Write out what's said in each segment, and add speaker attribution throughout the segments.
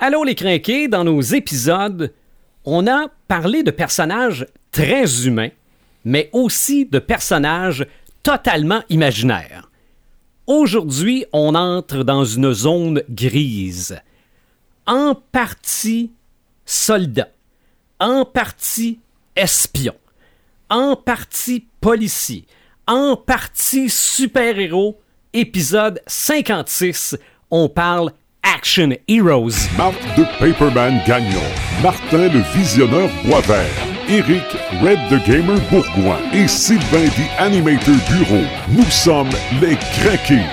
Speaker 1: Allô les crinqués, dans nos épisodes, on a parlé de personnages très humains, mais aussi de personnages totalement imaginaires. Aujourd'hui, on entre dans une zone grise. En partie soldat, en partie espion, en partie policier, en partie super-héros, épisode 56, on parle Action Heroes.
Speaker 2: Marc de Paperman Gagnon, Martin le Visionneur Boisvert, Eric Red the Gamer Bourgoin et Sylvain the Animator Bureau. Nous sommes les craqués.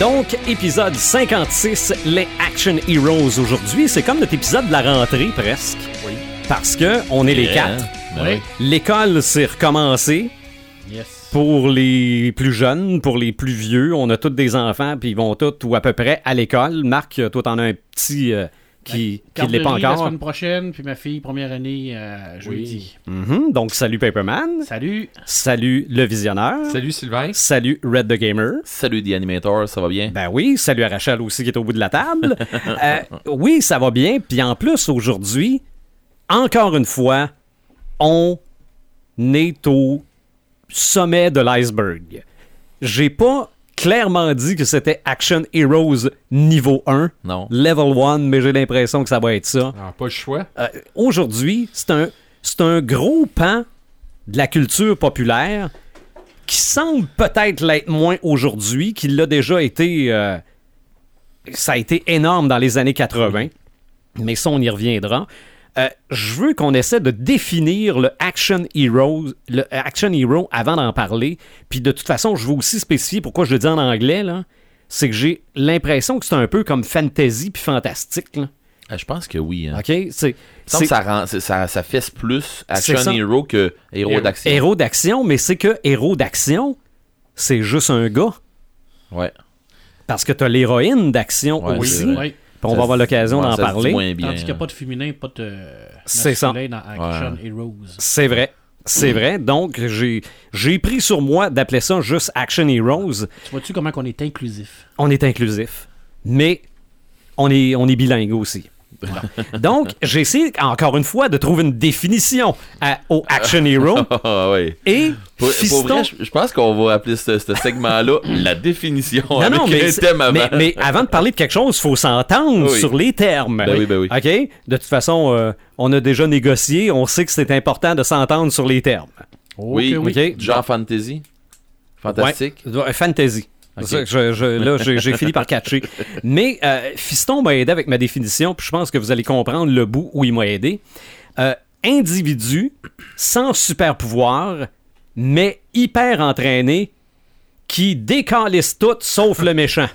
Speaker 1: Donc, épisode 56, les Action Heroes aujourd'hui. C'est comme notre épisode de la rentrée presque. Oui. Parce que on est les
Speaker 3: vrai,
Speaker 1: quatre.
Speaker 3: hein? Ben oui.
Speaker 1: L'école s'est recommencée.
Speaker 3: Yes.
Speaker 1: Pour les plus jeunes, pour les plus vieux, on a tous des enfants, puis ils vont tous ou à peu près à l'école. Marc, toi, t'en as un petit euh, qui ne l'est pas
Speaker 4: Ben, Garderie La
Speaker 1: encore.
Speaker 4: semaine prochaine, puis ma fille, première année, euh, jeudi.
Speaker 1: Mhm. Donc, salut Paperman.
Speaker 4: Salut.
Speaker 1: Salut le visionneur.
Speaker 5: Salut Sylvain.
Speaker 1: Salut Red the Gamer.
Speaker 3: Salut The Animator, ça va bien?
Speaker 1: Ben oui, salut à Rachel aussi qui est au bout de la table. Euh, oui, ça va bien. Puis en plus, aujourd'hui, encore une fois, on est au sommet de l'iceberg. J'ai pas clairement dit que c'était Action Heroes niveau 1,
Speaker 3: Non.
Speaker 1: level 1, mais j'ai l'impression que ça va être ça.
Speaker 5: Ah, pas le choix.
Speaker 1: Euh, aujourd'hui, c'est un, c'est un gros pan de la culture populaire qui semble peut-être l'être moins aujourd'hui, qui l'a déjà été. euh, ça a été énorme dans les années 80, mais ça, on y reviendra. Euh, je veux qu'on essaie de définir le action hero, le euh, action hero avant d'en parler. Puis de toute façon, je veux aussi spécifier pourquoi je le dis en anglais là. C'est que j'ai l'impression que c'est un peu comme fantasy puis fantastique. là.
Speaker 3: Ah, je pense que oui. hein.
Speaker 1: Ok, c'est
Speaker 3: Il me semble
Speaker 1: c'est-
Speaker 3: que ça, rend- c'est- ça, ça fesse plus
Speaker 1: C'est ça.
Speaker 3: Action Hero que Héros d'action.
Speaker 1: Héros d'action, mais c'est que héros d'action, c'est juste un gars.
Speaker 3: Ouais.
Speaker 1: Parce que t'as l'héroïne d'action
Speaker 3: Ouais,
Speaker 1: aussi.
Speaker 3: c'est
Speaker 1: Puis
Speaker 3: vrai.
Speaker 4: Oui.
Speaker 1: on
Speaker 3: Ça
Speaker 1: va avoir
Speaker 3: se-
Speaker 1: l'occasion
Speaker 3: ouais,
Speaker 1: d'en
Speaker 3: ça se dit
Speaker 1: parler.
Speaker 3: moins bien,
Speaker 4: Tandis qu'il n'y a
Speaker 3: hein.
Speaker 4: pas de féminin, pas de
Speaker 1: C'est ça.
Speaker 4: masculin dans Action Heroes.
Speaker 1: C'est vrai. C'est vrai. Donc, j'ai, j'ai pris sur moi d'appeler ça juste Action Heroes.
Speaker 4: Tu vois-tu comment on est inclusif?
Speaker 1: On est inclusif. Mais on est, on est bilingue aussi. Donc, j'ai essayé, encore une fois, de trouver une définition à- au Action Hero.
Speaker 3: Ah ouais.
Speaker 1: Et
Speaker 3: Pour,
Speaker 1: fiston-
Speaker 3: pour vrai, je je pense qu'on va appeler ce, ce segment-là la définition
Speaker 1: Non,
Speaker 3: avec
Speaker 1: non, mais,
Speaker 3: le
Speaker 1: c'est-
Speaker 3: thème avant.
Speaker 1: mais- mais avant de parler de quelque chose, il faut s'entendre
Speaker 3: Oui.
Speaker 1: sur les termes.
Speaker 3: Ben oui, ben oui.
Speaker 1: OK? De toute façon, euh, on a déjà négocié, on sait que c'est important de s'entendre sur les termes.
Speaker 3: Oui,
Speaker 4: Ok,
Speaker 3: oui.
Speaker 1: ok.
Speaker 3: Genre fantasy. Fantastique.
Speaker 1: Ouais. Ouais, fantasy. Ça, je- je- là, j'ai j'ai fini par catcher. Mais euh, Fiston m'a aidé avec ma définition, puis je pense que vous allez comprendre le bout où il m'a aidé. Euh, individu sans super pouvoir, mais hyper entraîné, qui décalisse tout sauf le méchant.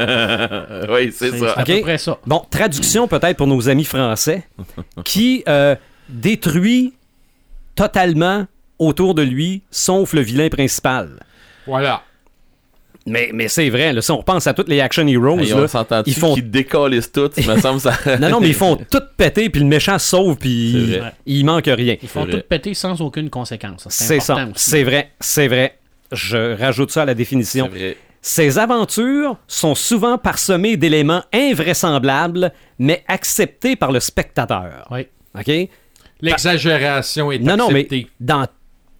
Speaker 3: Euh, Oui, c'est
Speaker 4: C'est
Speaker 3: ça.
Speaker 4: à
Speaker 1: Ok.
Speaker 4: peu près ça.
Speaker 1: Bon, traduction peut-être pour nos amis français, qui euh, détruit totalement autour de lui, sauf le vilain principal.
Speaker 5: Voilà.
Speaker 1: Mais, mais c'est vrai, là, si on repense à toutes les action heroes,
Speaker 3: Hey,
Speaker 1: là,
Speaker 3: on s'entend
Speaker 1: ils font...
Speaker 3: qu'ils décalissent tout, il me semble ça.
Speaker 1: Non, non, mais ils font tout péter, puis le méchant se sauve, puis
Speaker 3: C'est
Speaker 1: il,
Speaker 4: vrai.
Speaker 1: il manque rien.
Speaker 4: Ils font
Speaker 3: vrai.
Speaker 4: tout péter sans aucune conséquence.
Speaker 1: C'est ça,
Speaker 4: important aussi.
Speaker 1: c'est vrai, c'est vrai. Je rajoute ça à la définition.
Speaker 3: C'est vrai.
Speaker 1: Ces aventures sont souvent parsemées d'éléments invraisemblables, mais acceptés par le spectateur.
Speaker 4: Oui.
Speaker 1: OK?
Speaker 5: L'exagération est
Speaker 1: Non, non, mais
Speaker 5: acceptée.
Speaker 1: dans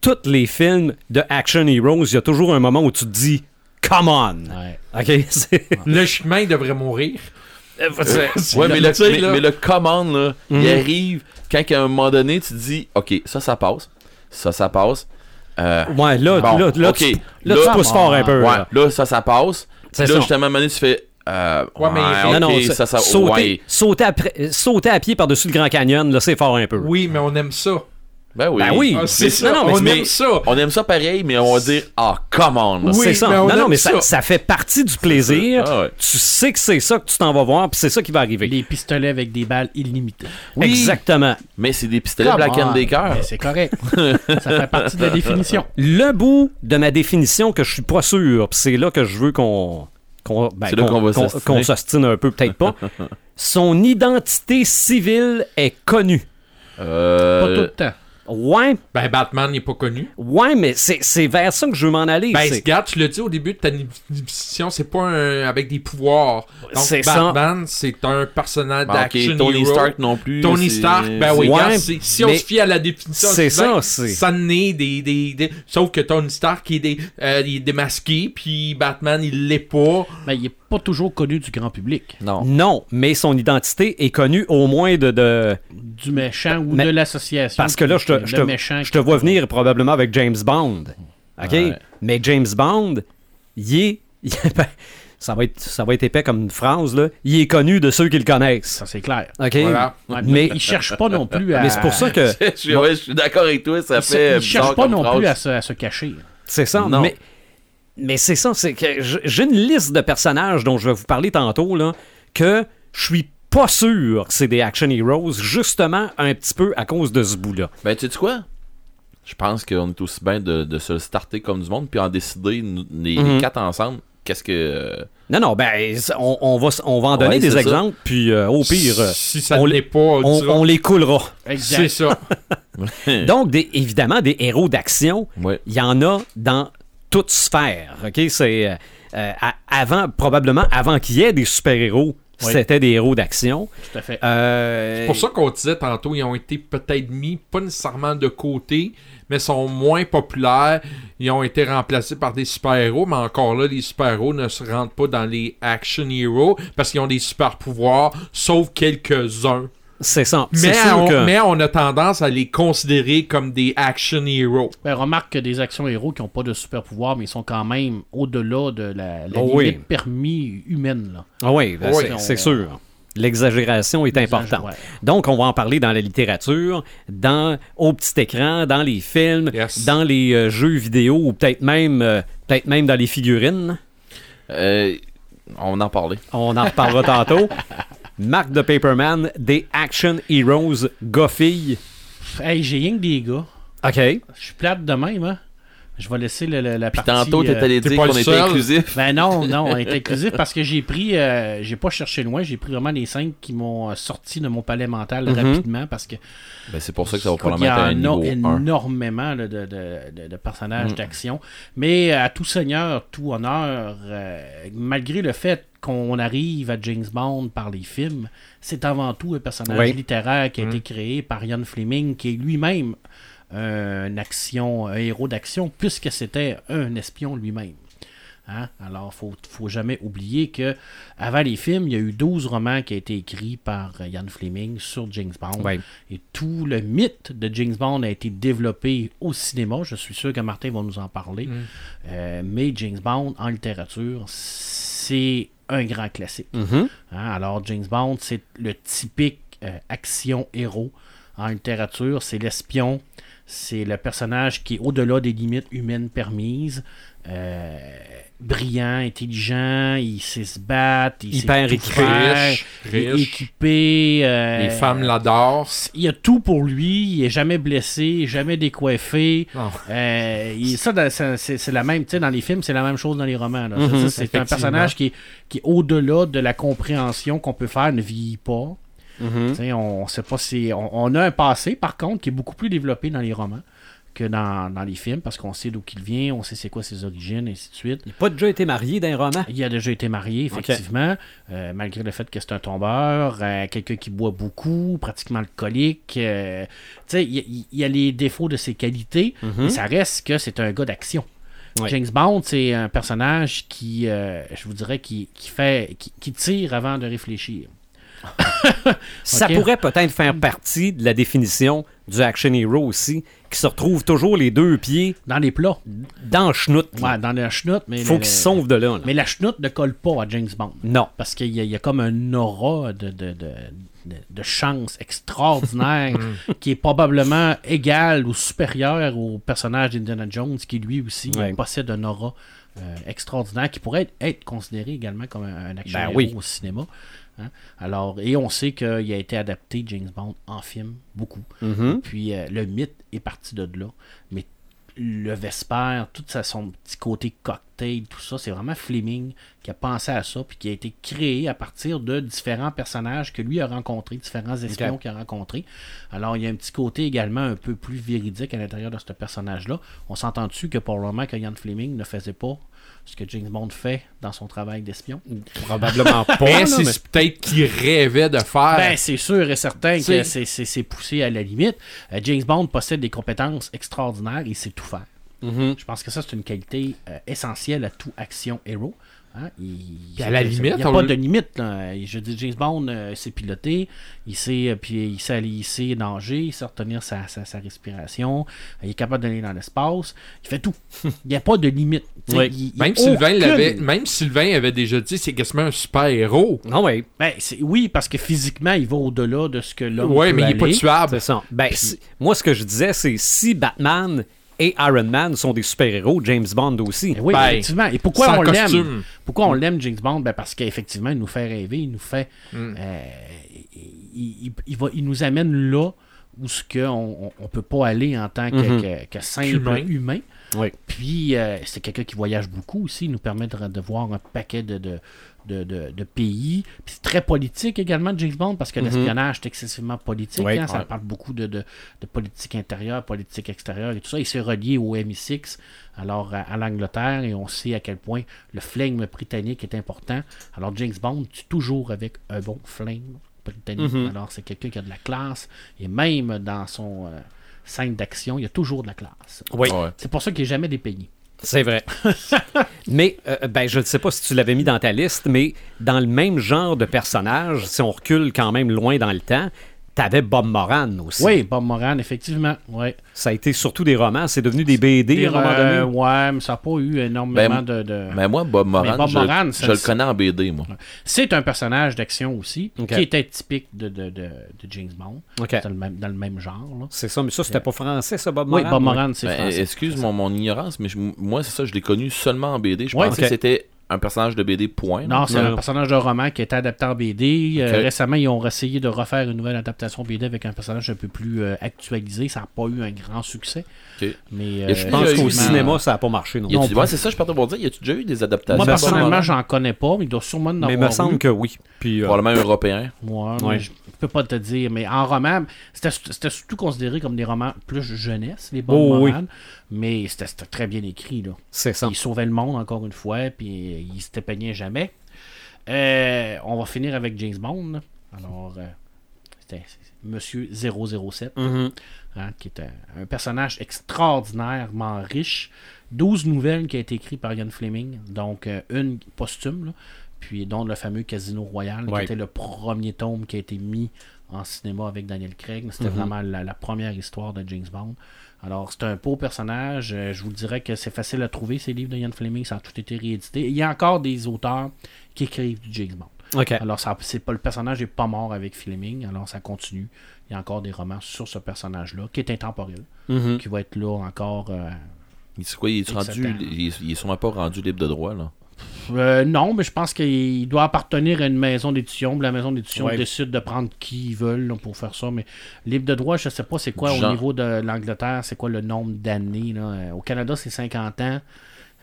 Speaker 1: tous les films de Action Heroes, il y a toujours un moment où tu te dis Come on!
Speaker 4: Ouais.
Speaker 1: OK? c'est-
Speaker 5: Le chemin devrait mourir. C'est-
Speaker 3: Ouais, mais le,
Speaker 5: tu sais,
Speaker 3: mais,
Speaker 5: là,
Speaker 3: mais le command, là, il
Speaker 1: Mhm.
Speaker 3: arrive quand qu'à un moment donné, tu te dis, OK, ça, ça passe. Ça, ça passe. Euh,
Speaker 1: Ouais, là,
Speaker 3: Bon,
Speaker 1: là, là,
Speaker 3: ok.
Speaker 1: tu, là,
Speaker 3: Là,
Speaker 1: tu pousses fort un peu.
Speaker 3: ouais,
Speaker 1: là.
Speaker 3: là. ça, ça passe.
Speaker 1: C'est
Speaker 3: Là,
Speaker 1: ça.
Speaker 3: justement, à un moment donné, tu fais, euh, ouais,
Speaker 5: Ouais, mais-
Speaker 3: OK,
Speaker 1: Non, non,
Speaker 3: ça, ça,
Speaker 1: sauter,
Speaker 3: ouais.
Speaker 1: sauter, après- euh, sauter à pied par-dessus le Grand Canyon, là, c'est fort un peu.
Speaker 5: Oui, mais on aime ça.
Speaker 3: Ben oui.
Speaker 1: Ben oui.
Speaker 5: Ah, c'est
Speaker 1: Mais-
Speaker 5: ça.
Speaker 1: non, non, mais-
Speaker 5: on
Speaker 1: mais-
Speaker 5: aime ça.
Speaker 3: On aime ça pareil, mais on va dire, ah, command. là.
Speaker 5: Oui,
Speaker 1: c'est ça.
Speaker 5: mais on
Speaker 1: non, non,
Speaker 5: aime
Speaker 1: mais ça,
Speaker 5: ça.
Speaker 1: ça fait partie du plaisir.
Speaker 3: Ah ouais.
Speaker 1: Tu sais que c'est ça que tu t'en vas voir, puis c'est ça qui va arriver.
Speaker 4: Les pistolets avec des balles illimitées.
Speaker 3: Oui.
Speaker 1: Exactement.
Speaker 3: Mais c'est des pistolets Black and Decker.
Speaker 4: Mais C'est correct. ça fait partie de la définition.
Speaker 1: Le bout de ma définition que je suis pas sûr, puis c'est là que je veux qu'on qu'on ben,
Speaker 3: C'est là
Speaker 1: qu'on-
Speaker 3: qu'on va
Speaker 1: qu'on-
Speaker 3: s'ostiner.
Speaker 1: qu'on s'ostine un peu, peut-être pas, son identité civile est connue.
Speaker 3: Euh,
Speaker 4: Pas tout le temps.
Speaker 1: Ouais,
Speaker 5: Ben, Batman n'est pas connu.
Speaker 1: ouais, mais c'est c'est vers ça que je veux m'en aller.
Speaker 5: Ben,
Speaker 1: c'est-
Speaker 5: regarde, tu l'as dit au début de ta émission, c'est pas un, avec des pouvoirs. Donc,
Speaker 1: C'est ça.
Speaker 5: Batman, c'est un personnage
Speaker 3: ben, ok,
Speaker 5: d'action
Speaker 3: Tony
Speaker 5: hero.
Speaker 3: Stark non plus.
Speaker 5: Tony
Speaker 3: c'est-
Speaker 5: Stark, ben oui,
Speaker 1: Ouais,
Speaker 5: regarde, c'est- si on
Speaker 1: mais
Speaker 5: se fie à la définition,
Speaker 1: c'est
Speaker 5: suivante,
Speaker 1: ça, c'est-
Speaker 5: ça n'est des, des, des- Sauf que Tony Stark, il est, des- euh, il est démasqué, puis Batman, il l'est pas.
Speaker 4: Ben, il est pas toujours connu du grand public,
Speaker 3: Non.
Speaker 1: Non, mais son identité est connue au moins de... de-
Speaker 4: du méchant ou
Speaker 1: Mais-
Speaker 4: de l'association.
Speaker 1: Parce que là, je te,
Speaker 4: Le
Speaker 1: je te-
Speaker 4: méchant
Speaker 1: je te vois venir probablement avec James Bond. OK?
Speaker 3: Ouais.
Speaker 1: Mais James Bond, il est... il est- ben, ça, va être, ça va être épais comme une phrase, là. Il est connu de ceux qui le connaissent.
Speaker 4: Ça, c'est clair.
Speaker 1: OK?
Speaker 5: Voilà.
Speaker 4: Ouais,
Speaker 1: Mais-
Speaker 4: mais il cherche pas non plus à. euh,
Speaker 1: Mais c'est pour ça que...
Speaker 3: je, suis- ouais, je suis d'accord avec toi, ça
Speaker 4: Il se-
Speaker 3: fait.
Speaker 4: il cherche
Speaker 3: bizarre
Speaker 4: pas
Speaker 3: comme
Speaker 4: non
Speaker 3: phrase.
Speaker 4: plus à se, à se cacher.
Speaker 1: C'est ça,
Speaker 3: Non.
Speaker 1: mais mais c'est ça, c'est que j- j'ai une liste de personnages dont je vais vous parler tantôt là que je suis pas sûr que c'est des action heroes justement un petit peu à cause de ce bout là.
Speaker 3: Ben, tu sais quoi? Je pense qu'on est aussi bien de, de se le starter comme du monde, puis en décider, nous- les, les
Speaker 1: Mhm.
Speaker 3: quatre ensemble, qu'est-ce que.
Speaker 1: Non non, ben c'est- on, on va s- on va en donner
Speaker 3: Ouais,
Speaker 1: des
Speaker 3: c'est ça.
Speaker 1: exemples puis euh, au pire euh,
Speaker 5: si ça
Speaker 1: on
Speaker 5: ne l'est pas, on,
Speaker 1: on,
Speaker 5: dira,
Speaker 1: on les coulera.
Speaker 5: c'est
Speaker 4: Exact.
Speaker 5: ça.
Speaker 1: Donc des, évidemment des héros d'action,
Speaker 3: Ouais.
Speaker 1: il y en a dans toute sphère. OK, c'est euh, euh, à- avant probablement avant qu'il y ait des super-héros,
Speaker 4: Oui.
Speaker 1: c'était des héros d'action.
Speaker 4: Tout à fait.
Speaker 1: Euh,
Speaker 5: Pour ça qu'on disait tantôt, ils ont été peut-être mis, pas nécessairement de côté, mais sont moins populaires. Ils ont été remplacés par des super-héros, mais encore là, les super-héros ne se rendent pas dans les action heroes parce qu'ils ont des super-pouvoirs, sauf quelques-uns.
Speaker 1: C'est ça.
Speaker 5: Mais,
Speaker 1: C'est sûr
Speaker 5: on-
Speaker 1: que-
Speaker 5: mais on a tendance à les considérer comme des action heroes.
Speaker 4: Ben, remarque que des actions héros qui n'ont pas de super pouvoir, mais ils sont quand même au-delà de la, la
Speaker 1: Oh oui.
Speaker 4: limite permis humaine. Là.
Speaker 1: Ah oui, ben,
Speaker 5: Oui.
Speaker 1: c'est- c'est sûr. L'exagération est importante.
Speaker 4: ouais.
Speaker 1: Donc, on va en parler dans la littérature, dans au petit écran, dans les films,
Speaker 5: Yes.
Speaker 1: dans les euh, jeux vidéo ou peut-être même, euh, peut-être même dans les figurines.
Speaker 3: Euh, on en parlait.
Speaker 1: On en reparlera tantôt. Marc de Paperman, des Action Heroes Goffy.
Speaker 4: Hey, j'ai rien que des gars.
Speaker 1: OK.
Speaker 4: Je suis plate de même, hein. Je vais laisser le- le- la
Speaker 3: Puis
Speaker 4: partie...
Speaker 3: tantôt, t'es
Speaker 4: euh,
Speaker 3: allé
Speaker 5: t'es
Speaker 3: dire
Speaker 5: pas
Speaker 3: qu'on
Speaker 5: le
Speaker 3: était
Speaker 5: seul.
Speaker 3: inclusif.
Speaker 4: Ben non, non, on est inclusif parce que j'ai pris, euh, j'ai pas cherché loin, j'ai pris vraiment les cinq qui m'ont euh, sorti de mon palais mental rapidement parce que
Speaker 3: Ben, c'est pour ça que ça va
Speaker 4: il y
Speaker 3: probablement
Speaker 4: en
Speaker 3: être
Speaker 4: a
Speaker 3: un Mm. niveau 1.
Speaker 4: énormément là, de, de- de- de personnages d'action. Mais euh, à tout seigneur, tout honneur, euh, malgré le fait qu'on arrive à James Bond par les films, c'est avant tout un personnage
Speaker 1: Oui.
Speaker 4: littéraire qui a
Speaker 3: Mm.
Speaker 4: été créé par Ian Fleming, qui est lui-même euh, un action, un héros d'action, puisque c'était un espion lui-même. Hein? Alors, faut, faut jamais oublier que avant les films, il y a eu 12 romans qui ont été écrits par euh, Ian Fleming sur James Bond.
Speaker 1: Ouais.
Speaker 4: Et tout le mythe de James Bond a été développé au cinéma. Je suis sûr que Martin va nous en parler. Euh, mais James Bond, en littérature, c'est un grand classique.
Speaker 1: Mhm.
Speaker 4: Hein, Alors, James Bond, c'est le typique euh, action-héros en littérature. C'est l'espion. C'est le personnage qui est au-delà des limites humaines permises. Euh, brillant, intelligent, il sait se battre. Il
Speaker 1: Hyper
Speaker 4: sait tout
Speaker 1: équipé.
Speaker 4: faire,
Speaker 5: Riche,
Speaker 4: il est
Speaker 5: riche.
Speaker 4: équipé. euh,
Speaker 5: Les femmes l'adorent.
Speaker 4: il y a tout pour lui, il est jamais blessé, jamais décoiffé.
Speaker 5: Non.
Speaker 4: Euh, il- ça, dans- ça, c'est c'est la même, tu sais, dans les films, c'est la même chose dans les romans. là. C'est- c'est un
Speaker 5: Mhm. Effectivement.
Speaker 4: personnage qui est, qui est au-delà de la compréhension qu'on peut faire, ne vieillit pas.
Speaker 5: Mhm.
Speaker 4: Tu sais, On, on sait pas si. On, on a un passé, par contre, qui est beaucoup plus développé dans les romans que dans, dans les films, parce qu'on sait d'où qu'il vient, on sait c'est quoi ses origines, et ainsi de suite.
Speaker 1: Il n'a pas déjà été marié d'un roman.
Speaker 4: Il a déjà été marié, effectivement, euh, malgré le fait que c'est un tombeur, euh, quelqu'un qui boit beaucoup, pratiquement alcoolique. euh, tu sais, il, y a- il y a les défauts de ses qualités, mais ça reste que c'est un gars d'action.
Speaker 1: Mhm. Ouais.
Speaker 4: James Bond, c'est un personnage qui, euh, je vous dirais, qui, qui fait, qui, qui tire avant de réfléchir.
Speaker 1: Ça
Speaker 4: Ok.
Speaker 1: pourrait peut-être faire partie de la définition du action hero aussi, qui se retrouve toujours les deux pieds
Speaker 4: Dans les plats,
Speaker 1: dans le schnout. là.
Speaker 4: ouais, dans la chenoute, mais...
Speaker 1: faut
Speaker 4: le-
Speaker 1: qu'ils
Speaker 4: le-
Speaker 1: se sauvent de là. là.
Speaker 4: Mais la chenoute ne colle pas à James Bond.
Speaker 1: Non.
Speaker 4: Parce qu'il y, a- il y a comme un aura de, de, de, de- de chance extraordinaire
Speaker 1: Hmm.
Speaker 4: qui est probablement égal ou supérieur au personnage d'Indiana Jones qui lui aussi
Speaker 1: Ouais.
Speaker 4: possède un aura euh, extraordinaire qui pourrait être, être considéré également comme un, un action
Speaker 1: Ben
Speaker 4: héros
Speaker 1: oui.
Speaker 4: au cinéma. hein. Alors, et on sait qu'il a été adapté,
Speaker 1: Mm-hmm.
Speaker 4: James Bond, en film, beaucoup. Puis euh, le mythe est parti de là. Mais le Vesper, tout ça, son petit côté cocktail, tout ça, c'est vraiment Fleming qui a pensé à ça, puis qui a été créé à partir de différents personnages que lui a rencontrés, différents espions
Speaker 1: Ok.
Speaker 4: qu'il a rencontrés. Alors, il y a un petit côté également un peu plus véridique à l'intérieur de ce personnage-là. On s'entend dessus que pour le moment, que Ian Fleming ne faisait pas ce que James Bond fait dans son travail d'espion.
Speaker 1: Probablement pas.
Speaker 5: Mais
Speaker 1: là,
Speaker 5: c'est
Speaker 1: mais-
Speaker 5: peut-être qu'il rêvait de faire.
Speaker 4: Ben, c'est sûr et certain
Speaker 5: Ah. C'est-
Speaker 4: que c'est- c'est c'est poussé à la limite. Euh, James Bond possède des compétences extraordinaires, il sait tout faire.
Speaker 5: Mm-hmm.
Speaker 4: Je pense que ça, c'est une qualité euh, essentielle à tout action héros. Hein, il-
Speaker 5: Puis à la
Speaker 4: il-
Speaker 5: limite,
Speaker 4: il n'y a
Speaker 5: on
Speaker 4: pas
Speaker 5: le-
Speaker 4: de limite. là. Je dis, James Bond euh, il sait piloter, il sait, euh, puis il sait, aller- il sait nager, il sait retenir sa, sa- sa respiration, il est capable d'aller dans l'espace, il fait tout. Il n'y a pas de limite. Tu sais,
Speaker 1: Oui.
Speaker 4: il- il-
Speaker 5: Même Sylvain,
Speaker 4: aucune-
Speaker 5: l'avait, même Sylvain avait déjà dit c'est quasiment un super-héros.
Speaker 1: Non, mais
Speaker 4: Ben, c'est- oui, parce que physiquement, il va au-delà de ce que l'homme
Speaker 5: Ouais,
Speaker 4: peut
Speaker 5: mais il est pas
Speaker 4: aller.
Speaker 5: tuable.
Speaker 1: c'est ça. Ben, si- moi, ce que je disais, c'est si Batman et Iron Man sont des super-héros, James Bond aussi.
Speaker 4: Eh Oui,
Speaker 5: Ben,
Speaker 4: effectivement. Et pourquoi
Speaker 5: sans
Speaker 4: on
Speaker 5: costume.
Speaker 4: l'aime Pourquoi on l'aime, James Bond ben Parce qu'effectivement, il nous fait rêver, il nous fait. euh, il, il- il va, il nous amène là où ce que on, on- on peut pas aller en tant que, que- que simple
Speaker 5: Qu'humain.
Speaker 4: humain.
Speaker 1: Oui.
Speaker 4: Puis, euh, c'est quelqu'un qui voyage beaucoup aussi. Il nous permet de, de voir un paquet de, de, de- de- de pays. Puis, c'est très politique également, James Bond, parce que l'espionnage est excessivement politique.
Speaker 1: Oui,
Speaker 4: hein. ça
Speaker 1: ouais.
Speaker 4: parle beaucoup de, de- de politique intérieure, politique extérieure et tout ça. Il s'est relié au MI6, alors à, à l'Angleterre, et on sait à quel point le flingue britannique est important. Alors, James Bond, tue toujours avec un bon flingue britannique.
Speaker 1: Mm-hmm.
Speaker 4: Alors, c'est quelqu'un qui a de la classe. Et même dans son. euh, scène d'action, il y a toujours de la classe.
Speaker 1: Oui,
Speaker 3: Ouais.
Speaker 4: C'est pour ça qu'il n'est jamais dépeigné.
Speaker 1: c'est vrai. mais, euh, ben, je ne sais pas si tu l'avais mis dans ta liste, mais dans le même genre de personnage, si on recule quand même loin dans le temps, t'avais Bob Moran aussi.
Speaker 4: Oui, Bob Moran, effectivement. Ouais.
Speaker 1: Ça a été surtout des romans, c'est devenu des BD à un moment
Speaker 4: Euh,
Speaker 1: donné.
Speaker 4: ouais, mais ça n'a pas eu énormément
Speaker 3: Ben,
Speaker 4: de. de-
Speaker 3: Mais moi, Bob Moran,
Speaker 4: Mais Bob
Speaker 3: je,
Speaker 4: Moran,
Speaker 3: je
Speaker 4: ça,
Speaker 3: le
Speaker 4: c'est-
Speaker 3: connais en BD, moi.
Speaker 4: C'est un personnage d'action aussi,
Speaker 1: Ok.
Speaker 4: qui était typique de, de, de, de James Bond,
Speaker 1: Ok.
Speaker 4: dans, le même, dans le même genre. là.
Speaker 1: C'est ça, mais ça, c'était pas français, ça, Bob
Speaker 4: Oui,
Speaker 1: Moran. euh,
Speaker 4: Bob Moran, c'est
Speaker 3: Ben,
Speaker 4: français.
Speaker 3: excuse mon, mon ignorance, mais je- moi, c'est ça, je l'ai connu seulement en BD. Je
Speaker 4: Ouais,
Speaker 1: ok.
Speaker 3: pensais que c'était un personnage de BD, point.
Speaker 4: Non, c'est
Speaker 1: Non,
Speaker 4: un
Speaker 1: non.
Speaker 4: personnage de roman qui est adapté en BD. Euh,
Speaker 3: Ok.
Speaker 4: récemment, ils ont essayé de refaire une nouvelle adaptation BD avec un personnage un peu plus euh, actualisé. Ça n'a pas eu un grand succès.
Speaker 3: Ok.
Speaker 4: Mais, euh,
Speaker 3: a-tu
Speaker 1: Je
Speaker 3: déjà
Speaker 1: pense
Speaker 3: Il y a
Speaker 1: qu'au
Speaker 3: eu-
Speaker 1: cinéma, ça n'a pas marché non
Speaker 3: Y a-tu-
Speaker 1: plus.
Speaker 3: ouais, c'est ça, je partais pour dire. Y a-tu déjà eu des adaptations
Speaker 4: Moi,
Speaker 1: Bob
Speaker 4: personnellement,
Speaker 1: Moran.
Speaker 4: j'en connais pas, mais il doit sûrement en
Speaker 1: Mais il
Speaker 4: avoir
Speaker 1: me
Speaker 4: eu.
Speaker 1: semble que oui. Puis, euh,
Speaker 3: Probablement européen.
Speaker 4: Moi,
Speaker 1: Ouais.
Speaker 4: je peux pas te dire, mais en roman, c'était c'était surtout considéré comme des romans plus jeunesse, les bons
Speaker 1: Oh, oui.
Speaker 4: romans, mais c'était c'était très bien écrit. Là.
Speaker 1: c'est ça.
Speaker 4: Il sauvait le monde encore une fois, puis il se dépeignait jamais. Euh, on va finir avec James Bond. Alors, euh, c'était Monsieur 007,
Speaker 1: Mhm.
Speaker 4: hein, qui est un, un personnage extraordinairement riche. 12 nouvelles qui a été écrites par Ian Fleming, donc euh, une posthume, là, puis dont le fameux Casino Royal,
Speaker 1: Ouais.
Speaker 4: qui était le premier tome qui a été mis en cinéma avec Daniel Craig. C'était
Speaker 1: Mhm.
Speaker 4: vraiment la, la première histoire de James Bond. Alors, c'est un beau personnage. Euh, Je vous dirais que c'est facile à trouver, ces livres de Ian Fleming. Ça a tout été réédité. Il y a encore des auteurs qui écrivent du James Bond.
Speaker 1: OK.
Speaker 4: Alors, ça, c'est pas, le personnage n'est pas mort avec Fleming, alors ça continue. Il y a encore des romans sur ce personnage-là, qui est intemporel,
Speaker 3: Mm-hmm.
Speaker 1: Mhm.
Speaker 4: qui va être là encore. euh,
Speaker 3: Il est, quoi, il est, rendu,
Speaker 4: Exactement.
Speaker 3: il, est, il est sûrement pas rendu libre de droit, là.
Speaker 4: euh, non, mais je pense qu'il doit appartenir à une maison d'édition. puis La maison d'édition
Speaker 1: Ouais.
Speaker 4: décide de prendre qui ils veulent là, pour faire ça. Mais libre de droit, je sais pas c'est quoi
Speaker 3: Genre.
Speaker 4: au niveau de l'Angleterre, c'est quoi le nombre d'années. là. Euh, Au Canada, c'est 50 ans.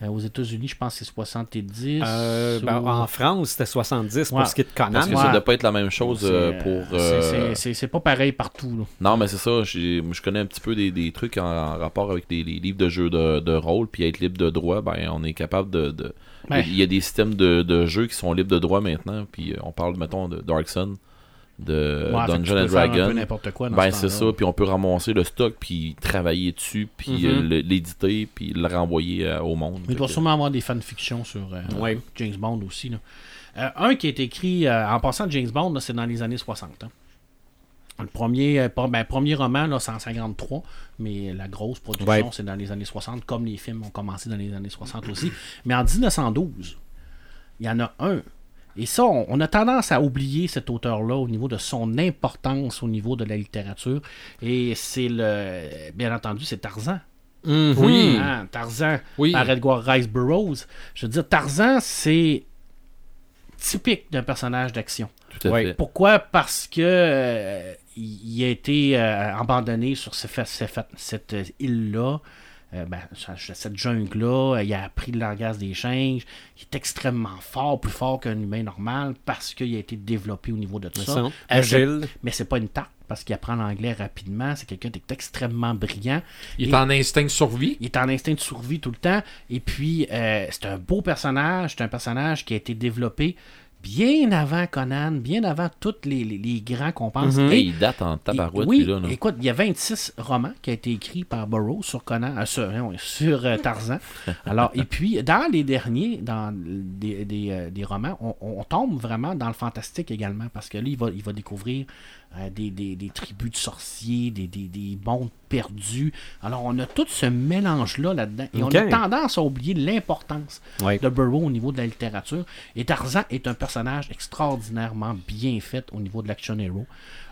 Speaker 4: Euh, aux États-Unis, je pense que c'est 70.
Speaker 1: Euh, ben,
Speaker 4: ou-
Speaker 1: En France, c'était 70
Speaker 4: Ouais.
Speaker 1: pour ce qui est de
Speaker 3: Parce
Speaker 1: Conan.
Speaker 3: que
Speaker 4: Ouais.
Speaker 3: ça doit pas être la même chose
Speaker 4: Ah, C'est,
Speaker 3: euh,
Speaker 4: euh,
Speaker 3: pour.
Speaker 4: c'est-
Speaker 3: euh,
Speaker 4: c'est- C'est c'est pas pareil partout. là.
Speaker 3: Non, mais c'est ça. j'ai- moi, Je connais un petit peu des, des trucs en, en rapport avec les, les livres de jeux de, de rôle. Puis être libre de droit, ben, on est capable de. de-
Speaker 4: Ouais.
Speaker 3: Il y a des systèmes de, de jeux qui sont libres de droit maintenant. Puis euh, on parle, mettons, de Dark Sun,
Speaker 4: Ouais, fait que
Speaker 3: de
Speaker 4: tu
Speaker 3: euh,
Speaker 4: peux
Speaker 3: Dungeon and
Speaker 4: faire un peu
Speaker 3: Dragon.
Speaker 4: n'importe quoi dans ce
Speaker 3: Ben, c'est
Speaker 4: temps-là. Mm-hmm.
Speaker 3: ça. Puis on peut ramasser le stock, puis travailler dessus, puis euh, le- l'éditer, puis le renvoyer euh, au monde.
Speaker 4: Il doit
Speaker 3: Fait que-
Speaker 4: sûrement avoir des fanfictions sur euh,
Speaker 1: Ouais.
Speaker 4: James Bond aussi. là. Euh, un qui est écrit euh, en passant de James Bond, là, c'est dans les années 60. hein. Le premier, euh, pas- ben, premier roman, là, c'est en 53, mais la grosse production,
Speaker 1: Ouais.
Speaker 4: c'est dans les années 60, comme les films ont commencé dans les années 60 aussi. Mais en 1912, il y en a un. Et ça, on, on a tendance à oublier cet auteur-là au niveau de son importance au niveau de la littérature. Et c'est le. Bien entendu, c'est Tarzan.
Speaker 5: Mm-hmm. Oui.
Speaker 4: Hein, Tarzan,
Speaker 5: Oui.
Speaker 4: par Edgar Rice Burroughs. Je veux dire, Tarzan, c'est typique d'un personnage d'action.
Speaker 3: Tout à
Speaker 1: Ouais.
Speaker 3: fait.
Speaker 4: Pourquoi Parce que euh, il il a été euh, abandonné sur ce fa- ce fa- cette euh, île-là. euh, ben, ça- ça- cette jungle-là, euh, il a appris le langage des singes, il est extrêmement fort, plus fort qu'un humain normal, parce qu'il a été développé au niveau de tout
Speaker 1: Me
Speaker 4: ça.
Speaker 1: semble.
Speaker 4: Euh, c'est-
Speaker 1: Agile.
Speaker 4: Mais c'est pas une tarte, parce qu'il apprend l'anglais rapidement, c'est quelqu'un qui est extrêmement brillant.
Speaker 5: Il
Speaker 4: Et-
Speaker 5: est en instinct de survie.
Speaker 4: il est en instinct de survie tout le temps. Et puis, euh, c'est un beau personnage. C'est un personnage qui a été développé bien avant Conan, bien avant tous les, les- les grands qu'on pense. Et-
Speaker 3: Hey, il date en tabarouette,
Speaker 4: et- oui,
Speaker 3: lui, là. là.
Speaker 4: écoute, il y a 26 romans qui ont été écrits par Burroughs sur Conan, euh, sur, non, sur, euh, Tarzan. Alors, et puis, dans les derniers, dans des, des, euh, des romans, on, on tombe vraiment dans le fantastique également, parce que là, il va, il va découvrir euh, des, des- des tribus de sorciers, des, des, des mondes perdus. Alors, on a tout ce mélange-là là-dedans, et
Speaker 1: Ok.
Speaker 4: on a tendance à oublier l'importance
Speaker 1: Ouais.
Speaker 4: de Burroughs au niveau de la littérature. Et Tarzan est un personnage extraordinairement bien fait au niveau de l'action hero.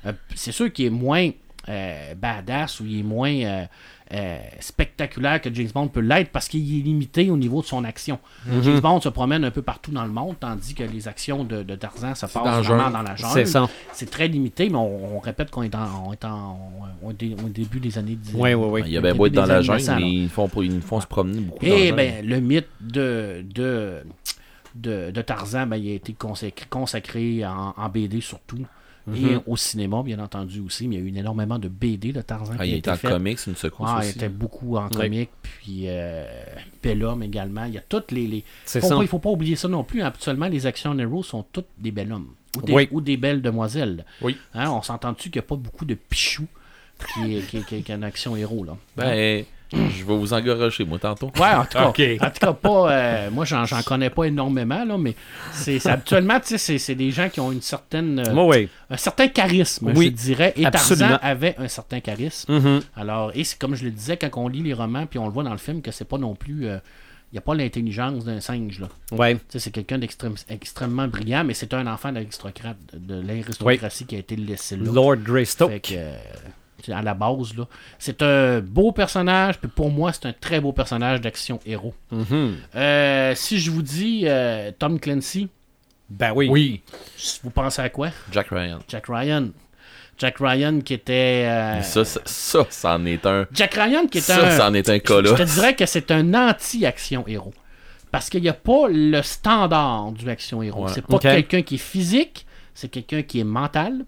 Speaker 4: Euh, c'est sûr qu'il est moins euh, badass ou il est moins euh, euh, spectaculaire que James Bond peut l'être parce qu'il est limité au niveau de son action.
Speaker 1: Mhm.
Speaker 4: James Bond se promène un peu partout dans le monde tandis que les actions de, de Tarzan se passent
Speaker 5: dans la
Speaker 4: vraiment
Speaker 5: jungle.
Speaker 4: dans la jungle.
Speaker 1: C'est ça.
Speaker 4: C'est très limité, mais on, on répète qu'on est, en, on est en- on est au début des années 10.
Speaker 1: Oui, oui,
Speaker 3: Il
Speaker 1: oui.
Speaker 3: y a bien
Speaker 4: Début
Speaker 3: beau être dans
Speaker 4: des
Speaker 3: la
Speaker 4: années
Speaker 3: jungle,
Speaker 4: 1900,
Speaker 3: mais ils font, pas- ils font se promener beaucoup dans la
Speaker 4: Et
Speaker 3: jungle.
Speaker 4: ben, le mythe de, de, de, de Tarzan, ben, il a été consacré, consacré en, en BD surtout. Et
Speaker 3: Mhm.
Speaker 4: au cinéma, bien entendu aussi, mais il y a eu énormément de BD de Tarzan
Speaker 3: Ah,
Speaker 4: qui
Speaker 3: il
Speaker 4: a
Speaker 3: est
Speaker 4: été
Speaker 3: en
Speaker 4: fait.
Speaker 3: comics, une secousse
Speaker 4: Ouais, il
Speaker 3: aussi.
Speaker 4: était beaucoup en
Speaker 1: Ouais.
Speaker 4: comique, puis euh, Bellum également. Il y a toutes les. les...
Speaker 1: C'est
Speaker 4: faut
Speaker 1: ça.
Speaker 4: pas- il faut pas oublier ça non plus. Actuellement, les actions héros sont toutes des Bellums ou des,
Speaker 1: Oui.
Speaker 4: ou des belles demoiselles.
Speaker 5: Oui.
Speaker 4: Hein, on s'entend-tu qu'il n'y a pas beaucoup de pichou qui est, qui est- qui est- qui est un action héros là.
Speaker 3: Ben, je vais vous engorocher, moi, tantôt.
Speaker 4: Ouais, en tout cas,
Speaker 5: Ok.
Speaker 4: en tout cas, pas. euh, moi, j'en, j'en connais pas énormément, là, mais c'est, c'est- habituellement, tu sais, c'est, c'est des gens qui ont une certaine, euh,
Speaker 1: Moi, oui.
Speaker 4: un certain charisme,
Speaker 1: Oui,
Speaker 4: je dirais. Et
Speaker 1: absolument.
Speaker 4: Tarzan avait un certain charisme.
Speaker 1: Mhm.
Speaker 4: Alors, et c'est comme je le disais, quand on lit les romans, puis on le voit dans le film, que c'est pas non plus. euh, Il n'y a pas l'intelligence d'un singe, là.
Speaker 1: Ouais.
Speaker 4: Tu sais, c'est quelqu'un d'extrême- extrêmement brillant, mais c'est un enfant d'aristocrate, de, de l'aristocratie qui a été laissé là.
Speaker 1: Lord
Speaker 4: Fait que,
Speaker 1: Greystoke.
Speaker 4: euh, c'est à la base, là, c'est un beau personnage, puis pour moi, c'est un très beau personnage d'action héros.
Speaker 1: Mhm.
Speaker 4: Euh, si je vous dis euh, Tom Clancy,
Speaker 1: Ben oui.
Speaker 5: Oui.
Speaker 4: vous pensez à quoi
Speaker 3: Jack Ryan.
Speaker 4: Jack Ryan. Jack Ryan qui était. euh,
Speaker 3: Ça, ça, ça, ça en est un.
Speaker 4: Jack Ryan qui était.
Speaker 3: Ça,
Speaker 4: un-
Speaker 3: ça en est un cas,
Speaker 4: Je
Speaker 3: là.
Speaker 4: te dirais que c'est un anti-action héros. Parce qu'il n'y a pas le standard du action héros.
Speaker 3: Ouais.
Speaker 4: C'est pas
Speaker 1: Ok.
Speaker 4: quelqu'un qui est physique, c'est quelqu'un qui est mental.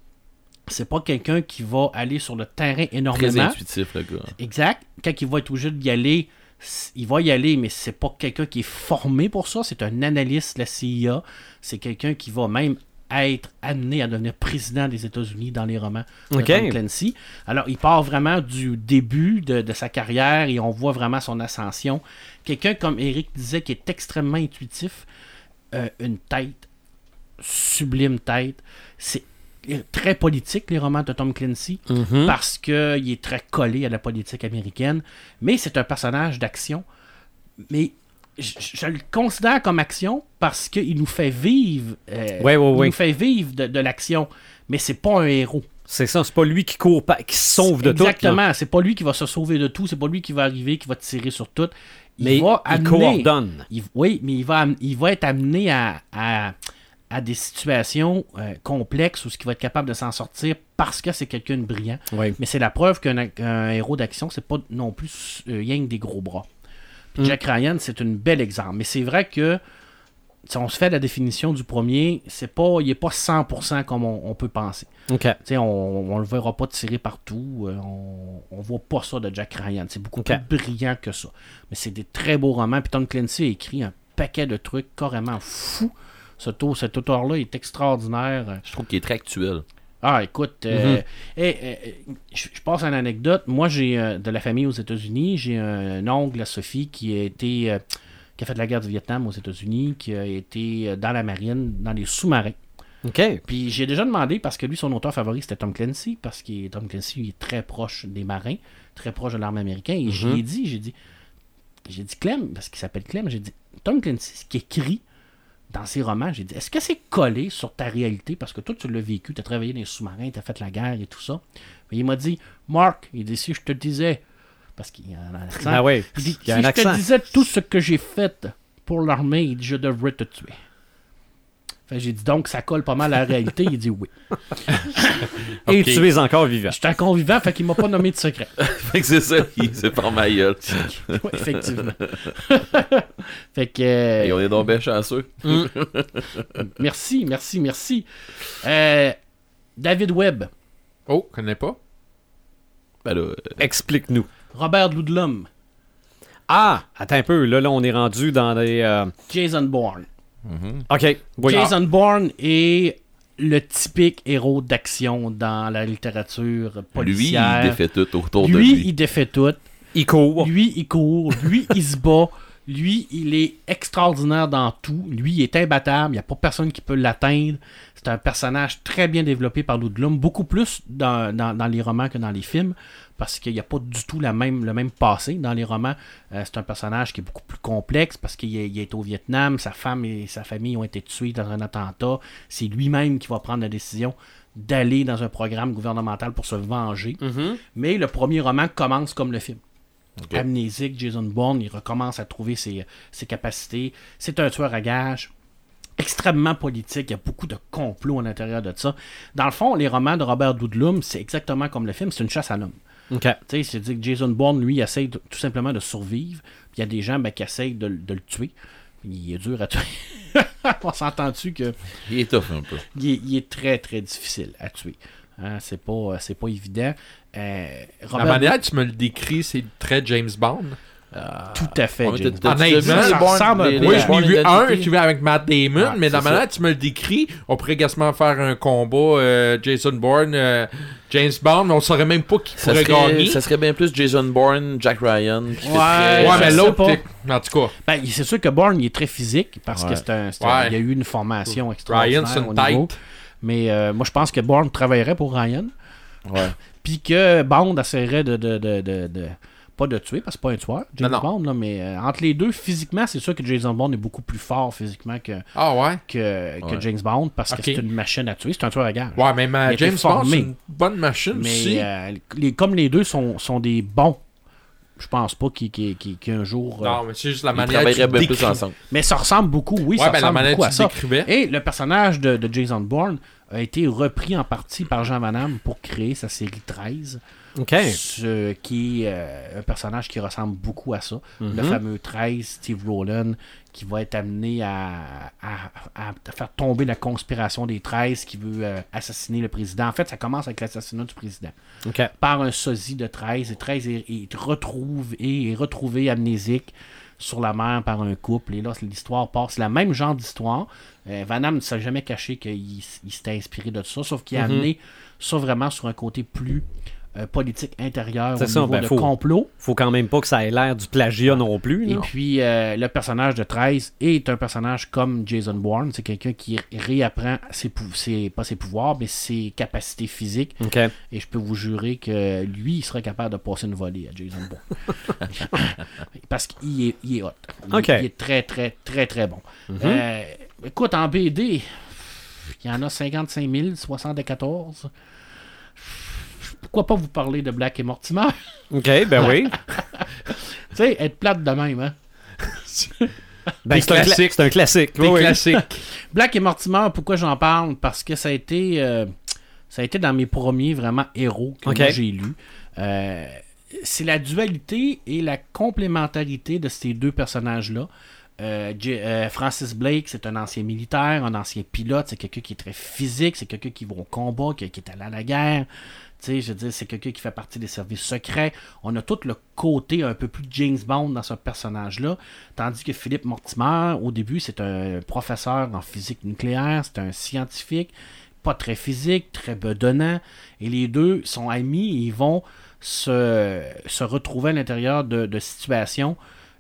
Speaker 4: C'est pas quelqu'un qui va aller sur le terrain
Speaker 3: Très
Speaker 4: énormément.
Speaker 3: intuitif, le gars.
Speaker 4: Exact. Quand il va être obligé d'y aller, s- il va y aller, mais c'est pas quelqu'un qui est formé pour ça. C'est un analyste de la CIA. C'est quelqu'un qui va même être amené à devenir président des États-Unis dans les romans de
Speaker 1: Ok.
Speaker 4: Tom Clancy. Alors, il part vraiment du début de, de sa carrière et on voit vraiment son ascension. Quelqu'un, comme Eric disait, qui est extrêmement intuitif, euh, une tête, sublime tête. C'est très politique, les romans de Tom Clancy
Speaker 1: Mhm.
Speaker 4: parce qu'il est très collé à la politique américaine, mais c'est un personnage d'action. Mais je, je le considère comme action parce qu'il nous fait vivre, euh,
Speaker 1: Ouais, ouais,
Speaker 4: il
Speaker 1: ouais.
Speaker 4: nous fait vivre de, de l'action, mais c'est pas un héros.
Speaker 1: C'est ça, c'est pas lui qui court, pas, qui se sauve de tout. là.
Speaker 4: Exactement, c'est pas lui qui va se sauver de tout, c'est pas lui qui va arriver, qui va tirer sur tout. Il
Speaker 1: Mais
Speaker 4: va
Speaker 1: il
Speaker 4: amener-
Speaker 1: coordonne.
Speaker 4: il- oui, mais il va, am- il va être amené à, à- à des situations euh, complexes où ce qu'il va être capable de s'en sortir parce que c'est quelqu'un de brillant.
Speaker 1: Oui.
Speaker 4: Mais c'est la preuve qu'un ac- qu'un héros d'action, c'est pas non plus euh, rien que des gros bras. Puis Jack Ryan, c'est un bel exemple. Mais c'est vrai que si on se fait la définition du premier, c'est pas, il n'est pas 100% comme on, on peut penser.
Speaker 1: OK.
Speaker 4: Tu sais, on ne le verra pas tirer partout. euh, on ne voit pas ça de Jack Ryan. C'est beaucoup
Speaker 1: Ok.
Speaker 4: plus brillant que ça. Mais c'est des très beaux romans. Puis Tom Clancy a écrit un paquet de trucs carrément fous. Cet, au- cet auteur-là est extraordinaire. Euh,
Speaker 3: Je trouve qu'il est très actuel.
Speaker 4: ah, écoute, euh, hey, euh, je je passe à une anecdote. Moi, j'ai euh, de la famille aux États-Unis. J'ai un oncle, la Sophie, qui a été euh, qui a fait la guerre du Vietnam aux États-Unis, qui a été euh, dans la marine, dans les sous-marins.
Speaker 1: OK.
Speaker 4: Puis j'ai déjà demandé, parce que lui, son auteur favori, c'était Tom Clancy, parce que Tom Clancy, il est très proche des marins, très proche de l'armée américaine. Et je lui ai dit, j'ai dit, j'ai dit Clem, parce qu'il s'appelle Clem, j'ai dit, Tom Clancy, ce qu'il écrit dans ses romans, j'ai dit, est-ce que c'est collé sur ta réalité? Parce que toi, tu l'as vécu, tu as travaillé dans les sous-marins, tu as fait la guerre et tout ça. Mais il m'a dit, Marc, il dit, si je te disais, parce qu'il y a un accent,
Speaker 1: Ah oui.
Speaker 4: il dit,
Speaker 1: Il y
Speaker 4: si
Speaker 1: a un
Speaker 4: je
Speaker 1: accent.
Speaker 4: te disais tout ce que j'ai fait pour l'armée, il dit, je devrais te tuer. Fait que j'ai dit donc ça colle pas mal à la réalité. Il dit oui.
Speaker 1: Et
Speaker 5: Ok.
Speaker 1: tu es encore vivant.
Speaker 4: J'étais un convivant, fait qu'il m'a pas nommé de secret.
Speaker 3: Fait que c'est ça, il s'est par ma gueule.
Speaker 4: Ouais, effectivement. fait que. euh,
Speaker 3: Et on est donc bien chanceux.
Speaker 4: Merci, merci, merci. Euh, David Webb,
Speaker 5: Oh, connais pas?
Speaker 3: Ben là, euh,
Speaker 1: Explique-nous.
Speaker 4: Robert Ludlum,
Speaker 1: Ah, attends un peu. Là, là, on est rendu dans les. euh,
Speaker 4: Jason Bourne.
Speaker 1: OK. Oui.
Speaker 4: Jason Bourne est le typique héros d'action dans la littérature
Speaker 3: lui, il
Speaker 4: policière.
Speaker 3: défait tout autour de
Speaker 4: lui,
Speaker 3: lui.
Speaker 4: il défait tout.
Speaker 1: Ah, Il court.
Speaker 4: Lui, il court. Lui, il se bat. Lui, il est extraordinaire dans tout. Lui, il est imbattable. Il n'y a pas personne qui peut l'atteindre. C'est un personnage très bien développé par Ludlum, beaucoup plus dans, dans- dans les romans que dans les films, parce qu'il n'y a pas du tout la même, le même passé. Dans les romans, euh, c'est un personnage qui est beaucoup plus complexe, parce qu'il est, il est au Vietnam, sa femme et sa famille ont été tués dans un attentat. C'est lui-même qui va prendre la décision d'aller dans un programme gouvernemental pour se venger. Mais le premier roman commence comme le film amnésique, Jason Bourne, il recommence à trouver ses, ses capacités. C'est un tueur à gages extrêmement politique, il y a beaucoup de complots à l'intérieur de ça. Dans le fond, les romans de Robert Doudloum, c'est exactement comme le film, c'est une chasse à l'homme.
Speaker 1: OK.
Speaker 4: Tu sais, c'est-à-dire que Jason Bourne, lui, il essaye de- tout simplement de survivre. Puis Il y a des gens ben, qui essayent de, le- de le tuer. Il est dur à tuer. On s'entend-tu que
Speaker 3: Il est tough un peu.
Speaker 4: il est, il est très, très difficile à tuer. Hein, c'est pas, c'est pas évident. Euh,
Speaker 5: La
Speaker 4: Robert
Speaker 5: manière que tu me le décris, c'est très James Bond.
Speaker 4: Doudlum, tout à fait.
Speaker 3: Ouais, mais
Speaker 4: Ben, Jason
Speaker 3: t'as- t'as-
Speaker 5: Bourne.
Speaker 3: t'as- t'as-
Speaker 5: Honnêtement,
Speaker 4: ça
Speaker 3: Bourne,
Speaker 4: ressemble un
Speaker 3: les-
Speaker 4: peu
Speaker 5: Oui,
Speaker 3: les-
Speaker 5: je n'ai vu
Speaker 3: Bourne
Speaker 5: un,
Speaker 3: Identity.
Speaker 5: tu vois, avec Matt Damon,
Speaker 4: Ouais,
Speaker 5: mais la
Speaker 4: c'est
Speaker 5: manière que tu me le décris, on pourrait quasiment faire un combat euh, Jason Bourne, euh, James Bond, mais on saurait même pas qui
Speaker 3: ça
Speaker 5: pourrait
Speaker 3: serait,
Speaker 5: gagner.
Speaker 3: ça serait bien plus Jason Bourne, Jack Ryan. qui fait
Speaker 4: Ouais,
Speaker 3: très-
Speaker 5: Ouais,
Speaker 4: je
Speaker 5: mais
Speaker 4: sais
Speaker 5: l'autre,
Speaker 4: pas.
Speaker 5: t'es- en tout cas,
Speaker 4: Ben, il- c'est sûr que Bourne, il est très physique parce que
Speaker 3: Ouais.
Speaker 4: c'est un, c'est un-
Speaker 5: Ouais.
Speaker 4: il y a eu une formation extraordinaire
Speaker 5: Ryan, c'est
Speaker 4: au
Speaker 5: une
Speaker 4: niveau.
Speaker 5: tête.
Speaker 4: Mais euh, moi, je pense que Bourne travaillerait pour Ryan.
Speaker 3: Ouais.
Speaker 4: Puis que Bond essaierait de, de, de, de- de- Pas de tuer, parce que c'est pas un tueur, James
Speaker 5: Non,
Speaker 4: Bond, là, mais euh, entre les deux, physiquement, c'est sûr que Jason Bond est beaucoup plus fort physiquement que,
Speaker 5: Ah ouais?
Speaker 4: que, que
Speaker 3: Ouais.
Speaker 4: James Bond parce que
Speaker 5: Ok.
Speaker 4: c'est une machine à tuer, c'est un tueur à gage.
Speaker 5: Ouais, même euh,
Speaker 4: Il a été
Speaker 5: James Bond,
Speaker 4: formé.
Speaker 5: c'est une bonne machine
Speaker 4: Mais
Speaker 5: aussi.
Speaker 4: euh, les, comme les deux sont, sont des bons, je pense pas qu'il- qu'il- qu'il- qu'un jour. euh,
Speaker 5: Non, mais c'est juste la
Speaker 3: Ils
Speaker 5: manière que
Speaker 3: travailleraient
Speaker 5: tu
Speaker 3: bien plus
Speaker 5: décris.
Speaker 3: ensemble.
Speaker 4: Mais ça ressemble beaucoup, oui,
Speaker 5: Ouais,
Speaker 4: ça
Speaker 5: ben, la
Speaker 4: ressemble
Speaker 5: manière
Speaker 4: beaucoup à
Speaker 5: que tu
Speaker 4: ça.
Speaker 5: décrivais.
Speaker 4: Et le personnage de, de Jason Bourne a été repris en partie par Jean Van Damme pour créer sa série 13,
Speaker 1: OK.
Speaker 4: ce qui est euh, un personnage qui ressemble beaucoup à ça.
Speaker 5: Mhm.
Speaker 4: Le fameux 13, Steve Rowland, qui va être amené à, à- à- à faire tomber la conspiration des 13 qui veut euh, assassiner le président. En fait, ça commence avec l'assassinat du président
Speaker 1: OK.
Speaker 4: par un sosie de 13. Et 13 est, est retrouve, et est retrouvé amnésique sur la mer par un couple. Et là, l'histoire part. C'est la même genre d'histoire. Euh, Van Damme ne s'est jamais caché qu'il s- il s'était inspiré de tout ça, sauf qu'il a
Speaker 1: Mhm.
Speaker 4: amené ça vraiment sur un côté plus euh, politique intérieur,
Speaker 1: C'est
Speaker 4: au
Speaker 1: ça,
Speaker 4: niveau
Speaker 1: ben,
Speaker 4: de
Speaker 1: faut-
Speaker 4: complot.
Speaker 1: Faut quand même pas que ça ait l'air du plagiat non plus.
Speaker 4: Et
Speaker 1: là.
Speaker 4: puis, euh, le personnage de 13 est un personnage comme Jason Bourne. C'est quelqu'un qui réapprend ses, pou- ses- pas ses pouvoirs, mais ses capacités physiques.
Speaker 1: OK.
Speaker 4: Et je peux vous jurer que lui, il serait capable de passer une volée à Jason Bourne. Parce qu'il est, il est hot. Il,
Speaker 1: Ok. Mhm.
Speaker 4: il est très, très, très, très bon. Euh, écoute, en BD, il y en a 55 000, 74. Pourquoi pas vous parler de Black et Mortimer?
Speaker 1: OK, ben oui.
Speaker 4: tu sais, être plate de même, hein?
Speaker 1: Ben,
Speaker 5: Des
Speaker 1: c'est, un cla-
Speaker 5: classiques.
Speaker 1: c'est un classique.
Speaker 5: Des
Speaker 1: oui, oui.
Speaker 5: classiques.
Speaker 4: Black et Mortimer, pourquoi j'en parle Parce que ça a été, euh, ça a été dans mes premiers vraiment héros que
Speaker 1: Ok.
Speaker 4: moi, j'ai lus. Euh, c'est la dualité et la complémentarité de ces deux personnages-là. Euh, J- euh, Francis Blake, c'est un ancien militaire, un ancien pilote, c'est quelqu'un qui est très physique, c'est quelqu'un qui va au combat, qui, qui est allé à la guerre. Tu sais, je veux dire, c'est quelqu'un qui fait partie des services secrets. On a tout le côté un peu plus James Bond dans ce personnage-là. Tandis que Philippe Mortimer, au début, c'est un professeur en physique nucléaire, c'est un scientifique, pas très physique, très bedonnant. Et les deux sont amis et ils vont se, se retrouver à l'intérieur de, de situations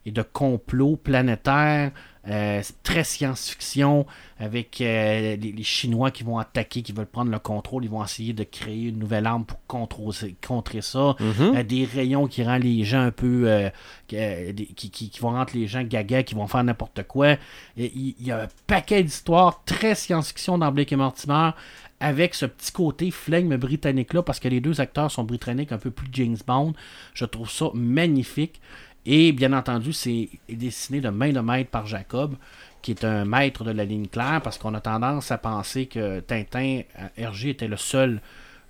Speaker 4: et de complots planétaires, euh, très science-fiction, avec euh, les, les Chinois qui vont attaquer, qui veulent prendre le contrôle, ils vont essayer de créer une nouvelle arme pour contrôler, contrer ça, Euh, des rayons qui rendent les gens un peu... euh, que- euh, des- qui, qui- qui vont rendre les gens gaga, qui vont faire n'importe quoi. Et Il il y, a un paquet d'histoires très science-fiction dans Blake et Mortimer, avec ce petit côté flegme britannique-là, parce que les deux acteurs sont britanniques, un peu plus James Bond. Je trouve ça magnifique. Et bien entendu, c'est dessiné de main de maître par Jacob, qui est un maître de la ligne claire, parce qu'on a tendance à penser que Tintin, euh, Hergé était le seul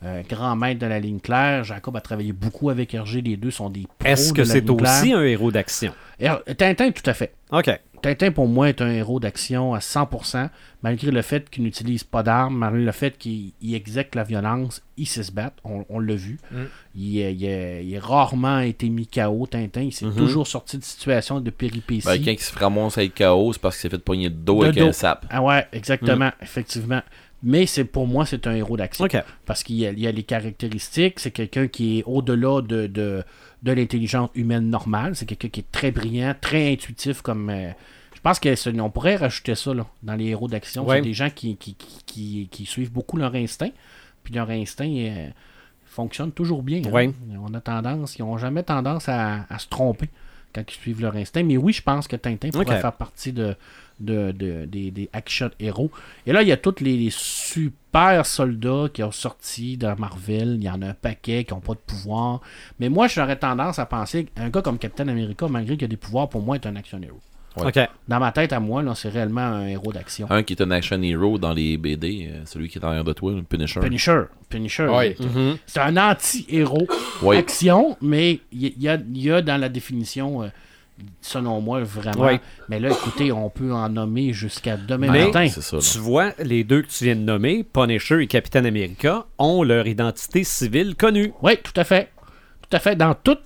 Speaker 4: euh, grand maître de la ligne claire. Jacob a travaillé beaucoup avec Hergé, les deux sont des pros
Speaker 1: Est-ce
Speaker 4: de
Speaker 1: que
Speaker 4: la
Speaker 1: c'est
Speaker 4: ligne claire.
Speaker 1: aussi un héros d'action?
Speaker 4: Her- Tintin, tout à fait.
Speaker 1: OK.
Speaker 4: Tintin, pour moi, est un héros d'action à 100%, malgré le fait qu'il n'utilise pas d'armes, malgré le fait qu'il il exècre la violence, il sait se battre, on, on l'a vu.
Speaker 5: Mm.
Speaker 4: Il, est- il est- il est rarement été mis KO, Tintin, il s'est toujours sorti de situations de péripéties.
Speaker 3: Mm-hmm. Ben, quand il se ramasse avec chaos, c'est parce qu'il s'est fait pogner de dos
Speaker 4: De
Speaker 3: avec
Speaker 4: dos.
Speaker 3: un sap.
Speaker 4: Ah ouais, exactement, effectivement. Mais c'est pour moi, c'est un héros d'action.
Speaker 1: OK.
Speaker 4: Parce qu'il y a, il y a les caractéristiques, c'est quelqu'un qui est au-delà de, de, de l'intelligence humaine normale, c'est quelqu'un qui est très brillant, très intuitif comme... euh, je pense qu'on pourrait rajouter ça là, dans les héros d'action.
Speaker 1: Ouais.
Speaker 4: C'est des gens qui, qui, qui- qui- qui suivent beaucoup leur instinct, puis leur instinct euh, fonctionne toujours bien. hein.
Speaker 1: Ouais.
Speaker 4: On a tendance, ils n'ont jamais tendance à, à se tromper quand ils suivent leur instinct. Mais oui, je pense que Tintin pourrait
Speaker 1: Ok.
Speaker 4: faire partie de, de- de- des, des action héros. Et là, il y a tous les, les super soldats qui ont sorti dans Marvel. Il y en a un paquet qui n'ont pas de pouvoir. Mais moi, j'aurais tendance à penser qu'un gars comme Captain America, malgré qu'il a des pouvoirs, pour moi, est un action héros.
Speaker 3: Ouais.
Speaker 1: OK.
Speaker 4: Dans ma tête, à moi, là, c'est réellement un héros d'action.
Speaker 1: Euh.
Speaker 3: Un qui est un action hero dans les BD, euh, celui qui est en arrière de toi, le Punisher.
Speaker 4: Punisher. Punisher.
Speaker 5: Ouais.
Speaker 1: Mm-hmm.
Speaker 4: C'est un anti-héros
Speaker 3: Ouais.
Speaker 4: action, mais il y, il y a, il y a dans la définition, euh, selon moi, vraiment.
Speaker 1: Ouais.
Speaker 4: Mais là, écoutez, on peut en nommer jusqu'à demain
Speaker 1: Mais-
Speaker 4: matin.
Speaker 3: C'est ça. là.
Speaker 1: Tu vois, les deux que tu viens de nommer, Punisher et Capitaine America, ont leur identité civile connue.
Speaker 4: Oui, tout à fait. Tout à fait. Dans tous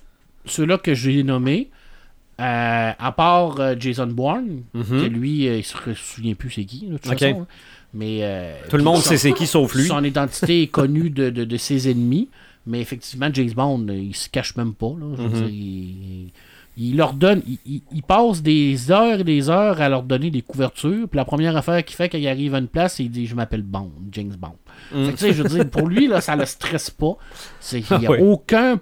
Speaker 4: ceux-là que j'ai nommés, euh, à part euh, Jason Bourne, que lui, euh, il se souvient plus c'est qui, de toute
Speaker 1: Mhm. Ok.
Speaker 4: façon, hein. Mais, euh,
Speaker 1: Tout le monde
Speaker 4: son-
Speaker 1: sait c'est qui sauf lui.
Speaker 4: Son identité est connue de, de- de ses ennemis, mais effectivement, James Bond, euh, il se cache même pas. là. Je
Speaker 1: Mhm.
Speaker 4: veux dire, il, il- il leur donne, il, il- il passe des heures et des heures à leur donner des couvertures. Puis la première affaire qu'il fait quand il arrive à une place, il dit Je m'appelle Bond, James Bond.
Speaker 1: Mhm.
Speaker 4: Fait que, tu sais, je veux dire, pour lui, là, ça le stresse pas. C'est- Il n'y a
Speaker 1: Ah oui.
Speaker 4: aucun,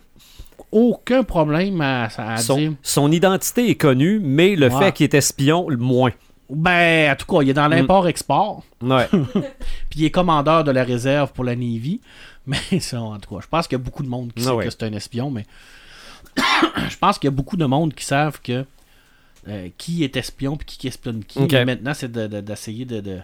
Speaker 4: aucun problème à, à dire.
Speaker 1: Son, son identité est connue, mais le
Speaker 4: Ouais.
Speaker 1: fait qu'il est espion, le moins.
Speaker 4: Ben, en tout cas, il est dans
Speaker 1: Mhm.
Speaker 4: l'import-export.
Speaker 1: Ouais.
Speaker 4: Puis il est commandeur de la réserve pour la Navy. Mais ça, en tout cas, je pense qu'il y a beaucoup de monde qui
Speaker 1: Ah
Speaker 4: sait
Speaker 1: ouais.
Speaker 4: que c'est un espion, mais je pense qu'il y a beaucoup de monde qui savent que euh, qui est espion puis qui, qui espionne qui.
Speaker 1: Ok.
Speaker 4: Et maintenant, c'est de- de- d'essayer de, de,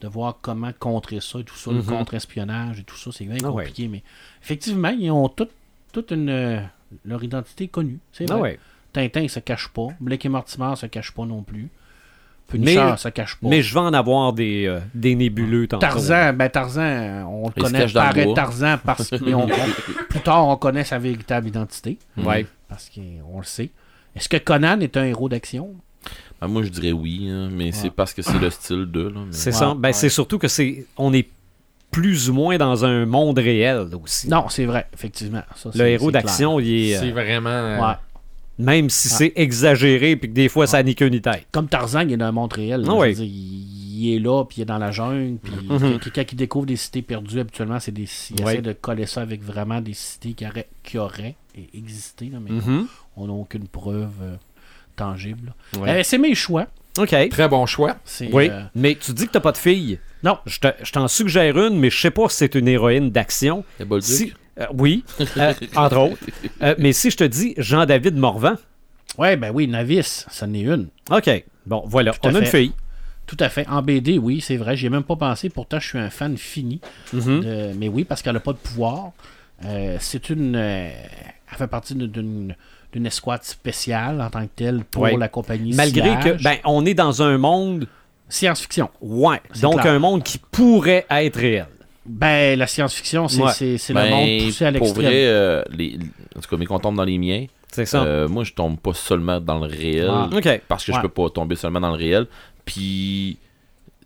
Speaker 4: de voir comment contrer ça et tout ça, le
Speaker 1: Mhm.
Speaker 4: contre-espionnage et tout ça, c'est bien
Speaker 1: Ah ouais.
Speaker 4: compliqué. Mais effectivement, ils ont tout- toute une. euh, leur identité est connue. c'est
Speaker 1: Ah
Speaker 4: vrai.
Speaker 1: ouais.
Speaker 4: Tintin, il se cache pas. Blake et Mortimer se cache pas non plus.
Speaker 1: Mais-
Speaker 4: Punisher se cache pas.
Speaker 1: Mais je vais en avoir des, euh, des nébuleux tantôt.
Speaker 4: Tarzan, ben Tarzan, on le
Speaker 3: Il se
Speaker 4: connaît
Speaker 3: cache dans le
Speaker 4: par
Speaker 3: bois.
Speaker 4: Tarzan parce que on- on- plus tard on connaît sa véritable identité
Speaker 1: Ouais.
Speaker 4: parce qu'on le sait. Est-ce que Conan est un héros d'action
Speaker 3: Ben, moi, je dirais oui, hein, mais c'est parce que c'est le style de. Là, mais-
Speaker 1: C'est ça. Ben, c'est surtout que c'est on est plus ou moins dans un monde réel aussi.
Speaker 4: Non, c'est vrai, effectivement. Ça,
Speaker 1: Le
Speaker 4: c'est-
Speaker 1: héros
Speaker 4: c'est clair.
Speaker 1: d'action, il est,
Speaker 5: C'est
Speaker 1: euh,
Speaker 5: vraiment. euh,
Speaker 4: Ouais.
Speaker 1: même si c'est exagéré puis que des fois ça nique une tête.
Speaker 4: Comme Tarzan, il est dans un monde réel. là.
Speaker 1: Ah
Speaker 4: Je
Speaker 1: ouais. Mm-hmm.
Speaker 4: veux dire, il, il est là, puis il est dans la jungle. Puis quand- quand il découvre des cités perdues, habituellement, c'est des, il
Speaker 1: Ouais.
Speaker 4: essaie de coller ça avec vraiment des cités qui auraient, qui auraient existé, là, mais
Speaker 1: Mhm.
Speaker 4: on n'a aucune preuve euh, tangible. là.
Speaker 1: Ouais.
Speaker 4: Euh, c'est mes choix.
Speaker 1: OK.
Speaker 5: Très bon choix.
Speaker 4: C'est,
Speaker 1: Oui,
Speaker 4: euh,
Speaker 1: mais tu dis que t'as pas de fille.
Speaker 4: Non.
Speaker 1: Je te- je t'en suggère une, mais je sais pas si c'est une héroïne d'action.
Speaker 3: C'est Bolduc.
Speaker 1: Si- euh, oui, euh, entre autres. Euh, mais si je te dis Jean-David Morvan,
Speaker 4: Ouais, ben oui, novice, ça n'est une.
Speaker 1: OK. Bon, voilà,
Speaker 4: Tout à
Speaker 1: on a une
Speaker 4: fait.
Speaker 1: fille.
Speaker 4: Tout à fait. En BD, oui, c'est vrai. J'y ai même pas pensé. Pourtant, je suis un fan fini.
Speaker 1: Mhm.
Speaker 4: de- Mais oui, parce qu'elle n'a pas de pouvoir. Euh, c'est une. euh, Elle fait partie de- d'une d'une escouade spéciale en tant que telle pour
Speaker 1: Ouais.
Speaker 4: la compagnie.
Speaker 1: Malgré
Speaker 4: Sillage.
Speaker 1: que, ben, on est dans un monde,
Speaker 4: Science-fiction.
Speaker 1: ouais,
Speaker 4: C'est
Speaker 1: donc
Speaker 4: clair.
Speaker 1: un monde qui pourrait être réel.
Speaker 4: Ben, la science-fiction, c'est
Speaker 1: Ouais.
Speaker 4: c'est- c'est
Speaker 3: Ben,
Speaker 4: le monde poussé à
Speaker 3: pour
Speaker 4: l'extrême.
Speaker 3: vrai, euh, les- en tout cas, mais qu'on tombe dans les miens,
Speaker 1: C'est ça.
Speaker 3: euh, moi, je tombe pas seulement dans le réel.
Speaker 4: Ah.
Speaker 1: OK.
Speaker 3: parce que
Speaker 4: Ouais.
Speaker 3: je peux pas tomber seulement dans le réel. Puis,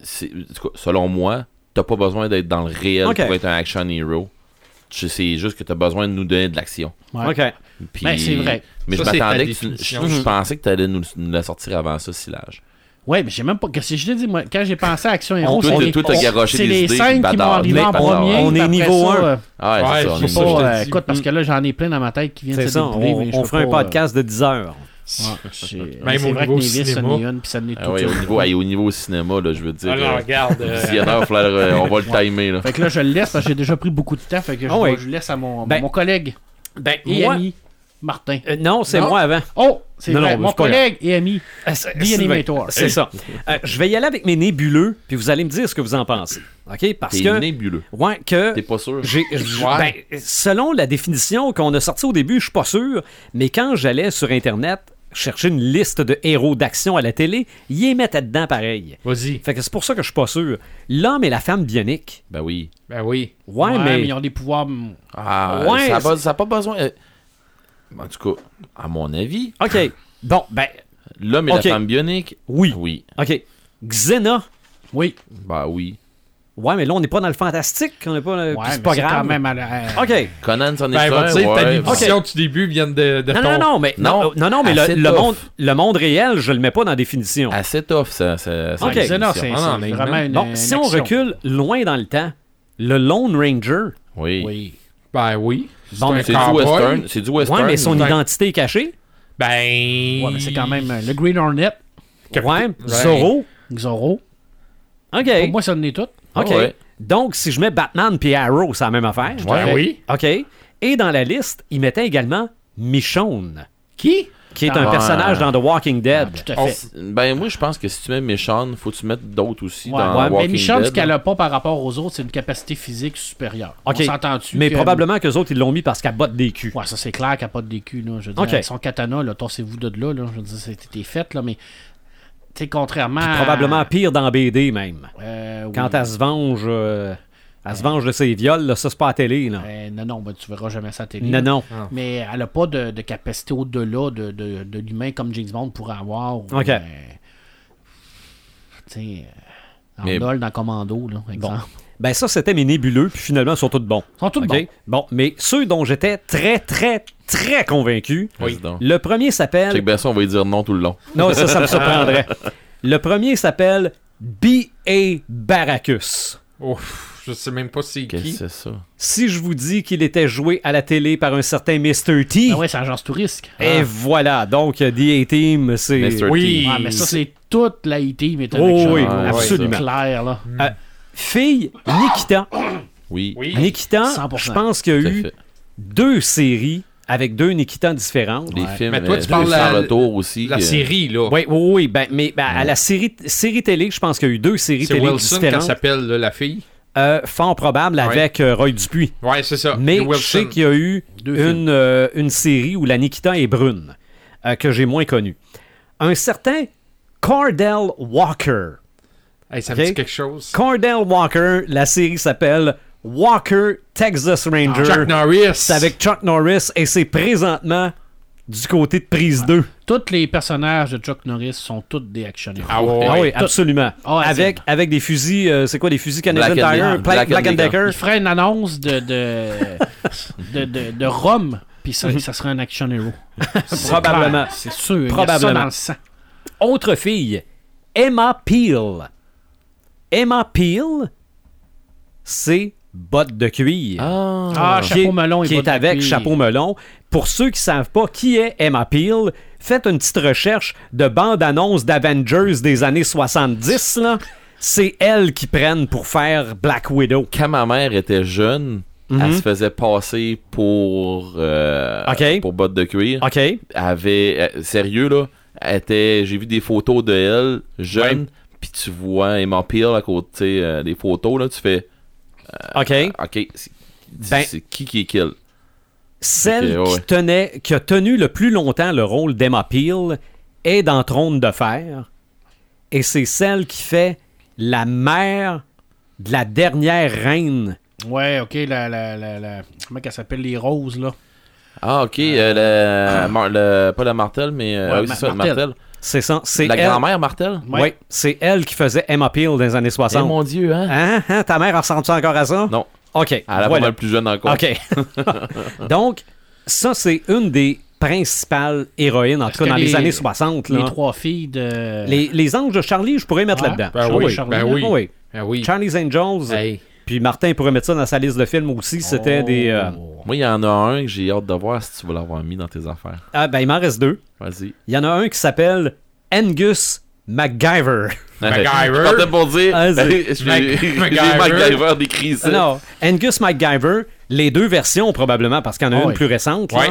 Speaker 3: c'est- en tout cas, selon moi, t'as pas besoin d'être dans le réel
Speaker 1: Ok.
Speaker 3: pour être un action hero. Tu- C'est juste que t'as besoin de nous donner de l'action.
Speaker 4: Ouais.
Speaker 1: OK.
Speaker 3: Puis-
Speaker 4: Ben, c'est vrai.
Speaker 3: Mais
Speaker 5: Ça,
Speaker 3: je
Speaker 5: c'est ta
Speaker 3: m'attendais que tu- je,
Speaker 5: définition.
Speaker 3: je
Speaker 5: Mhm.
Speaker 3: pensais que t'allais nous, nous la sortir avant ça, Silage.
Speaker 4: Ouais, mais j'ai même pas. Qu'est-ce que je te dis, moi? Quand j'ai pensé à Action Héros,
Speaker 3: toi,
Speaker 4: c'est
Speaker 3: t'as-
Speaker 4: les-
Speaker 3: toi, t'as garoché
Speaker 4: c'est
Speaker 3: des
Speaker 4: les
Speaker 3: idées,
Speaker 4: cinq qui m'ont
Speaker 3: bâtard.
Speaker 4: arrivé en
Speaker 1: Mais on-
Speaker 4: premier.
Speaker 1: on
Speaker 4: puis
Speaker 1: est
Speaker 4: après
Speaker 1: niveau
Speaker 4: ça,
Speaker 1: un.
Speaker 4: euh,
Speaker 3: Ah,
Speaker 5: Ouais,
Speaker 3: c'est ça, on
Speaker 5: c'est
Speaker 3: est
Speaker 5: ça,
Speaker 3: sur-
Speaker 4: Pas,
Speaker 5: je te
Speaker 4: euh,
Speaker 5: dis.
Speaker 4: écoute, parce que là, j'en ai plein dans ma tête qui viennent
Speaker 1: C'est
Speaker 4: se
Speaker 1: ça,
Speaker 4: débouler. mais
Speaker 1: on,
Speaker 4: je
Speaker 1: on
Speaker 4: peux
Speaker 1: fera un
Speaker 4: pas, euh,
Speaker 1: podcast de 10 heures.
Speaker 4: Ouais, j'ai-
Speaker 5: Même
Speaker 4: c'est
Speaker 5: au
Speaker 4: vrai que
Speaker 5: niveau
Speaker 4: Nevis, ça
Speaker 5: cinéma.
Speaker 4: n'est une, puis ça n'est
Speaker 3: Ah
Speaker 4: tout
Speaker 3: ouais, au
Speaker 4: une.
Speaker 3: niveau, hey, au niveau cinéma, là, je veux dire.
Speaker 5: Alors,
Speaker 3: euh,
Speaker 5: regarde. euh,
Speaker 3: visionnaire, faut la- euh, on va le timer. Là.
Speaker 4: Fait que là, je le laisse parce que j'ai déjà pris beaucoup de temps. Fait que je,
Speaker 1: Ah ouais.
Speaker 4: je le laisse à mon,
Speaker 1: Ben,
Speaker 4: mon collègue
Speaker 1: Ben,
Speaker 4: et ami. Martin.
Speaker 1: Euh, non, c'est
Speaker 4: Non.
Speaker 1: moi avant.
Speaker 4: Oh, c'est
Speaker 1: non,
Speaker 4: vrai,
Speaker 1: non,
Speaker 4: mon
Speaker 1: c'est pas
Speaker 4: collègue et ami.
Speaker 1: Euh, c'est-
Speaker 4: The
Speaker 1: c'est-
Speaker 4: Animator.
Speaker 1: C'est ça. Euh, je vais y aller avec mes nébuleux, puis vous allez me dire ce que vous en pensez. OK? Parce
Speaker 3: T'es
Speaker 1: que.
Speaker 3: nébuleux.
Speaker 1: Ouais, que.
Speaker 3: T'es pas sûr?
Speaker 1: J'ai- j- ben, selon la définition qu'on a sortie au début, je suis pas sûr, mais quand j'allais sur Internet chercher une liste de héros d'action à la télé, ils les mettaient dedans pareil.
Speaker 5: Vas-y.
Speaker 1: Fait que c'est pour ça que je suis pas sûr. L'homme et la femme bionique.
Speaker 3: Ben oui.
Speaker 5: Ben oui.
Speaker 1: Ouais,
Speaker 4: Ouais,
Speaker 1: mais. Euh,
Speaker 4: mais ils ont des pouvoirs. mm,
Speaker 3: Ah,
Speaker 1: Ouais,
Speaker 3: ça a pas- ça a pas besoin. euh, En tout cas, à mon avis,
Speaker 1: OK. Bon, ben,
Speaker 3: l'homme et
Speaker 1: Ok.
Speaker 3: la femme bionique.
Speaker 1: oui.
Speaker 3: Oui.
Speaker 1: OK. Xena.
Speaker 4: Oui,
Speaker 3: Ben oui. Ouais.
Speaker 1: Ouais, mais là, on n'est pas dans le fantastique. On n'est pas. euh,
Speaker 4: ouais,
Speaker 1: puis
Speaker 4: mais
Speaker 1: c'est pas grave.
Speaker 4: quand même à la- euh,
Speaker 1: OK.
Speaker 3: Conan, c'en est
Speaker 5: Ben,
Speaker 3: un,
Speaker 5: va dire, ta
Speaker 3: ouais.
Speaker 5: définition du début vient de, de
Speaker 1: Non,
Speaker 5: ton...
Speaker 1: non, non, mais, non,
Speaker 3: Non.
Speaker 1: non, non, mais le,
Speaker 3: Assez
Speaker 1: le
Speaker 3: tough.
Speaker 1: monde, le monde réel, je le mets pas dans la définition.
Speaker 3: Assez tough, ça. ça, ça
Speaker 1: Ok.
Speaker 4: C'est- non, c'est
Speaker 5: Ah, non,
Speaker 4: c'est
Speaker 5: mais
Speaker 4: vraiment
Speaker 5: non.
Speaker 4: une.
Speaker 1: Bon,
Speaker 4: une
Speaker 1: si on
Speaker 4: action.
Speaker 1: recule loin dans le temps, le Lone Ranger,
Speaker 3: Oui.
Speaker 4: Oui.
Speaker 5: Ben oui.
Speaker 1: Bon, mais
Speaker 5: un
Speaker 3: C'est du
Speaker 5: cowboy.
Speaker 3: western. C'est du western.
Speaker 1: ouais, mais son
Speaker 5: Ben-
Speaker 1: identité est cachée.
Speaker 5: Ben...
Speaker 4: Ouais, mais c'est quand même euh, le Green Hornet,
Speaker 1: Ouais,
Speaker 5: Ouais.
Speaker 1: Zorro.
Speaker 4: Xoro.
Speaker 1: OK.
Speaker 4: Pour moi, ça en est tout.
Speaker 1: OK.
Speaker 3: Ouais.
Speaker 1: Donc, si je mets Batman puis Arrow, c'est la même affaire.
Speaker 3: Ouais.
Speaker 5: Ben oui.
Speaker 1: OK. Et dans la liste, il mettait également Michonne,
Speaker 4: Qui
Speaker 1: qui est un
Speaker 4: Ah.
Speaker 1: personnage dans The Walking Dead.
Speaker 4: Tout à
Speaker 5: On-
Speaker 4: fait.
Speaker 3: Ben moi, je pense que si tu mets Michonne, faut que tu mettes d'autres aussi
Speaker 4: Ouais,
Speaker 3: dans
Speaker 1: ouais, mais
Speaker 3: Walking
Speaker 4: mais Michonne, ce
Speaker 3: Dead,
Speaker 4: qu'elle
Speaker 3: là.
Speaker 4: a pas par rapport aux autres, c'est une capacité physique supérieure.
Speaker 1: OK.
Speaker 4: On s'entend-tu?
Speaker 1: Mais
Speaker 4: que-
Speaker 1: probablement que les autres, ils l'ont mis parce qu'elle botte des culs.
Speaker 4: Ouais, ça c'est clair qu'elle n'a pas de décu, là. Je veux dire,
Speaker 1: OK.
Speaker 4: avec son katana, là, torsez-vous de là, là. Je veux dire, c'était fait, là, mais. Tu sais, contrairement. à-
Speaker 1: Probablement pire dans BD, même.
Speaker 4: Euh, oui.
Speaker 1: Quand elle se venge, euh, elle se venge de ses viols, là, ça, c'est pas à télé, là.
Speaker 4: Euh, non, non, ben, tu verras jamais ça à télé.
Speaker 1: Non, non.
Speaker 4: Mais elle n'a pas de, de capacité au-delà de, de- de l'humain comme James Bond pourrait avoir. ou,
Speaker 1: OK.
Speaker 4: euh, tu sais, euh,
Speaker 3: Mais-
Speaker 4: Arnold dans Commando, là, par exemple.
Speaker 1: Ben ça, c'était mes nébuleux, puis finalement, ils sont tous bons.
Speaker 4: Ils sont tous
Speaker 1: OK?
Speaker 4: bons.
Speaker 1: Bon, mais ceux dont j'étais très, très, très convaincu,
Speaker 3: Vas-y donc.
Speaker 1: le premier
Speaker 3: Check
Speaker 1: s'appelle...
Speaker 3: bien ça, on va lui dire non tout le long.
Speaker 1: Non, ça, ça me surprendrait. Le premier s'appelle B.A. Baracus.
Speaker 5: Ouf, je sais même pas c'est
Speaker 3: Qu'est-ce que
Speaker 5: qui.
Speaker 3: c'est ça?
Speaker 1: Si je vous dis qu'il était joué à la télé par un certain Mr. T,
Speaker 4: Ah ouais, Ah. c'est agence touriste.
Speaker 1: et voilà, donc euh, The A-Team, c'est...
Speaker 3: Mr.
Speaker 5: Oui.
Speaker 4: Ah, mais ça, c'est toute la IT, mais t'as
Speaker 1: Oh,
Speaker 4: avec
Speaker 1: oui,
Speaker 4: Sean Connery.
Speaker 1: absolument.
Speaker 4: C'est clair, là.
Speaker 1: Euh, fille Nikita.
Speaker 3: Oui.
Speaker 5: Oui.
Speaker 1: Nikita,
Speaker 4: 100%.
Speaker 1: je pense qu'il y a
Speaker 3: Tout à
Speaker 1: eu
Speaker 3: fait.
Speaker 1: deux séries avec deux Nikita différentes.
Speaker 3: Les films,
Speaker 5: Mais toi, tu
Speaker 3: euh,
Speaker 5: parles
Speaker 3: Sans
Speaker 5: la-
Speaker 3: retour aussi. euh,
Speaker 1: euh,
Speaker 5: La
Speaker 3: que-
Speaker 5: série, là.
Speaker 1: Oui, oui, oui. Ben, mais ben, à la série, série télé, je pense qu'il y a eu deux séries
Speaker 5: C'est
Speaker 1: télé
Speaker 5: Wilson qu'elle
Speaker 1: différentes.
Speaker 5: s'appelle, là, la fille.
Speaker 1: Euh, fort probable avec euh, Roy Dupuis.
Speaker 5: Ouais, c'est ça.
Speaker 1: Mais
Speaker 5: C'est
Speaker 1: je sais
Speaker 5: Wilson.
Speaker 1: qu'il y a eu
Speaker 4: Deux
Speaker 1: une, euh, une série où la Nikita est brune, euh, que j'ai moins connue. Un certain Cordell Walker.
Speaker 5: Hey, ça
Speaker 1: Ok.
Speaker 5: me dit quelque chose.
Speaker 1: Cordell Walker, la série s'appelle Walker Texas Ranger.
Speaker 5: Chuck Norris.
Speaker 1: C'est avec Chuck Norris et c'est présentement du côté de prise 2.
Speaker 4: Tous les personnages de Chuck Norris sont tous des actionnaires.
Speaker 5: Ah ouais.
Speaker 1: Ah oui,
Speaker 4: tout.
Speaker 1: absolument.
Speaker 4: Ah, ouais,
Speaker 1: avec,
Speaker 4: c'est-
Speaker 1: avec des fusils, euh, c'est quoi, des fusils Canadian
Speaker 3: Black and
Speaker 1: Tire,
Speaker 3: Decker.
Speaker 1: Pla- Black,
Speaker 3: Black and
Speaker 1: and Decker.
Speaker 4: Il ferait une annonce de, de, de, de, de Rome, puis ça, ça serait un action hero. C'est
Speaker 1: Probablement.
Speaker 4: clair, C'est sûr. il y a
Speaker 1: Probablement.
Speaker 4: ça dans le sang.
Speaker 1: Autre fille, Emma Peel. Emma Peel, c'est botte de cuir.
Speaker 3: Ah.
Speaker 4: Ah,
Speaker 1: Qui
Speaker 4: chapeau
Speaker 1: est-
Speaker 4: melon. et
Speaker 1: qui est
Speaker 4: bottes de
Speaker 1: avec
Speaker 4: cuir.
Speaker 1: Chapeau Melon. Pour ceux qui savent pas qui est Emma Peel, faites une petite recherche de bande-annonce d'Avengers des années 70. là. C'est elle qui prennent pour faire Black Widow.
Speaker 3: Quand ma mère était jeune, elle se faisait passer pour. euh,
Speaker 1: Ok.
Speaker 3: Pour botte de cuir.
Speaker 1: OK?
Speaker 3: Elle avait. euh, sérieux, là. Elle était. J'ai vu des photos de elle, jeune. Puis tu vois Emma Peel à côté, tu sais, euh, des photos, là. Tu fais.
Speaker 1: OK?
Speaker 3: Ok. C'est
Speaker 1: Ben-
Speaker 3: c'est qui qui est kill?
Speaker 1: Celle
Speaker 3: Ok, ouais.
Speaker 1: qui, tenait, qui a tenu le plus longtemps le rôle d'Emma Peel est dans Trône de Fer. Et c'est celle qui fait la mère de la dernière reine.
Speaker 4: Ouais, ok. La, la, la, la- Comment qu'elle s'appelle Les roses, là.
Speaker 3: Ah, ok. euh, la- Mar- le- pas la Martel, mais. euh,
Speaker 4: Ouais,
Speaker 3: ah oui,
Speaker 4: Ma-
Speaker 3: c'est ça, le
Speaker 4: Martel.
Speaker 3: Martel.
Speaker 1: C'est ça. C'est
Speaker 3: La
Speaker 1: elle.
Speaker 3: grand-mère Martel?
Speaker 1: Ouais, c'est elle qui faisait Emma Peel dans les années 60.
Speaker 3: Eh mon dieu, hein?
Speaker 1: Hein? Hein? Ta mère ressemble-tu encore à
Speaker 5: Ah.
Speaker 1: ça?
Speaker 3: Non.
Speaker 1: OK.
Speaker 3: Elle a pas
Speaker 1: voilà.
Speaker 3: mal plus jeune encore.
Speaker 1: OK. Donc, ça, c'est une des principales héroïnes, en tout cas
Speaker 4: que
Speaker 1: dans les,
Speaker 4: les-
Speaker 1: années 60.
Speaker 4: Les
Speaker 1: là.
Speaker 4: trois filles de.
Speaker 1: Les, les anges de Charlie, je pourrais mettre
Speaker 4: Ouais.
Speaker 1: là-dedans.
Speaker 5: Ben
Speaker 1: Ah
Speaker 5: oui,
Speaker 1: Charlie,
Speaker 5: ben oui. Euh,
Speaker 1: ah
Speaker 5: Ben oui.
Speaker 1: Charlie's Angels.
Speaker 5: Hey.
Speaker 1: Puis Martin pourrait mettre ça dans sa liste de films aussi. C'était des. euh,
Speaker 4: Oh.
Speaker 3: Moi, il y en a un que j'ai hâte de voir si tu vas l'avoir mis dans tes affaires.
Speaker 1: Ah, ben, il m'en reste deux.
Speaker 3: Vas-y.
Speaker 1: Il y en a un qui s'appelle Angus MacGyver.
Speaker 5: MacGyver. Ah,
Speaker 3: Je partais pour dire.
Speaker 1: Vas-y.
Speaker 3: j'ai- J'ai
Speaker 5: MacGyver.
Speaker 3: MacGyver décrit
Speaker 5: Euh.
Speaker 3: ça.
Speaker 1: non, Angus MacGyver, les deux versions probablement, parce qu'il y en a
Speaker 4: Ah
Speaker 1: une
Speaker 4: oui.
Speaker 1: plus récente. là.
Speaker 5: Ouais.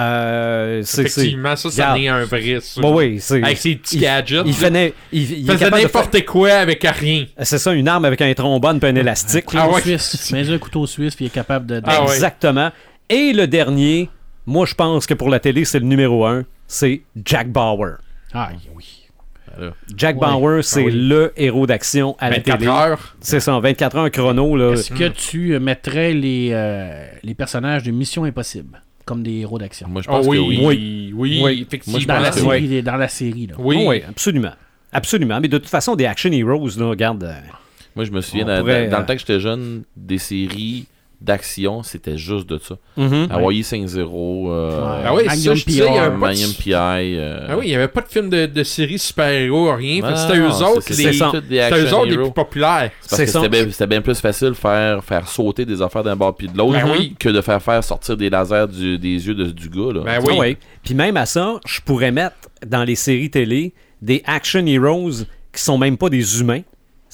Speaker 1: Euh, c'est- c'est-
Speaker 5: Effectivement, ça, ça en
Speaker 1: Regarde.
Speaker 5: est un vrai. ça.
Speaker 1: Bon, oui, c'est.
Speaker 5: Avec ses petits
Speaker 1: il-
Speaker 5: gadgets.
Speaker 1: Il,
Speaker 5: là.
Speaker 1: faisait, il, il est
Speaker 5: Il faisait
Speaker 1: capable de faire-
Speaker 5: n'importe quoi avec rien.
Speaker 1: C'est ça, une arme avec un trombone puis un élastique. là.
Speaker 5: Ah ouais.
Speaker 4: Suisse. Mais un couteau suisse, puis il est capable de.
Speaker 5: Ah ouais.
Speaker 1: Exactement. Et le dernier, moi je pense que pour la télé, c'est le numéro un, c'est Jack Bauer.
Speaker 4: Ah, oui.
Speaker 1: Jack
Speaker 4: Ouais.
Speaker 1: Bauer, c'est
Speaker 4: Ah oui.
Speaker 1: le héros d'action à la
Speaker 5: 24
Speaker 1: télé.
Speaker 5: heures.
Speaker 1: C'est ça, en 24 heures chrono. Là.
Speaker 4: Est-ce
Speaker 5: Mm.
Speaker 4: que tu euh, mettrais les, euh, les personnages de Mission Impossible comme des héros d'action
Speaker 3: Moi, je
Speaker 5: Ah
Speaker 3: pense
Speaker 5: oui,
Speaker 3: que oui.
Speaker 5: oui, oui,
Speaker 1: Oui.
Speaker 5: effectivement.
Speaker 4: dans, la
Speaker 3: pense que
Speaker 4: série, les- dans la série, là.
Speaker 5: Oui.
Speaker 1: Oh, Oui, absolument. Absolument. Mais de toute façon, des action heroes, là, regarde. euh,
Speaker 3: Moi, je me souviens,
Speaker 1: On
Speaker 3: dans,
Speaker 1: pourrait,
Speaker 3: dans- dans
Speaker 1: euh,
Speaker 3: le temps que j'étais jeune, des séries d'action, c'était juste de ça.
Speaker 5: Mm-hmm.
Speaker 3: Hawaii 5-0, euh,
Speaker 5: Ah oui,
Speaker 4: Magnum
Speaker 5: ça, je
Speaker 4: PI,
Speaker 5: disais, il y a un pas de-
Speaker 3: Magnum PI. euh,
Speaker 5: Ah oui, il n'y avait pas de film de, de série super-héros, rien. Fait que
Speaker 3: non,
Speaker 5: c'était eux
Speaker 3: c'est-
Speaker 5: autres,
Speaker 3: c'est-
Speaker 5: les,
Speaker 3: c'est
Speaker 1: ça.
Speaker 3: toutes des
Speaker 5: c'était eux
Speaker 3: action
Speaker 5: autres les
Speaker 3: heroes.
Speaker 5: plus populaires.
Speaker 3: C'est parce que
Speaker 1: C'est ça.
Speaker 3: c'était bien, c'était bien plus facile faire faire sauter des affaires d'un bord puis de l'autre
Speaker 5: Ben oui.
Speaker 3: que de faire faire sortir des lasers du- des yeux de, du gars. Là.
Speaker 5: Ben
Speaker 1: Ah
Speaker 5: oui.
Speaker 1: ouais. Puis même à ça, je pourrais mettre dans les séries télé des action heroes qui sont même pas des humains,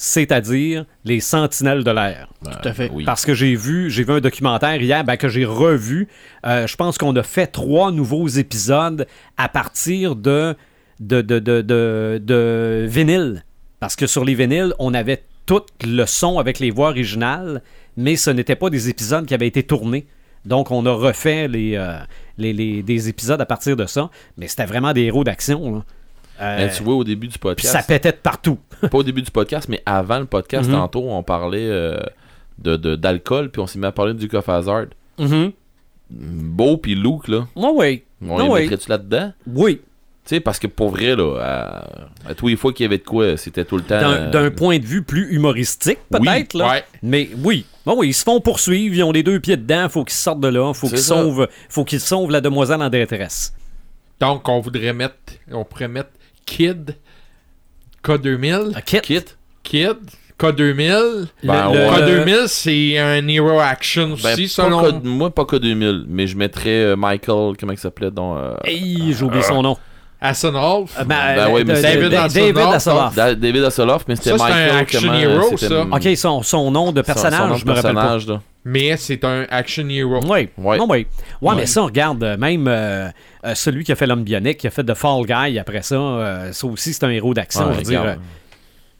Speaker 1: c'est-à-dire les sentinelles de l'air.
Speaker 4: Tout à fait.
Speaker 3: oui.
Speaker 1: Parce que j'ai vu, j'ai vu un documentaire hier ben, que j'ai revu. Euh, je pense qu'on a fait trois nouveaux épisodes à partir de, de, de, de, de, de vinyles. Parce que sur les vinyles, on avait tout le son avec les voix originales, mais ce n'était pas des épisodes qui avaient été tournés. Donc, on a refait les, euh, les, les- des épisodes à partir de ça. Mais c'était vraiment des héros d'action. là. Euh,
Speaker 3: Ben, tu vois, au début du
Speaker 1: puis ça
Speaker 3: podcast,
Speaker 1: pétait de partout.
Speaker 3: pas au début du podcast, mais avant le podcast,
Speaker 1: Mhm.
Speaker 3: tantôt, on parlait euh, de- de- d'alcool, puis on s'est mis à parler du Duke of Hazard. Beau puis Luke, là,
Speaker 1: Oui, Mm-hmm. oui.
Speaker 3: on
Speaker 1: Ah
Speaker 3: les
Speaker 1: ouais.
Speaker 3: mettrait-tu là-dedans?
Speaker 1: Oui.
Speaker 3: Tu sais, parce que pour vrai, là, à, à tous les fois qu'il y avait de quoi, c'était tout le temps.
Speaker 1: D'un
Speaker 3: euh,
Speaker 1: d'un point de vue plus humoristique,
Speaker 3: oui,
Speaker 1: peut-être. là.
Speaker 5: ouais.
Speaker 1: Mais oui. Bon, oui, ils se font poursuivre, ils ont les deux pieds dedans, faut qu'ils sortent de là, faut
Speaker 3: C'est
Speaker 1: qu'ils
Speaker 3: ça.
Speaker 1: sauvent, faut qu'ils sauvent la demoiselle en détresse.
Speaker 5: Donc, on voudrait mettre, on pourrait mettre Kid, K2000,
Speaker 1: Ah, Kit,
Speaker 3: Kit.
Speaker 5: Kid, K2000.
Speaker 1: le-
Speaker 3: Ben
Speaker 1: le-
Speaker 3: ouais.
Speaker 5: K2000, c'est un hero action
Speaker 3: Ben,
Speaker 5: aussi,
Speaker 3: pas
Speaker 5: selon...
Speaker 3: que- moi, pas que 2000, mais je mettrais euh, Michael, comment il s'appelait, dans euh,
Speaker 1: Hey, j'ai oublié son nom.
Speaker 5: Hasselhoff.
Speaker 1: Euh, ben,
Speaker 3: Ben oui,
Speaker 1: euh,
Speaker 3: mais
Speaker 1: de-
Speaker 3: c'est-
Speaker 1: de-
Speaker 3: David
Speaker 1: de-
Speaker 5: Hasselhoff,
Speaker 1: David Hasselhoff.
Speaker 3: Da- David Hasselhoff, mais c'était
Speaker 5: Ça, c'est
Speaker 3: Michael.
Speaker 5: un action
Speaker 3: comment,
Speaker 5: hero,
Speaker 3: c'était-
Speaker 5: ça.
Speaker 1: OK, son, son nom de
Speaker 3: son- son nom
Speaker 1: personnage,
Speaker 3: de
Speaker 1: je me rappelle pas.
Speaker 3: personnage, là.
Speaker 5: mais c'est un action hero.
Speaker 1: Oui,
Speaker 3: Ouais.
Speaker 1: Non, oui. Ouais, mais ça, regarde, euh, même euh, euh, celui qui a fait l'homme bionique, qui a fait The Fall Guy après ça, euh, ça aussi, c'est un héros d'action.
Speaker 3: Ouais,
Speaker 1: je veux dire,
Speaker 3: regarde.
Speaker 1: euh,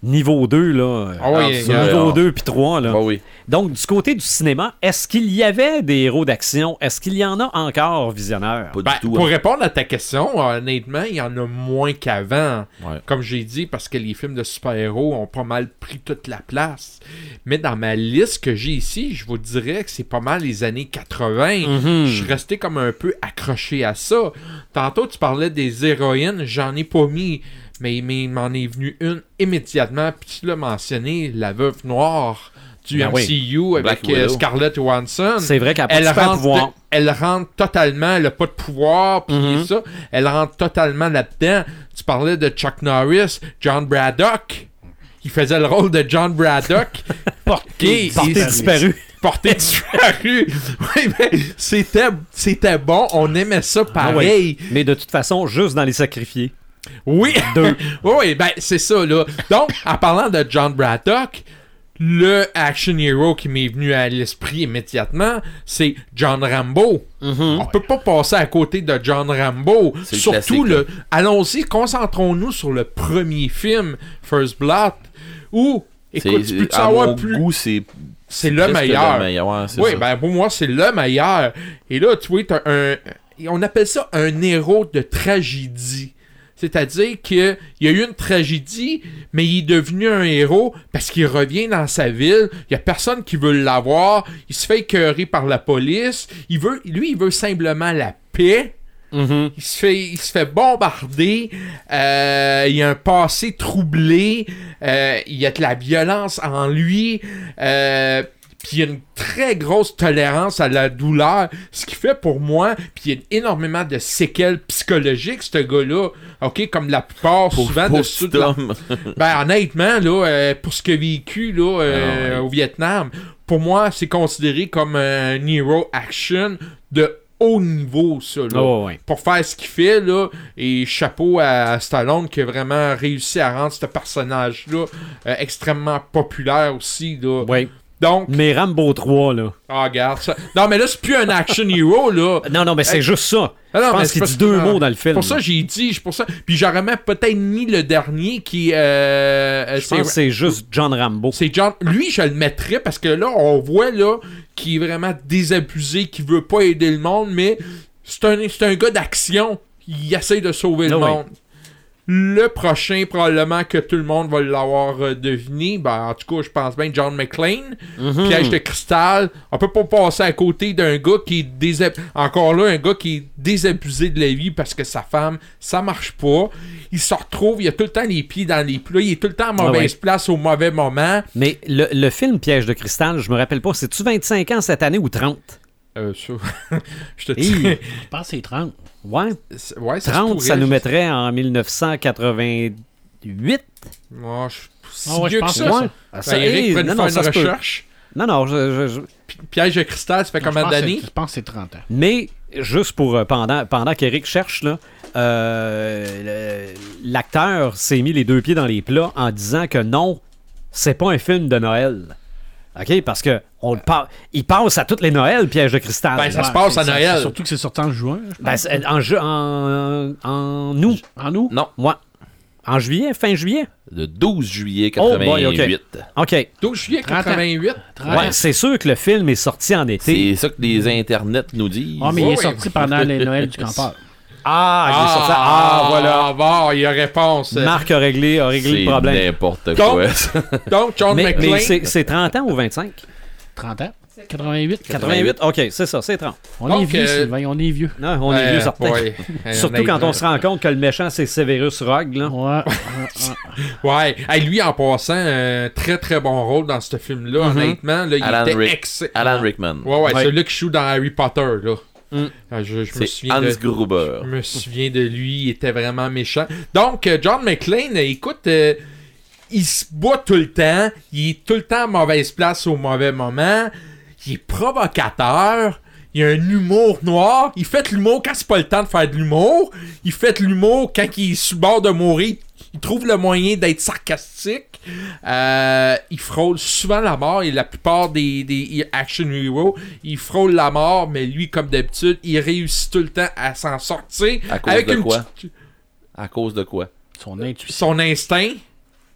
Speaker 1: niveau 2, là. euh,
Speaker 5: Ah oui,
Speaker 3: Ah, ça,
Speaker 1: niveau
Speaker 3: ouais.
Speaker 1: 2 puis 3, là.
Speaker 3: Ouais, Bah oui.
Speaker 1: Donc, du côté du cinéma, est-ce qu'il y avait des héros d'action? Est-ce qu'il y en a encore, visionneur?
Speaker 3: Pas
Speaker 5: Ben,
Speaker 3: du tout.
Speaker 5: Pour
Speaker 3: hein.
Speaker 5: répondre à ta question, honnêtement, il y en a moins qu'avant.
Speaker 3: Ouais.
Speaker 5: Comme j'ai dit, parce que les films de super-héros ont pas mal pris toute la place. Mais dans ma liste que j'ai ici, je vous dirais que c'est pas mal les années 80.
Speaker 3: Mhm.
Speaker 5: Je suis resté comme un peu accroché à ça. Tantôt, tu parlais des héroïnes, j'en ai pas mis. Mais, mais il m'en est venu une immédiatement, puis tu l'as mentionné, la veuve noire du
Speaker 1: Ben oui.
Speaker 5: MCU avec
Speaker 3: Black
Speaker 5: euh,
Speaker 3: Widow.
Speaker 5: Scarlett Johansson
Speaker 1: C'est vrai qu'elle a pas
Speaker 5: elle
Speaker 1: de super
Speaker 5: rentre,
Speaker 1: pouvoir.
Speaker 5: elle rentre totalement, elle n'a pas de pouvoir, puis ça, elle rentre totalement là-dedans. Tu parlais de Chuck Norris, John Braddock. Il faisait le rôle de John Braddock.
Speaker 1: Porté,
Speaker 5: Et-
Speaker 1: porté
Speaker 5: et-
Speaker 1: disparu.
Speaker 5: porté disparu. Oui, mais c'était, c'était bon, on aimait ça pareil.
Speaker 1: Ah Mais de toute façon, juste dans les sacrifiés.
Speaker 5: Oui. oui, ben c'est ça là. Donc, en parlant de John Braddock, le action hero qui m'est venu à l'esprit immédiatement, c'est John Rambo. On peut pas passer à côté de John Rambo.
Speaker 3: Mm-hmm. C'est le
Speaker 5: Surtout
Speaker 3: classique, hein.
Speaker 5: le, allons-y, concentrons-nous sur le premier film First Blood où écoute, tu
Speaker 3: C'est- euh,
Speaker 5: peux-tu
Speaker 3: à
Speaker 5: avoir
Speaker 3: mon
Speaker 5: plus
Speaker 3: goût, c'est
Speaker 5: c'est le
Speaker 3: presque
Speaker 5: meilleur.
Speaker 3: le meilleur, ouais, c'est
Speaker 5: oui,
Speaker 3: ça.
Speaker 5: ben pour moi, c'est le meilleur. Et là, tu vois, t'as un. On appelle ça un héros de tragédie. C'est-à-dire qu'il y a eu une tragédie, mais il est devenu un héros parce qu'il revient dans sa ville. Il y a personne qui veut l'avoir. Il se fait écœurer par la police. Il veut, lui, il veut simplement la paix. Il se fait, il se fait bombarder. euh, il a un passé troublé. euh, il y a de la violence en lui. euh, puis il y a une très grosse tolérance à la douleur. Ce qui fait pour moi, puis il y a énormément de séquelles psychologiques, ce gars-là. OK, comme la plupart souvent de
Speaker 3: pauvre
Speaker 5: ceux
Speaker 3: petit
Speaker 5: de la-
Speaker 3: homme.
Speaker 5: ben, honnêtement, là, euh, pour ce qu'il a vécu là, euh,
Speaker 3: Ah ouais.
Speaker 5: au Vietnam, pour moi, c'est considéré comme un hero action de haut niveau, ça. là.
Speaker 1: Ah ouais, ouais.
Speaker 5: Pour faire ce qu'il fait, là, et chapeau à Stallone qui a vraiment réussi à rendre ce personnage-là euh, extrêmement populaire aussi. Là.
Speaker 1: Oui.
Speaker 5: Donc,
Speaker 1: Mais Rambo 3, là.
Speaker 5: ah, regarde ça. Non, mais là, c'est plus un action hero, là.
Speaker 1: Non, non, mais c'est juste ça.
Speaker 5: Ah non,
Speaker 1: je
Speaker 5: mais
Speaker 1: pense
Speaker 5: c'est
Speaker 1: qu'il
Speaker 5: parce
Speaker 1: dit
Speaker 5: que-
Speaker 1: deux
Speaker 5: ah,
Speaker 1: mots dans le film.
Speaker 5: Pour ça, j'ai dit, je- pour ça. Puis j'aurais même peut-être mis le dernier qui. euh, euh,
Speaker 1: je pense que
Speaker 5: c'est-
Speaker 1: c'est juste John Rambo.
Speaker 5: c'est John. Lui, je le mettrais parce que là, on voit là qui est vraiment désabusé, qui veut pas aider le monde, mais c'est un, c'est un gars d'action. Il essaie de sauver le
Speaker 1: Ah oui.
Speaker 5: monde. Le prochain, probablement que tout le monde va l'avoir euh, deviné, ben, en tout cas, je pense bien John McClane,
Speaker 1: Mhm.
Speaker 5: Piège de cristal. On peut pas passer à côté d'un gars qui est désab- encore là, un gars qui est désabusé de la vie parce que sa femme, ça marche pas. Il se retrouve, il a tout le temps les pieds dans les plats, il est tout le temps à
Speaker 1: Ah
Speaker 5: mauvaise place au mauvais moment.
Speaker 1: Mais le, le film Piège de cristal, je me rappelle pas, c'est-tu 25 ans cette année ou 30?
Speaker 5: Euh, ça, je te
Speaker 1: Hey.
Speaker 5: dis.
Speaker 4: Je pense que c'est 30.
Speaker 1: Ouais,
Speaker 5: c'est- ouais, ça se
Speaker 1: 30, ça
Speaker 5: pourrait,
Speaker 1: nous
Speaker 5: je-
Speaker 1: mettrait en 1988.
Speaker 5: Ouais, je- c'est
Speaker 4: Ah ouais, je
Speaker 5: vieux que
Speaker 4: pense
Speaker 5: ça.
Speaker 4: que
Speaker 5: ça.
Speaker 4: ouais.
Speaker 1: Ah, ça,
Speaker 5: Ben, Eric,
Speaker 1: hey,
Speaker 5: prenne
Speaker 1: non,
Speaker 5: faire
Speaker 1: non, ça
Speaker 5: une
Speaker 1: se peut.
Speaker 5: recherche.
Speaker 1: Non, non, je- je- je-
Speaker 5: Pi- Piège de cristal, ça fait combien
Speaker 4: Je pense que-
Speaker 5: d'années?
Speaker 4: Je pense que c'est 30 ans.
Speaker 1: mais juste pour euh, pendant, pendant qu'Eric cherche, là, euh, le- l'acteur s'est mis les deux pieds dans les plats en disant que non, c'est pas un film de Noël. OK? Parce que on le par- il passe à toutes les Noëls, Piège de cristal.
Speaker 5: Ben, Ça se
Speaker 4: Ouais,
Speaker 5: passe
Speaker 4: c'est
Speaker 5: à
Speaker 4: ça.
Speaker 5: Noël.
Speaker 4: C'est Surtout que c'est sorti en juin. je
Speaker 1: Ben,
Speaker 4: pense.
Speaker 1: c'est- en, ju- en, en août,
Speaker 4: En août.
Speaker 3: Non,
Speaker 1: moi. En juillet, fin juillet.
Speaker 3: le 12 juillet
Speaker 1: Oh boy,
Speaker 3: 88.
Speaker 1: ok. OK.
Speaker 5: 12 juillet
Speaker 4: 30 ans.
Speaker 5: 88.
Speaker 4: 30 ans.
Speaker 1: Ouais, c'est sûr que le film est sorti en été.
Speaker 3: C'est ça que les internets nous disent.
Speaker 4: Ah, mais
Speaker 5: Ouais,
Speaker 4: il est
Speaker 5: ouais.
Speaker 4: sorti pendant les Noël du campeur.
Speaker 1: Ah, il est sorti-
Speaker 5: Ah,
Speaker 1: ah,
Speaker 5: voilà. Ah, bon, il y a réponse.
Speaker 1: Marc a réglé, a réglé le
Speaker 3: C'est
Speaker 1: problème.
Speaker 3: n'importe
Speaker 5: Donc-
Speaker 3: quoi.
Speaker 5: Donc, John
Speaker 1: Mais, mais
Speaker 5: McClane.
Speaker 1: c'est c'est 30 ans ou 25?
Speaker 4: 30 ans. 88.
Speaker 1: 88? OK, c'est ça, c'est 30.
Speaker 4: On est
Speaker 5: Donc,
Speaker 4: vieux,
Speaker 5: euh,
Speaker 4: Sylvain, on est vieux.
Speaker 1: Non, on est
Speaker 5: Euh,
Speaker 1: vieux certain.
Speaker 5: ouais.
Speaker 1: Surtout quand on se rend compte que le méchant, c'est Severus Rogue. Là.
Speaker 4: Ouais.
Speaker 5: Ouais. Hey, lui, en passant, un très très bon rôle dans ce film-là, honnêtement. Là, il
Speaker 3: Alan,
Speaker 5: était
Speaker 3: Rick-
Speaker 5: excellent.
Speaker 3: Alan Rickman.
Speaker 5: Ouais, ouais,
Speaker 1: Mm-hmm. Ouais.
Speaker 5: celui qui joue dans Harry Potter, là.
Speaker 1: Mm.
Speaker 5: Ah, je, je me
Speaker 3: C'est
Speaker 5: souviens
Speaker 3: Hans
Speaker 5: de...
Speaker 3: Gruber.
Speaker 5: Je me souviens de lui, il était vraiment méchant. Donc, euh, John McClane, euh, écoute, euh, il se bat tout le temps, il est tout le temps à mauvaise place au mauvais moment, il est provocateur, il a un humour noir, il fait de l'humour quand c'est pas le temps de faire de l'humour, il fait de l'humour quand il est sur le bord de mourir, il trouve le moyen d'être sarcastique, Euh, il frôle souvent la mort, et la plupart des, des action heroes, il frôle la mort, mais lui, comme d'habitude, il réussit tout le temps à s'en sortir.
Speaker 3: À cause de
Speaker 5: une
Speaker 3: quoi?
Speaker 5: petite-
Speaker 3: À cause de quoi?
Speaker 4: Son intuition.
Speaker 5: Son instinct,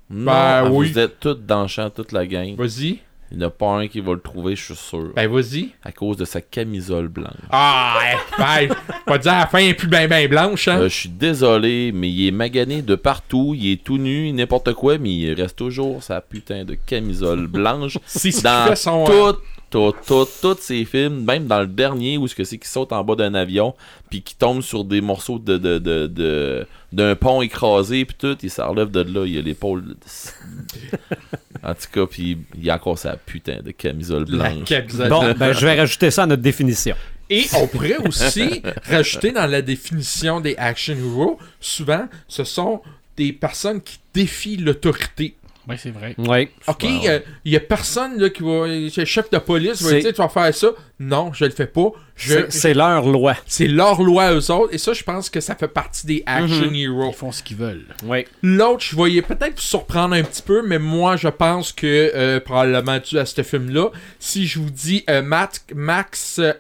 Speaker 3: Non,
Speaker 5: Ben,
Speaker 3: ah,
Speaker 5: oui.
Speaker 3: Vous êtes tous dans le champ, toute la gang.
Speaker 5: vas-y,
Speaker 3: Il n'y en a pas un qui va le trouver, je suis sûr.
Speaker 5: ben vas-y.
Speaker 3: À cause de sa camisole blanche.
Speaker 5: Ah, ouais, ben, pas dire à la fin, elle est plus ben ben blanche, hein.
Speaker 3: Euh, je suis désolé, mais il est magané de partout, il est tout nu, n'importe quoi, mais il reste toujours sa putain de camisole blanche.
Speaker 5: C'est ce qui
Speaker 3: dans
Speaker 5: fait son, euh,
Speaker 3: tout, tout, tout, tous ces films, même dans le dernier où ce que c'est qu'il saute en bas d'un avion, puis qui tombe sur des morceaux de de- de- de- d'un pont écrasé, puis tout, il s'enlève de là, il a l'épaule. de- en tout cas, puis il a encore sa putain de camisole
Speaker 5: La
Speaker 3: blanche.
Speaker 5: camisole.
Speaker 1: Bon, ben, je vais rajouter ça à notre définition.
Speaker 5: Et on pourrait aussi rajouter dans la définition des action heroes, souvent, ce sont des personnes qui défient l'autorité.
Speaker 4: Ouais, c'est vrai.
Speaker 1: Oui.
Speaker 5: Ok, euh, il y a personne là, qui va. Le chef de police va
Speaker 1: C'est-
Speaker 5: dire Tu vas faire ça. Non, je le fais pas.
Speaker 1: C'est
Speaker 5: Je...
Speaker 1: c'est leur loi.
Speaker 5: C'est leur loi à eux autres. Et ça, je pense que ça fait partie des
Speaker 1: Mhm.
Speaker 5: action
Speaker 4: Ils
Speaker 5: heroes.
Speaker 4: font ce qu'ils veulent.
Speaker 1: Oui.
Speaker 5: L'autre, je voyais peut-être vous surprendre un petit peu, mais moi, je pense que euh, probablement dû à ce film-là, si je vous dis euh, Matt- Max euh,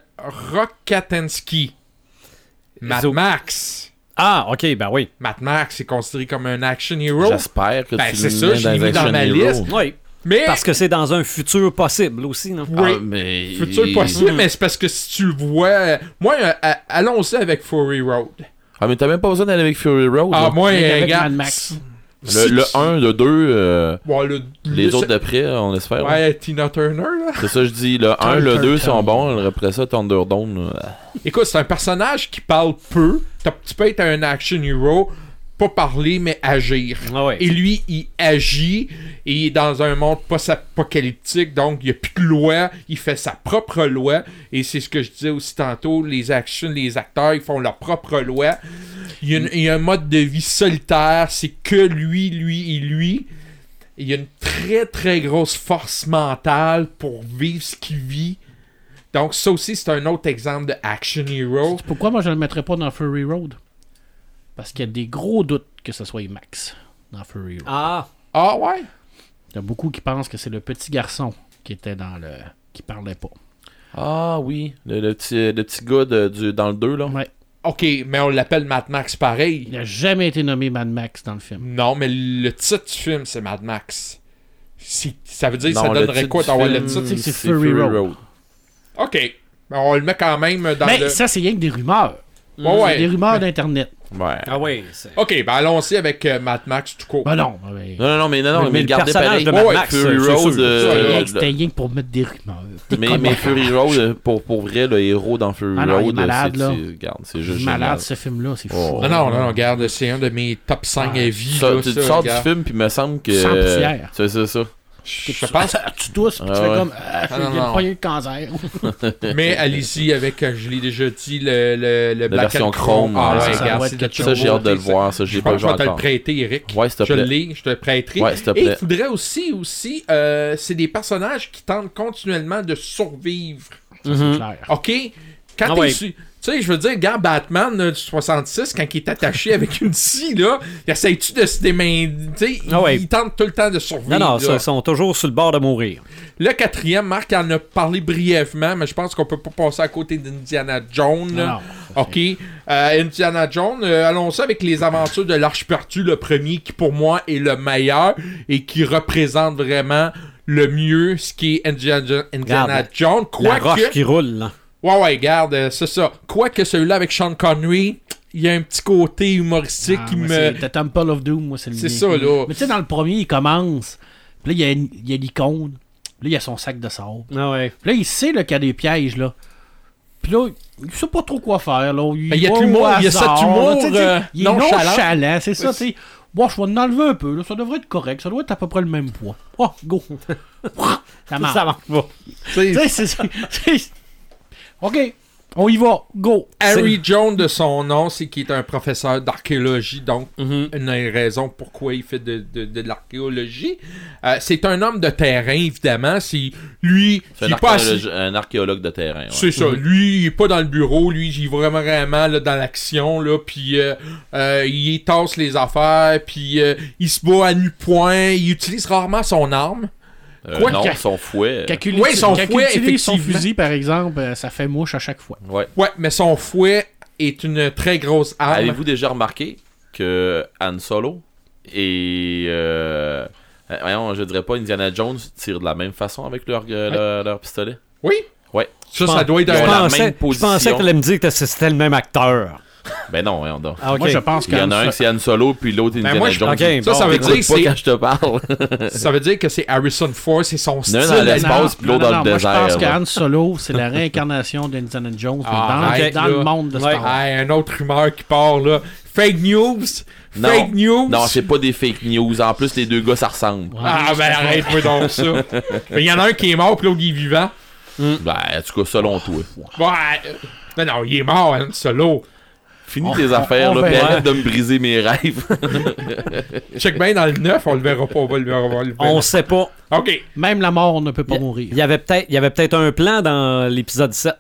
Speaker 5: Rokatansky. Matt
Speaker 1: Zo-
Speaker 5: Max.
Speaker 1: Ah, OK, ben oui.
Speaker 5: Matt Max est considéré comme un action hero.
Speaker 3: J'espère que
Speaker 5: Ben,
Speaker 3: tu
Speaker 5: c'est
Speaker 3: le
Speaker 5: ça,
Speaker 3: mets
Speaker 5: je
Speaker 3: dans
Speaker 5: l'ai
Speaker 3: les
Speaker 5: mis dans
Speaker 3: action
Speaker 5: ma
Speaker 3: heroes.
Speaker 5: liste.
Speaker 1: Oui.
Speaker 5: Mais.
Speaker 1: Parce que c'est dans un futur possible aussi, non?
Speaker 5: Oui.
Speaker 3: Ah, mais...
Speaker 5: Futur possible, mais c'est parce que si tu le vois. euh, Moi, euh, euh, allons-y avec Fury Road.
Speaker 3: Ah, mais t'as même pas besoin d'aller avec Fury Road.
Speaker 5: Ah,
Speaker 3: là.
Speaker 5: moi,
Speaker 4: Mais
Speaker 5: euh,
Speaker 4: avec
Speaker 5: regarde.
Speaker 4: Mad Max.
Speaker 3: le, le 1, le 2, euh,
Speaker 5: Bon, le-
Speaker 3: les
Speaker 5: le-
Speaker 3: autres d'après, on espère. là.
Speaker 5: Ouais, Tina Turner, là.
Speaker 3: C'est ça, je dis. Le 1, le 2 sont bons. Après ça, Thunderdome. là.
Speaker 5: Écoute, c'est un personnage qui parle peu. T'as- Tu peux être un action hero, pas parler, mais agir.
Speaker 1: Ah ouais.
Speaker 5: Et lui, il agit, et il est dans un monde post-apocalyptique, donc il n'y a plus de loi, il fait sa propre loi, et c'est ce que je disais aussi tantôt, les actions, les acteurs, ils font leur propre loi. Il y a, une- il y a un mode de vie solitaire, c'est que lui, lui et lui. Il y a une très très grosse force mentale pour vivre ce qu'il vit. Donc ça aussi c'est un autre exemple de action hero.
Speaker 4: Pourquoi moi je le mettrais pas dans Fury Road Parce qu'il y a des gros doutes que ce soit Max dans Fury Road.
Speaker 1: Ah,
Speaker 5: Ah ouais.
Speaker 4: Il y a beaucoup qui pensent que c'est le petit garçon qui était dans le. qui parlait pas.
Speaker 3: Ah oui, le, le petit, le petit gars de- du, dans le 2, là.
Speaker 4: Ouais.
Speaker 5: Ok, mais on l'appelle Mad Max pareil.
Speaker 4: Il n'a jamais été nommé Mad Max dans le film.
Speaker 5: Non, mais le titre du film, c'est Mad Max. Si- ça veut dire que ça
Speaker 3: Non, le
Speaker 5: donnerait
Speaker 3: titre
Speaker 5: quoi
Speaker 3: du
Speaker 5: d'avoir le
Speaker 3: film,
Speaker 5: titre
Speaker 4: C'est que c'est Fury Road.
Speaker 5: Ok. Ben, On le met quand même dans
Speaker 4: Mais
Speaker 5: le.
Speaker 4: ça, c'est rien que des rumeurs.
Speaker 5: Ouais, ouais.
Speaker 4: C'est des rumeurs d'Internet.
Speaker 3: Ouais.
Speaker 1: Ah oui, c'est.
Speaker 5: Ok, ben allons-y avec euh, Mad Max tout court.
Speaker 4: Ben non. ben, ben,
Speaker 3: Non, non, non, mais non, non,
Speaker 1: Mais-
Speaker 3: mais,
Speaker 1: mais le
Speaker 3: gardez
Speaker 1: personnage
Speaker 3: pareil.
Speaker 1: de
Speaker 5: Mad
Speaker 3: Ouais,
Speaker 1: Max,
Speaker 3: Fury
Speaker 1: euh, c'est
Speaker 3: Road.
Speaker 1: sûr.
Speaker 3: euh,
Speaker 5: C'est
Speaker 4: rien
Speaker 3: le-
Speaker 4: que C'était rien que pour mettre des rumeurs. Des
Speaker 3: mais,
Speaker 4: conneries.
Speaker 3: mais Fury Road, euh, pour, pour vrai, le héros dans Fury
Speaker 4: Ah non, il est
Speaker 3: Road, euh,
Speaker 4: malade,
Speaker 3: c'est,
Speaker 4: là.
Speaker 3: c'est- regarde, c'est juste
Speaker 4: Malade, ce film-là, c'est fou.
Speaker 3: Oh.
Speaker 5: Non, non, non, non, regarde, c'est un de mes top 5 à vie.
Speaker 3: génial. Ah, Ça,
Speaker 5: là,
Speaker 3: tu
Speaker 5: ça,
Speaker 3: tu sors du
Speaker 5: regarde.
Speaker 3: film, puis me semble que.
Speaker 4: Sans
Speaker 3: euh,
Speaker 4: poussière.
Speaker 3: C'est c'est ça.
Speaker 5: Je pense.
Speaker 4: Tu tousses, puis tu
Speaker 3: Ah
Speaker 4: fais
Speaker 3: ouais.
Speaker 4: comme. Ah, j'ai
Speaker 5: non, non.
Speaker 4: pas eu le cancer.
Speaker 5: mais allez-y avec, euh, je l'ai déjà dit, le, le, le Black
Speaker 3: version
Speaker 5: and
Speaker 3: Chrome,
Speaker 5: Ah
Speaker 4: ouais,
Speaker 5: ouais,
Speaker 4: ça
Speaker 5: regarde,
Speaker 4: doit
Speaker 5: c'est
Speaker 4: être
Speaker 5: de
Speaker 4: quelque chose.
Speaker 5: toute
Speaker 3: Ça, j'ai hâte de le
Speaker 5: beauté, ça.
Speaker 3: voir. Ça, j'ai
Speaker 5: Je
Speaker 3: pas
Speaker 5: pense
Speaker 3: le
Speaker 5: que je vais te le
Speaker 3: encore.
Speaker 5: prêter, Eric.
Speaker 3: Ouais, s'il te
Speaker 5: je
Speaker 3: plaît.
Speaker 5: l'ai, je te le prêterai.
Speaker 3: Ouais, s'il te
Speaker 5: Et il
Speaker 3: plaît.
Speaker 5: faudrait aussi, aussi, euh, c'est des personnages qui tentent continuellement de survivre.
Speaker 4: C'est clair.
Speaker 5: OK? Quand
Speaker 1: Ah
Speaker 5: t'es
Speaker 1: ouais.
Speaker 5: su- Tu sais, je veux dire, gars, Batman là, du 66, quand il est attaché avec une scie, là, il essaie-tu de se démain... Tu sais,
Speaker 1: Ah ouais.
Speaker 5: il tente tout le temps de survivre.
Speaker 1: Non, non,
Speaker 5: là.
Speaker 1: ils sont toujours sur le bord de mourir.
Speaker 5: Le quatrième, Marc en a parlé brièvement, mais je pense qu'on peut pas passer à côté d'Indiana Jones.
Speaker 4: Non,
Speaker 5: là.
Speaker 4: non, ça,
Speaker 5: OK. Euh, Indiana Jones, euh, allons ça avec les aventures de l'Arche perdue, le premier qui pour moi est le meilleur et qui représente vraiment le mieux ce qui est Indiana, Jo- Indiana
Speaker 1: Regarde,
Speaker 5: Jones.
Speaker 1: La
Speaker 5: Quoique-
Speaker 1: roche qui roule, là.
Speaker 5: Ouais, ouais, garde, euh, c'est ça. Quoique celui-là avec Sean Connery, il y a un petit côté humoristique
Speaker 4: Ah,
Speaker 5: qui
Speaker 4: moi,
Speaker 5: me.
Speaker 4: c'est The Temple of Doom, moi, c'est le
Speaker 5: C'est
Speaker 4: mien.
Speaker 5: ça, là.
Speaker 4: Mais tu sais, dans le premier, il commence. Puis là, il y a, une- il y a l'icône. Puis là, il y a son sac de sable.
Speaker 1: Ah ouais.
Speaker 4: Puis là, il sait là, qu'il y a des pièges, là. Puis là, il sait pas trop quoi faire, là.
Speaker 5: Ben, il y a
Speaker 4: va
Speaker 5: de
Speaker 4: au
Speaker 5: l'humour, il y a
Speaker 4: hasard,
Speaker 5: cet humour,
Speaker 4: là. Tu sais, tu sais,
Speaker 5: euh,
Speaker 4: il est
Speaker 5: nonchalant.
Speaker 4: nonchalant, c'est ça, tu sais. Bon, je vais en enlever un peu, là. Ça devrait être correct. Ça doit être à peu près le même poids. Oh, go. ça marche.
Speaker 1: Ça marche pas.
Speaker 4: Tu sais, c'est ça. c'est- OK, on y va. Go.
Speaker 5: Harry Jones de son nom, c'est qu'il est un professeur d'archéologie, donc
Speaker 1: Mhm.
Speaker 5: une des raisons pourquoi il fait de, de- de l'archéologie. Euh, c'est un homme de terrain, évidemment. C'est lui
Speaker 3: C'est
Speaker 5: qui
Speaker 3: un,
Speaker 5: est pas
Speaker 3: archéologue-
Speaker 5: assis-
Speaker 3: un archéologue de terrain. ouais.
Speaker 5: C'est
Speaker 1: Mhm.
Speaker 5: ça. Lui, il est pas dans le bureau. Lui, il est vraiment, vraiment là, dans l'action. Là, puis euh, euh, il tasse les affaires. Puis euh, il se bat à nu-point. Il utilise rarement son arme.
Speaker 3: Euh,
Speaker 5: Quoi
Speaker 3: non,
Speaker 4: qu'à-
Speaker 3: son fouet. euh,
Speaker 4: Calculer
Speaker 5: Ouais, son fouet,
Speaker 4: son
Speaker 5: effectivement.
Speaker 4: fusil, par exemple, euh, ça fait mouche à chaque fois.
Speaker 3: Ouais.
Speaker 5: Ouais, mais son fouet est une très grosse arme.
Speaker 3: Avez-vous déjà remarqué que Han Solo et. Euh, euh, voyons, je dirais pas Indiana Jones tirent de la même façon avec leur, euh, leur, leur pistolet
Speaker 5: Oui.
Speaker 3: Ouais.
Speaker 5: Ça,
Speaker 1: Je
Speaker 5: ça
Speaker 1: pense-
Speaker 5: doit être
Speaker 1: je
Speaker 3: Ils ont la
Speaker 5: un...
Speaker 1: pensais-
Speaker 3: même
Speaker 1: Je pensais
Speaker 3: position.
Speaker 1: que t'allais me dire que c'était le même acteur.
Speaker 3: Ben non, voyons donc.
Speaker 1: Ah, ok.
Speaker 4: Moi, je pense
Speaker 3: Il y en a un
Speaker 4: que
Speaker 3: qui c'est Han Solo, puis l'autre Indiana
Speaker 5: Ben, moi, je-
Speaker 3: Jones.
Speaker 1: ok,
Speaker 3: Tu
Speaker 5: Ça, ça
Speaker 1: bon,
Speaker 5: veut
Speaker 3: t'écoutes
Speaker 5: dire que c'est
Speaker 3: pas quand je te parle.
Speaker 5: Ça veut dire que c'est Harrison Ford, c'est son style.
Speaker 3: Non, dans
Speaker 5: à
Speaker 3: l'espace. passe, puis l'autre dans le
Speaker 4: moi,
Speaker 3: désert,
Speaker 4: Je pense que
Speaker 3: là.
Speaker 4: Han Solo, c'est la réincarnation d'Indiana Jones mais
Speaker 5: Ah,
Speaker 4: dans,
Speaker 5: arrête,
Speaker 4: dans
Speaker 5: là.
Speaker 4: le monde de Star
Speaker 1: Ouais.
Speaker 4: Wars.
Speaker 5: Ah, un autre rumeur qui part là. Fake news!
Speaker 3: Non.
Speaker 5: Fake news!
Speaker 3: Non, c'est pas des fake news. En plus, les deux gars, ça ressemble.
Speaker 5: Ah ben arrête-moi donc ça. Mais il y en a un qui est mort puis l'autre il est vivant.
Speaker 3: Ben, en tout cas, selon toi.
Speaker 5: Ouais. Non, non, il est mort, Han Solo.
Speaker 3: Finis
Speaker 4: On-
Speaker 3: tes
Speaker 4: on-
Speaker 3: affaires,
Speaker 4: on
Speaker 3: là, puis
Speaker 4: verra.
Speaker 3: arrête de me briser mes rêves.
Speaker 5: Check bien dans le 9, on le verra pas, on va le verra, on va le verra.
Speaker 1: On sait pas.
Speaker 5: Ok,
Speaker 4: Même la mort ne peut pas
Speaker 1: Il
Speaker 4: mourir.
Speaker 1: y avait peut-être il y avait peut-être un plan dans l'épisode 7.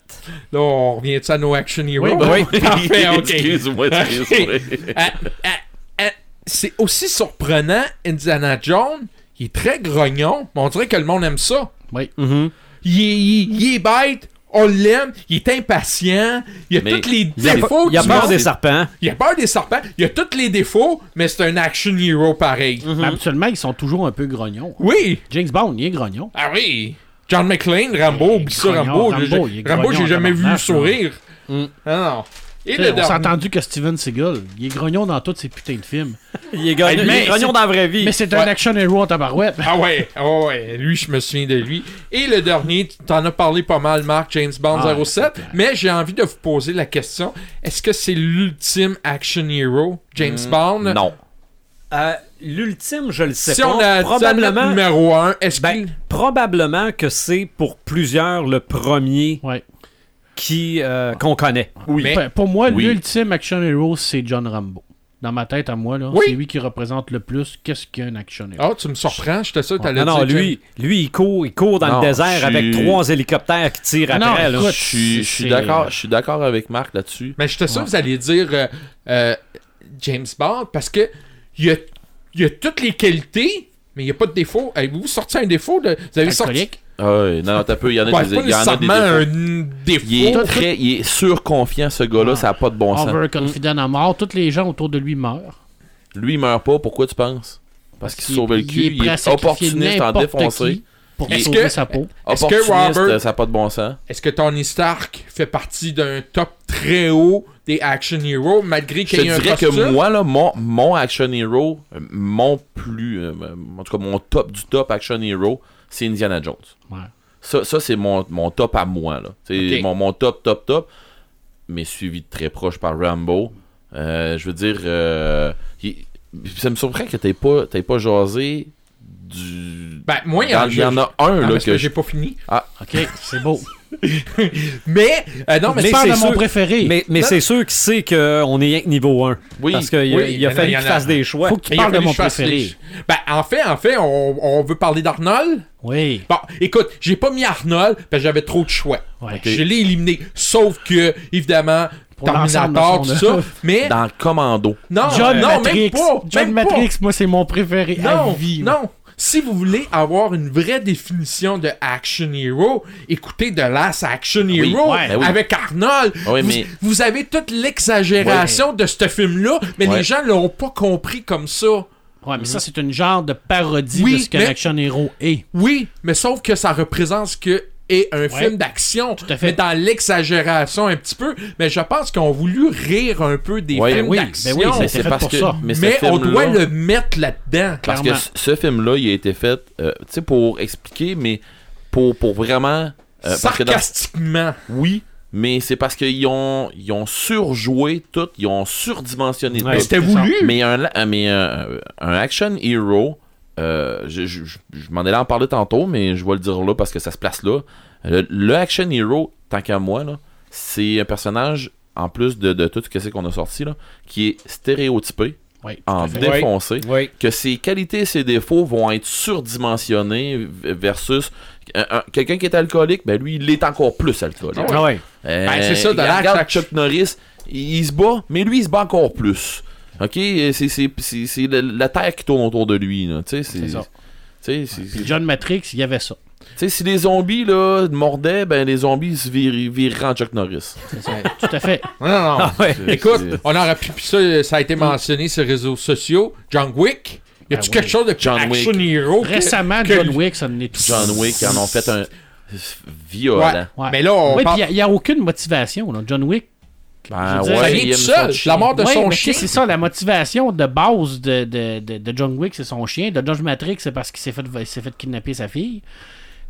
Speaker 5: là on revient de à No Action Hero.
Speaker 4: Oui,
Speaker 5: ben, Parfait, ok.
Speaker 3: Excuse-moi, excuse-moi.
Speaker 5: Ah, ah, ah, C'est aussi surprenant, Indiana Jones, il est très grognon, mais on dirait que le monde aime ça.
Speaker 4: Oui.
Speaker 5: Mm-hmm. Il est, il- il est bête, on l'aime, il est impatient, il a
Speaker 3: Mais
Speaker 5: tous les
Speaker 1: Il y a,
Speaker 5: défauts
Speaker 1: il y a
Speaker 5: du
Speaker 1: peur
Speaker 5: monde.
Speaker 1: des serpents.
Speaker 5: Il a peur des serpents, il a tous les défauts, mais c'est un action hero pareil.
Speaker 1: Mhm.
Speaker 4: Mais Habituellement, ils sont toujours un peu grognons.
Speaker 5: Oui,
Speaker 4: James Bond, il est grognon.
Speaker 5: ah oui. John McClane, Rambo, oublie ça,
Speaker 4: grognon,
Speaker 5: Rambo.
Speaker 4: Rambo,
Speaker 5: j'ai-
Speaker 4: il est
Speaker 5: Rambo, j'ai
Speaker 4: grognon,
Speaker 5: jamais vu
Speaker 4: tabarnak,
Speaker 5: sourire.
Speaker 1: Mm.
Speaker 5: Ah non. Et
Speaker 4: T'sais,
Speaker 5: le
Speaker 4: On s'est
Speaker 5: dernier.
Speaker 4: entendu que Steven Seagal, il est grognon dans tous ses putains de films.
Speaker 1: Il est grognon,
Speaker 5: Hey,
Speaker 1: il
Speaker 5: mais
Speaker 1: est grognon
Speaker 5: c'est-
Speaker 1: dans la vraie vie.
Speaker 4: Mais c'est un
Speaker 5: Ouais.
Speaker 4: action hero à tabarouette.
Speaker 5: Ah ouais, ah ouais, lui, je me souviens de lui. Et le dernier, tu t'en as parlé pas mal, Marc, James Bond
Speaker 4: Ah,
Speaker 5: 07. Mais j'ai envie de vous poser la question est-ce que c'est l'ultime action hero, James Bond
Speaker 3: Hmm, Non.
Speaker 1: Euh, L'ultime, je le sais
Speaker 5: Si
Speaker 1: pas.
Speaker 5: on a probablement
Speaker 1: probablement,
Speaker 5: numéro 1, est-ce
Speaker 1: ben,
Speaker 5: qu'il.
Speaker 1: probablement que c'est pour plusieurs le premier
Speaker 4: Ouais.
Speaker 1: qui euh, qu'on connaît.
Speaker 5: Oui.
Speaker 4: P- Pour moi,
Speaker 3: Oui.
Speaker 4: l'ultime action hero, c'est John Rambo. Dans ma tête, à moi, là,
Speaker 5: Oui.
Speaker 4: c'est lui qui représente le plus qu'est-ce qu'un action hero.
Speaker 5: Oh, tu me surprends, je te sûr que t'allais
Speaker 1: Non, non,
Speaker 5: dire
Speaker 1: lui, lui, il court, il court dans
Speaker 3: Non,
Speaker 1: le désert
Speaker 3: je
Speaker 1: avec
Speaker 3: suis-
Speaker 1: trois hélicoptères qui tirent
Speaker 4: Non,
Speaker 1: après. là.
Speaker 4: écoute,
Speaker 3: Je suis- je suis
Speaker 4: c'est-
Speaker 3: d'accord- je suis d'accord avec Marc là-dessus.
Speaker 5: Mais j'étais sûr que vous alliez dire euh, euh, James Bond parce que il y a, il y a toutes les qualités, mais il n'y a pas de défaut. Avez-vous sorti un défaut de- Vous avez sorti.
Speaker 4: Alcoolique.
Speaker 3: Ah ouais, non, non, t'as peu, il y en a
Speaker 5: Ben,
Speaker 3: des
Speaker 5: c'est pas
Speaker 3: il y en a des
Speaker 5: nécessairement un
Speaker 3: défauts.
Speaker 5: défaut.
Speaker 3: Il est très, il est surconfiant, ce gars-là,
Speaker 4: Ah.
Speaker 3: ça n'a pas de bon sens.
Speaker 4: Overconfident à mort, tous les gens autour de lui meurent.
Speaker 3: Lui, il meurt pas, pourquoi tu penses?
Speaker 4: Parce
Speaker 3: Parce qu'il
Speaker 4: qu'il-
Speaker 3: sauvait le cul, il
Speaker 4: prêt à
Speaker 3: est
Speaker 4: sacrifier
Speaker 3: opportuniste en
Speaker 4: n'importe
Speaker 3: défoncé.
Speaker 4: qui Pour
Speaker 5: Est-ce
Speaker 4: sauver
Speaker 5: que-
Speaker 4: sa peau.
Speaker 5: Est-ce que
Speaker 3: Opportuniste,
Speaker 5: Robert-
Speaker 3: euh, ça n'a pas de bon sens.
Speaker 5: Est-ce que Tony Stark fait partie d'un top très haut des action heroes malgré
Speaker 3: Je
Speaker 5: qu'il
Speaker 3: te
Speaker 5: y ait un
Speaker 3: dirais
Speaker 5: costume?
Speaker 3: que moi, là, mon, mon action hero, euh, mon plus, euh, en tout cas, mon top du top action hero, c'est Indiana Jones.
Speaker 4: Ouais.
Speaker 3: Ça, ça c'est mon, mon top à moi. là. C'est
Speaker 5: Ok.
Speaker 3: mon, mon top, top, top. Mais suivi de très proche par Rambo. Euh, je veux dire, euh, il- ça me surprend que t'aies pas, t'aies pas jasé du.
Speaker 5: ben, moi, il y,
Speaker 3: Dans-
Speaker 5: en-
Speaker 3: il y en a un
Speaker 5: Ah,
Speaker 3: là,
Speaker 5: parce que
Speaker 3: que
Speaker 5: j'ai pas fini.
Speaker 4: Ok, c'est beau.
Speaker 5: Mais, euh, non, mais,
Speaker 1: Mais
Speaker 4: tu parles
Speaker 1: c'est
Speaker 4: de mon
Speaker 1: sûr-
Speaker 4: préféré.
Speaker 1: Mais, mais c'est sûr qu'il sait qu'on est rien que niveau 1.
Speaker 3: Oui,
Speaker 1: parce qu'il
Speaker 5: oui,
Speaker 1: il a
Speaker 5: mais
Speaker 1: fallu
Speaker 5: il y en
Speaker 1: qu'il
Speaker 5: a-
Speaker 1: fasse des choix.
Speaker 4: Faut que tu
Speaker 5: il
Speaker 4: parles
Speaker 5: a
Speaker 4: de
Speaker 5: fallu
Speaker 4: mon
Speaker 5: que je fasse
Speaker 4: préféré.
Speaker 5: les- Ben, en fait, en fait, on, on veut parler d'Arnold.
Speaker 4: Oui.
Speaker 5: Bon, écoute, j'ai pas mis Arnold parce que j'avais trop de choix.
Speaker 4: Ouais.
Speaker 5: Ok. Je l'ai éliminé. Sauf que, évidemment,
Speaker 4: Pour
Speaker 5: Terminator,
Speaker 4: l'ensemble
Speaker 5: tout
Speaker 4: de son
Speaker 5: ça.
Speaker 4: œuvre.
Speaker 5: Mais,
Speaker 3: dans Commando.
Speaker 5: non,
Speaker 4: John
Speaker 5: Ah, non,
Speaker 4: Matrix.
Speaker 5: même pas.
Speaker 4: John
Speaker 5: même
Speaker 4: Matrix, moi, c'est mon préféré
Speaker 5: Non,
Speaker 4: à vie.
Speaker 5: non. Si vous voulez avoir une vraie définition de action hero, écoutez The Last Action
Speaker 3: Oui,
Speaker 5: Hero
Speaker 4: ouais,
Speaker 3: ben oui.
Speaker 5: avec Arnold.
Speaker 3: Ah oui,
Speaker 5: vous,
Speaker 3: mais-
Speaker 5: vous avez toute l'exagération de ce film-là, mais
Speaker 3: Ouais.
Speaker 5: les gens l'ont pas compris comme ça.
Speaker 4: Ouais, mais ça, c'est une genre de parodie
Speaker 5: Oui,
Speaker 4: de ce que
Speaker 5: mais-
Speaker 4: l'action héros est.
Speaker 5: Oui, mais sauf que ça représente ce que est un film d'action,
Speaker 4: à fait.
Speaker 5: mais dans l'exagération un petit peu. Mais je pense qu'on a voulu rire un peu des
Speaker 3: Ouais,
Speaker 5: films
Speaker 4: oui, ben
Speaker 5: d'action.
Speaker 4: oui,
Speaker 3: Mais
Speaker 4: c'est fait pour
Speaker 3: que.
Speaker 4: ça.
Speaker 3: Mais, ce
Speaker 5: mais on doit
Speaker 3: film-là-
Speaker 5: le mettre là-dedans.
Speaker 3: Parce que
Speaker 4: Clairement.
Speaker 3: ce- ce film-là, il a été fait, euh, tu sais, pour expliquer, mais pour, pour vraiment. euh, parce que dans-
Speaker 5: sarcastiquement.
Speaker 3: oui, mais c'est parce qu'ils ont, ils ont surjoué tout, ils ont surdimensionné
Speaker 1: Ouais,
Speaker 3: tout.
Speaker 5: C'était
Speaker 4: c'est
Speaker 5: voulu.
Speaker 3: Mais un, la- mais un, un action hero, euh, je, je- je- je m'en allais en parler tantôt, mais je vais le dire là parce que ça se place là. Le, le action hero, tant qu'à moi, là, c'est un personnage, en plus de, de tout ce que c'est qu'on a sorti, là, qui est stéréotypé,
Speaker 4: Oui, tout
Speaker 3: en
Speaker 4: à fait.
Speaker 3: défoncé
Speaker 1: Oui.
Speaker 3: que ses qualités et ses défauts vont être surdimensionnés v- versus un- un- quelqu'un qui est alcoolique, ben lui, il est encore plus alcoolique.
Speaker 1: Ah ouais.
Speaker 3: Euh,
Speaker 5: Ben, c'est ça, de
Speaker 3: il
Speaker 5: là,
Speaker 3: regarde
Speaker 5: ça-
Speaker 3: Chuck Norris, il, il se bat, mais lui, il se bat encore plus. OK? C'est- C'est c'est- c'est la, la terre qui tourne autour de lui. là. Tu sais, c'est-
Speaker 4: C'est ça.
Speaker 3: tu sais, c'est- c'est-
Speaker 4: Puis John Matrix, il y avait ça.
Speaker 3: tu sais, si les zombies là, mordaient, ben les zombies se vir- vireraient en Chuck Norris.
Speaker 4: C'est ça. tout à fait.
Speaker 5: Non, non, non.
Speaker 1: Ah ouais.
Speaker 3: C'est-
Speaker 5: Écoute,
Speaker 3: c'est-
Speaker 5: on aurait pu, puis ça, ça a été mentionné sur les réseaux sociaux. John Wick, y a-tu
Speaker 4: Ah oui.
Speaker 5: quelque chose de plus
Speaker 3: John
Speaker 5: action
Speaker 3: Wick.
Speaker 5: hero que-
Speaker 4: Récemment,
Speaker 5: que-
Speaker 4: John Wick, ça en est tout
Speaker 3: John Wick en ont fait un
Speaker 5: Ouais.
Speaker 3: violent.
Speaker 4: Ouais.
Speaker 5: Mais là, on
Speaker 4: Ouais,
Speaker 5: parle-
Speaker 4: puis euh, il n'y a, aucune motivation. là. John Wick.
Speaker 3: Ben,
Speaker 4: Je veux dire,
Speaker 5: ça
Speaker 3: ouais,
Speaker 5: vient
Speaker 3: il
Speaker 5: tout
Speaker 3: aime
Speaker 5: seul.
Speaker 3: son chien.
Speaker 5: La mort de
Speaker 4: Ouais,
Speaker 5: son
Speaker 4: mais tu sais,
Speaker 5: chien.
Speaker 4: C'est ça, la motivation de base de, de, de, de John Wick, c'est son chien. De John Matrix, c'est parce qu'il s'est fait, il s'est fait kidnapper sa fille.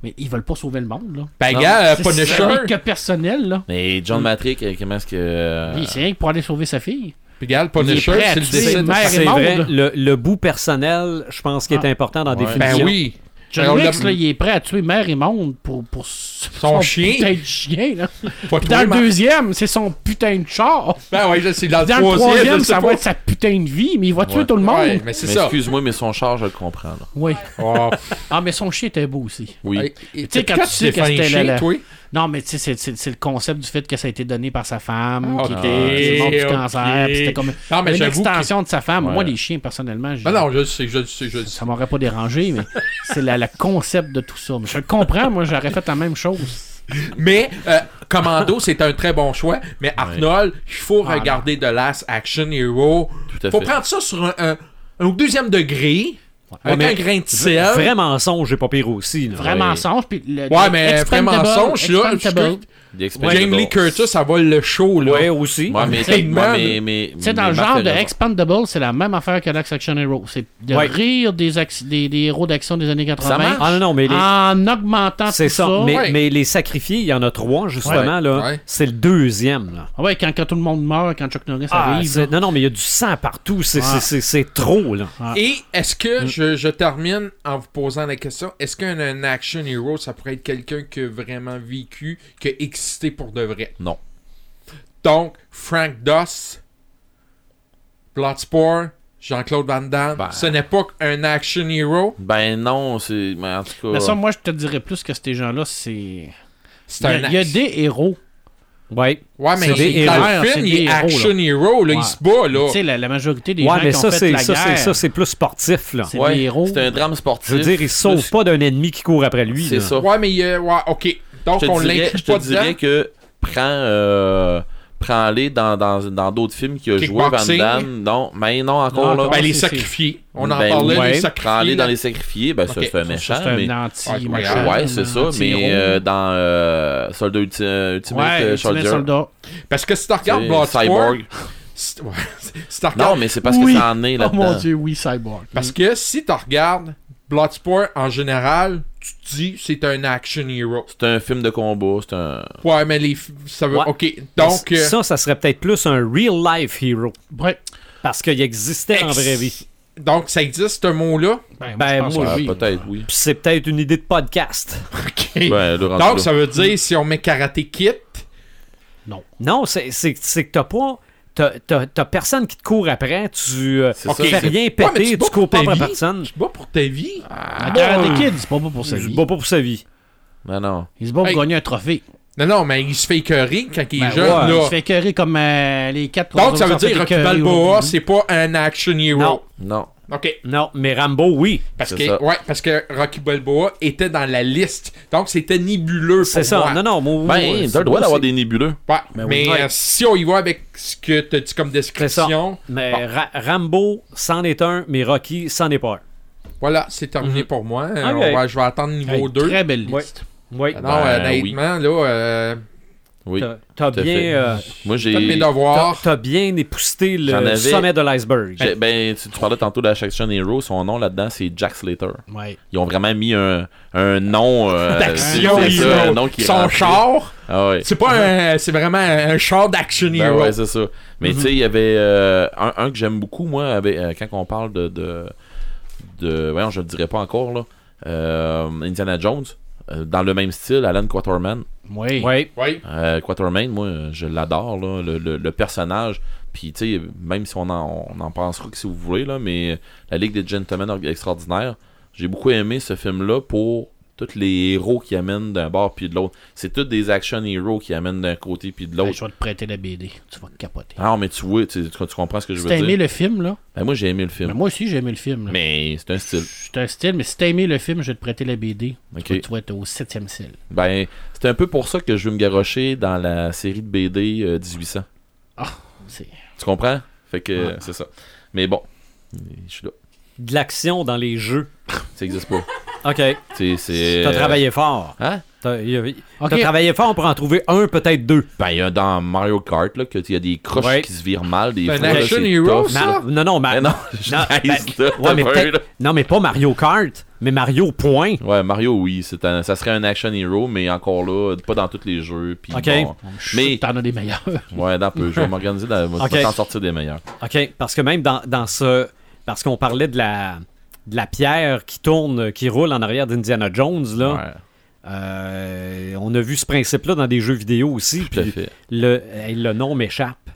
Speaker 4: Mais ils veulent pas sauver le monde. Là.
Speaker 5: Ben,
Speaker 3: Non,
Speaker 5: gars, euh,
Speaker 4: C'est- C'est rien
Speaker 5: Punisher.
Speaker 4: que personnel. Là.
Speaker 3: Mais John Matrix, euh, comment est-ce que. euh,
Speaker 4: Lui, c'est rien que pour aller sauver sa fille.
Speaker 5: Puis, gars, le
Speaker 4: Il est
Speaker 5: Punisher,
Speaker 4: prêt à
Speaker 5: c'est le
Speaker 4: tuer
Speaker 5: décès de
Speaker 4: mère
Speaker 5: sa-
Speaker 4: et
Speaker 1: C'est vrai,
Speaker 4: monde.
Speaker 1: le, le bout personnel, je pense qu'il est
Speaker 4: Ah.
Speaker 1: important dans la
Speaker 3: Ouais.
Speaker 1: définition.
Speaker 5: Ben oui.
Speaker 4: John
Speaker 5: Alors,
Speaker 4: Wick,
Speaker 5: le-
Speaker 4: là, il est prêt à tuer mère et monde pour, pour son,
Speaker 5: chien.
Speaker 4: putain de chien. Là.
Speaker 5: Faut
Speaker 4: Puis dans
Speaker 5: trouver
Speaker 4: le
Speaker 5: ma-
Speaker 4: deuxième, c'est son putain de char.
Speaker 5: Ben ouais, je sais, dans le
Speaker 4: Dans le troisième,
Speaker 5: je sais
Speaker 4: ça
Speaker 5: pas.
Speaker 4: va être sa putain de vie, mais il va tuer
Speaker 3: Ouais.
Speaker 4: tout le monde.
Speaker 5: Ouais, mais c'est
Speaker 3: Mais
Speaker 5: ça.
Speaker 3: excuse-moi, mais son char, je le comprends. là.
Speaker 4: Oui.
Speaker 5: Oh,
Speaker 4: Ah, mais son chien était beau aussi.
Speaker 3: Oui.
Speaker 5: hey, Tu
Speaker 4: sais, quand tu sais que
Speaker 5: défends
Speaker 4: c'était
Speaker 5: un chien,
Speaker 4: la- la-
Speaker 5: toi?
Speaker 4: Non, mais tu sais, c'est- c'est c'est le concept du fait que ça a été donné par sa femme,
Speaker 5: Ah,
Speaker 4: qui
Speaker 5: ok,
Speaker 4: était qui est morte du
Speaker 5: ok.
Speaker 4: cancer, puis c'était comme
Speaker 5: Non, mais
Speaker 4: une
Speaker 5: j'avoue
Speaker 4: extension de sa femme.
Speaker 3: Ouais.
Speaker 4: Moi, les chiens, personnellement, j'ai-
Speaker 5: Non, Ben non, je le sais, je le sais, je le sais.
Speaker 4: ça m'aurait pas dérangé, mais c'est la- le concept de tout ça. Mais je le comprends, moi, j'aurais fait la même chose.
Speaker 5: Mais euh, Commando, c'est un très bon choix. Mais Arnold, il faut
Speaker 4: Ah,
Speaker 5: regarder The Last Action Hero.
Speaker 3: Tout à
Speaker 5: faut
Speaker 3: fait.
Speaker 5: prendre ça sur un, un- un deuxième degré. Avec
Speaker 1: Ouais,
Speaker 5: un
Speaker 1: mais
Speaker 5: grain de sel.
Speaker 1: Vrai mensonge, j'ai pas pire aussi. là.
Speaker 4: Vrai
Speaker 3: Ouais.
Speaker 4: mensonge, puis le.
Speaker 5: Ouais, mais vrai
Speaker 4: Expendable,
Speaker 5: mensonge, là, je
Speaker 4: Expendable.
Speaker 5: trouve-
Speaker 3: The Expendables.
Speaker 5: Jamie Lee Curtis, ça vole le show, là.
Speaker 1: Ouais, aussi.
Speaker 3: Ouais, mais,
Speaker 4: C'est
Speaker 3: ouais,
Speaker 5: mal.
Speaker 3: mais, mais,
Speaker 4: Tu sais, dans
Speaker 3: mais
Speaker 4: le
Speaker 3: Marc
Speaker 4: genre
Speaker 3: a
Speaker 4: de
Speaker 3: raison.
Speaker 4: Expendable, c'est la même affaire que l'Axe Action Hero. C'est de
Speaker 1: Ouais.
Speaker 4: rire des, acc- des, des héros d'action des années 80
Speaker 1: Ah non, non, mais les-
Speaker 4: en augmentant
Speaker 1: C'est
Speaker 4: tout ça.
Speaker 1: ça. Mais,
Speaker 5: Ouais.
Speaker 1: mais les sacrifiés, il y en a trois, justement.
Speaker 5: Ouais.
Speaker 1: là.
Speaker 5: Ouais.
Speaker 1: C'est le deuxième. Là.
Speaker 4: Ah ouais, quand, quand tout le monde meurt, quand Chuck Norris
Speaker 1: Ah,
Speaker 4: arrive.
Speaker 1: c'est- non, non, mais il y a du sang partout. C'est
Speaker 4: Ouais.
Speaker 1: c'est- c'est- c'est trop. Là.
Speaker 5: Et est-ce
Speaker 1: Mm.
Speaker 5: que, je, je termine en vous posant la question, est-ce qu'un un action hero, ça pourrait être quelqu'un qui a vraiment vécu, qui a existé pour de vrai?
Speaker 3: Non.
Speaker 5: Donc, Frank Doss, Bloodsport, Jean-Claude Van Damme,
Speaker 3: Ben.
Speaker 5: ce n'est pas un action hero,
Speaker 3: Ben non, c'est. Mais en tout
Speaker 4: Mais
Speaker 3: cas.
Speaker 4: ça, moi, je te dirais plus que ces gens-là, c'est. Il
Speaker 5: c'est
Speaker 4: y a-
Speaker 5: un
Speaker 4: il y, a
Speaker 5: action.
Speaker 4: des héros
Speaker 1: Ouais.
Speaker 5: Ouais, mais
Speaker 4: Ça, c'est
Speaker 5: il-
Speaker 4: clair,
Speaker 5: dans le
Speaker 4: c'est
Speaker 5: film,
Speaker 4: des
Speaker 5: il est
Speaker 4: héros,
Speaker 5: action hero, là,
Speaker 4: Ouais.
Speaker 5: il se bat, là.
Speaker 4: Tu sais, la, la majorité des
Speaker 1: Ouais,
Speaker 4: gens
Speaker 1: mais
Speaker 4: qui ont
Speaker 1: ça,
Speaker 4: fait
Speaker 1: c'est
Speaker 4: la
Speaker 1: ça, c'est-
Speaker 4: guerre,
Speaker 1: ça, c'est plus sportif, là.
Speaker 4: C'est des héros.
Speaker 3: C'est un drame sportif.
Speaker 1: Je veux dire, il se sauve
Speaker 3: Là,
Speaker 1: pas d'un ennemi qui court après lui.
Speaker 3: C'est
Speaker 1: là.
Speaker 3: ça.
Speaker 5: Ouais, mais il est- ouais, ok. Donc,
Speaker 3: je
Speaker 5: on
Speaker 3: te dirais,
Speaker 5: l'inclut
Speaker 3: je te
Speaker 5: pas
Speaker 3: dirais
Speaker 5: dedans.
Speaker 3: que prends, euh, prends-les dans, dans, dans d'autres films qu'il a joué, Van
Speaker 5: Kickboxing.
Speaker 3: Damme. Non, mais non, encore
Speaker 4: Non,
Speaker 3: là.
Speaker 4: encore.
Speaker 5: Ben, les
Speaker 4: c'est-
Speaker 5: sacrifiés. On en
Speaker 3: Ben
Speaker 5: parlait,
Speaker 1: ouais.
Speaker 5: les
Speaker 3: Prends-les
Speaker 5: sacrifiés.
Speaker 3: dans les sacrifiés, ben
Speaker 5: Ok.
Speaker 3: ça, c'est un
Speaker 4: Ça,
Speaker 3: méchant,
Speaker 4: c'est un
Speaker 3: mais.
Speaker 4: anti-méchant,
Speaker 3: Ouais, c'est
Speaker 4: un
Speaker 3: ça,
Speaker 4: anti-héros.
Speaker 3: mais euh, dans euh, Soldat Ulti- euh, Ultimate
Speaker 4: Ouais,
Speaker 3: euh,
Speaker 4: Ultimate
Speaker 3: Soldier,
Speaker 4: Soldat.
Speaker 5: Parce que si tu
Speaker 3: tu sais,
Speaker 5: regardes Bloodsport...
Speaker 3: Cyborg.
Speaker 5: Si ouais, si tu
Speaker 3: Non,
Speaker 5: regardes-
Speaker 3: mais c'est parce
Speaker 4: Oui.
Speaker 3: que ça en est
Speaker 4: Oh
Speaker 3: là-dedans.
Speaker 4: mon dieu, oui, Cyborg.
Speaker 5: Parce que si tu regardes Bloodsport en général, tu te dis c'est un action hero.
Speaker 3: c'est un film de combat, c'est un.
Speaker 5: Ouais, mais les f- ça veut
Speaker 1: Ouais.
Speaker 5: OK, donc
Speaker 1: Mais
Speaker 5: euh,
Speaker 1: ça, ça serait peut-être plus un real life hero.
Speaker 4: Ouais.
Speaker 1: Parce qu'il existait en
Speaker 5: ex-
Speaker 1: vraie vie.
Speaker 5: Donc ça existe ce mot-là.
Speaker 4: Ben,
Speaker 1: Ben,
Speaker 4: je pense
Speaker 1: moi,
Speaker 4: que
Speaker 3: Ah,
Speaker 4: oui.
Speaker 3: Peut-être, oui.
Speaker 1: Puis c'est peut-être une idée de podcast.
Speaker 5: OK.
Speaker 3: Ouais, le rendu là.
Speaker 5: donc ça veut dire si on met karaté kit,
Speaker 1: Non, c'est c'est- c'est que t'as pas. T'as t'as- t'as personne qui te court après, tu euh,
Speaker 3: C'est ça,
Speaker 1: fais
Speaker 3: c'est-
Speaker 1: rien
Speaker 5: Ouais,
Speaker 1: péter,
Speaker 5: mais
Speaker 1: tu,
Speaker 5: bats
Speaker 1: cours
Speaker 5: pour
Speaker 1: pas
Speaker 5: ta
Speaker 1: après
Speaker 5: vie.
Speaker 1: personne.
Speaker 5: Tu bats pour ta vie.
Speaker 4: Ah, Karate Kid, c'est pas bon pour sa
Speaker 1: Je
Speaker 4: vie.
Speaker 1: bats pas pour sa vie.
Speaker 3: Non, non.
Speaker 4: Il se bat pour
Speaker 5: Hey.
Speaker 4: gagner un trophée.
Speaker 5: Non non, mais il se fait écœurer quand il est
Speaker 4: Ben,
Speaker 5: jeune
Speaker 4: ouais,
Speaker 5: là.
Speaker 4: Il se fait écœurer comme euh, les quatre
Speaker 5: Donc ça
Speaker 4: qu'on s'en
Speaker 5: veut
Speaker 4: fait
Speaker 5: dire Rocky
Speaker 4: écœurer
Speaker 5: Balboa,
Speaker 4: aujourd'hui.
Speaker 5: c'est pas un action hero.
Speaker 1: Non.
Speaker 3: Non.
Speaker 5: OK,
Speaker 1: Non, mais Rambo, oui.
Speaker 5: parce
Speaker 3: C'est
Speaker 5: que
Speaker 3: ça.
Speaker 5: ouais, parce que Rocky Balboa était dans la liste. Donc c'était nébuleux pour
Speaker 1: C'est ça.
Speaker 5: moi.
Speaker 1: Non, non, moi,
Speaker 3: Ben,
Speaker 1: oui,
Speaker 3: il
Speaker 1: c'est-
Speaker 3: doit
Speaker 1: moi,
Speaker 3: d'avoir
Speaker 1: c'est-
Speaker 3: des nébuleux.
Speaker 5: Ouais,
Speaker 4: Ben oui.
Speaker 5: mais
Speaker 1: Ouais.
Speaker 5: euh, si on y va avec ce que tu dit comme
Speaker 1: C'est ça.
Speaker 5: description,
Speaker 1: Mais
Speaker 5: Bon.
Speaker 1: Ra- Rambo, c'en est un, mais Rocky, c'en est pas un.
Speaker 5: voilà, c'est terminé
Speaker 1: Mhm.
Speaker 5: pour moi. Euh,
Speaker 1: Ah,
Speaker 5: on
Speaker 1: ouais.
Speaker 5: va- je vais attendre niveau
Speaker 4: Hey,
Speaker 5: 2.
Speaker 4: Très belle
Speaker 1: Ouais.
Speaker 4: liste.
Speaker 1: Oui.
Speaker 5: Ah Non,
Speaker 3: Ben,
Speaker 5: honnêtement, là, euh,
Speaker 3: Oui.
Speaker 1: T'as- T'as
Speaker 3: tout à
Speaker 1: bien,
Speaker 3: fait.
Speaker 1: euh,
Speaker 3: Moi,
Speaker 5: j'ai fait mes
Speaker 3: j'ai.
Speaker 1: t'as-
Speaker 5: devoirs.
Speaker 1: t'as bien épousté le
Speaker 3: J'en avais-
Speaker 1: sommet de l'iceberg.
Speaker 3: j'ai- Ben, tu, tu parlais tantôt de la section Hero. Son nom là-dedans, c'est Jack Slater.
Speaker 4: Ouais.
Speaker 3: Ils ont vraiment mis un, un nom. euh,
Speaker 5: D'action
Speaker 3: c'est- c'est ça, un nom
Speaker 5: hero.
Speaker 3: qui
Speaker 5: Son
Speaker 3: remplit.
Speaker 5: char,
Speaker 3: Ah ouais.
Speaker 5: c'est pas un. C'est vraiment un char d'action
Speaker 3: Ben
Speaker 5: hero. Mhm.
Speaker 3: ouais, c'est ça. Mais tu sais, il y avait euh, un, un que j'aime beaucoup, moi, avec, euh, quand on parle de. de, de voyons, je le dirais pas encore, là. Euh, Indiana Jones, euh, dans le même style, Alan Quaterman.
Speaker 4: Ouais.
Speaker 1: Oui.
Speaker 5: Ouais.
Speaker 3: Euh, Quatermain, moi, euh, je l'adore, là, le, le- le personnage. Puis, tu sais, même si on en, on en pensera que si vous voulez, là, mais la Ligue des Gentlemen Org- Extraordinaires, j'ai beaucoup aimé ce film-là pour tous les héros qui amènent d'un bord puis de l'autre. C'est tous des action héros qui amènent d'un côté puis de
Speaker 4: Hey,
Speaker 3: l'autre.
Speaker 4: Ben, je vais te prêter la BD. Tu vas te capoter.
Speaker 3: Ah, mais tu vois, tu, tu- tu comprends ce que je
Speaker 4: Si
Speaker 3: veux
Speaker 4: t'as
Speaker 3: dire.
Speaker 4: aimé le film, là,
Speaker 3: Ben, moi, j'ai aimé le
Speaker 4: ben,
Speaker 3: film.
Speaker 4: moi aussi j'ai aimé le film. là.
Speaker 3: Mais c'est un style.
Speaker 4: C'est un style, mais si t'as aimé le film, je vais te prêter la BD.
Speaker 3: Ok.
Speaker 4: Tu vas- Tu vas être au septième style.
Speaker 3: Ben, c'est un peu pour ça que je veux me garrocher dans la série de BD euh, 1800.
Speaker 4: C'est-
Speaker 3: Tu comprends? Fait que euh, c'est ça. Mais bon, je suis là.
Speaker 1: De l'action dans les jeux.
Speaker 3: Ça existe pas.
Speaker 1: OK.
Speaker 3: C'est- c'est- euh,
Speaker 1: T'as travaillé fort.
Speaker 3: Hein?
Speaker 1: T'as y a- t'as
Speaker 4: Ok.
Speaker 1: travaillé fort pour en trouver un, peut-être deux.
Speaker 3: Ben, il y a dans Mario Kart, là, qu'il y a des croches
Speaker 1: Ouais.
Speaker 3: qui se virent mal, des
Speaker 5: C'est un
Speaker 3: fois, là,
Speaker 5: action
Speaker 3: c'est
Speaker 5: hero,
Speaker 3: tough.
Speaker 5: ça?
Speaker 1: Ma- non, non, ma-
Speaker 3: Mais non, je
Speaker 1: Non,
Speaker 3: niaise,
Speaker 1: ben,
Speaker 3: là,
Speaker 1: ouais, mais
Speaker 3: t'as peur,
Speaker 1: peut-être- non, mais pas Mario Kart, mais Mario Point.
Speaker 3: là. Ouais, Mario, oui, c'est un- ça serait un action hero, mais encore là, pas dans tous les jeux. Puis
Speaker 1: Ok.
Speaker 3: bon.
Speaker 4: Je suis sûr
Speaker 3: mais,
Speaker 4: que t'en as des meilleurs.
Speaker 3: ouais, dans peu, je vais m'organiser, dans- je vais
Speaker 1: Ok.
Speaker 3: t'en sortir des meilleurs.
Speaker 1: OK, parce que même dans, dans ce. Parce qu'on parlait de la, de la pierre qui tourne, qui roule en arrière d'Indiana Jones, là.
Speaker 3: Ouais,
Speaker 1: Euh, on a vu ce principe-là dans des jeux vidéo aussi.
Speaker 3: tout à
Speaker 1: puis
Speaker 3: fait.
Speaker 1: le, hey, le nom m'échappe.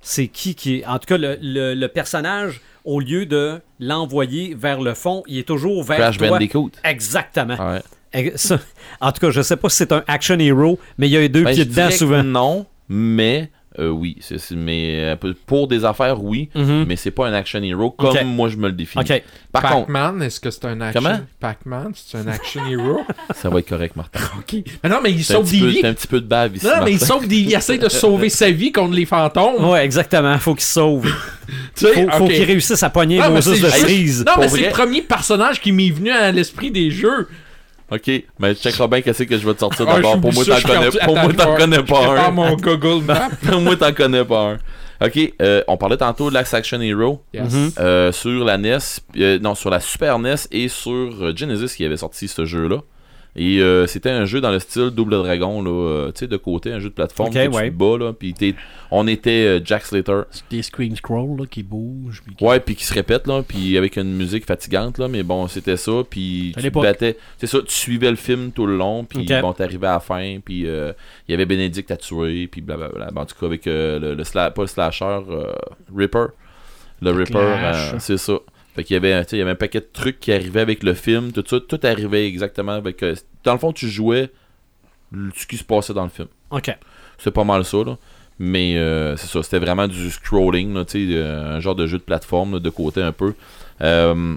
Speaker 1: C'est qui qui est. En tout cas, le, le- le personnage, au lieu de l'envoyer vers le fond, il est toujours vers
Speaker 3: Crash
Speaker 1: ben, toi.
Speaker 3: Bandicoot. Ah,
Speaker 1: Exactement.
Speaker 3: Ouais.
Speaker 1: Eh, ça- en tout cas, je sais pas si c'est un action hero, mais il y a les deux
Speaker 3: Ben,
Speaker 1: pieds
Speaker 3: je
Speaker 1: dedans
Speaker 3: dirais que
Speaker 1: souvent.
Speaker 3: Non, mais euh, oui. c'est- c'est- mais euh, pour des affaires, oui.
Speaker 1: Mhm.
Speaker 3: Mais c'est pas un action hero comme
Speaker 1: Ok.
Speaker 3: moi je me le définis.
Speaker 1: Ok.
Speaker 3: Par contre,
Speaker 5: Pac-Man, est-ce que c'est un action
Speaker 3: Comment?
Speaker 5: Pac-Man, c'est un action hero.
Speaker 3: ça va être correct, Martin.
Speaker 5: OK. Mais non, mais il
Speaker 3: T'as un,
Speaker 5: sauve
Speaker 3: petit
Speaker 5: des
Speaker 3: peu-
Speaker 5: vies.
Speaker 3: t'as un petit peu de bave ici.
Speaker 5: Non, non, mais il
Speaker 3: Martin.
Speaker 5: sauve des vies. Il essaie de sauver sa vie contre les fantômes.
Speaker 1: Ouais, exactement. Faut qu'il se sauve.
Speaker 5: Tu sais,
Speaker 1: Faut, faut
Speaker 5: OK.
Speaker 1: qu'il réussisse à poigner
Speaker 3: ben,
Speaker 5: Ah, mais
Speaker 1: Moses
Speaker 5: c'est
Speaker 1: de
Speaker 5: juste-
Speaker 1: frise.
Speaker 5: Non, mais
Speaker 3: Pour
Speaker 5: c'est le
Speaker 3: vrai.
Speaker 5: premier personnage qui m'est venu à l'esprit des jeux.
Speaker 3: Ok, mais check Robin, qu'est-ce que je vais te sortir
Speaker 5: Ah,
Speaker 3: d'abord?
Speaker 5: j'oublie
Speaker 3: Pour moi,
Speaker 5: ça,
Speaker 3: t'en
Speaker 5: je
Speaker 3: connais,
Speaker 5: perds-
Speaker 3: pour moi,
Speaker 5: attends,
Speaker 3: t'en
Speaker 5: je-
Speaker 3: connais
Speaker 5: je
Speaker 3: pas
Speaker 5: prépare
Speaker 3: un.
Speaker 5: mon Google Maps.
Speaker 3: Pour moi, t'en connais pas un. Ok, euh, on parlait tantôt de l'Axe Action Hero
Speaker 5: Yes.
Speaker 1: Mhm.
Speaker 3: euh, sur la NES, euh, non, sur la Super NES et sur euh, Genesis qui avait sorti ce jeu-là. Et euh, c'était un jeu dans le style Double Dragon, là, euh, tu sais, de côté, un jeu de plateforme
Speaker 1: Ok,
Speaker 3: que tu
Speaker 1: ouais.
Speaker 3: te bats, là, puis t'es- on était euh, Jack Slater.
Speaker 4: C'est des screen scrolls là, qui bougent. puis qui-
Speaker 3: Ouais, puis qui se répète, là, puis avec une musique fatigante, là, mais bon, c'était ça, puis
Speaker 4: À
Speaker 3: tu te
Speaker 4: l'époque.
Speaker 3: battais, c'est ça, tu suivais le film tout le long, puis
Speaker 1: Ok.
Speaker 3: bon, t'arrivais à la fin, puis euh, il y avait Bénédicte à tuer, puis blablabla, Ben, en tout cas, avec euh, le, le sla- pas le slasher, euh, Ripper, le Ripper,
Speaker 4: Clash.
Speaker 3: euh, c'est ça, fait qu'il y avait, tu sais, il y avait un paquet de trucs qui arrivaient avec le film, tout ça, tout arrivait exactement avec, euh, dans le fond, tu jouais ce qui se passait dans le film.
Speaker 1: OK.
Speaker 3: C'est pas mal ça, là. Mais euh, c'est ça, c'était vraiment du scrolling, là, tu sais, euh, un genre de jeu de plateforme là, de côté un peu. Euh,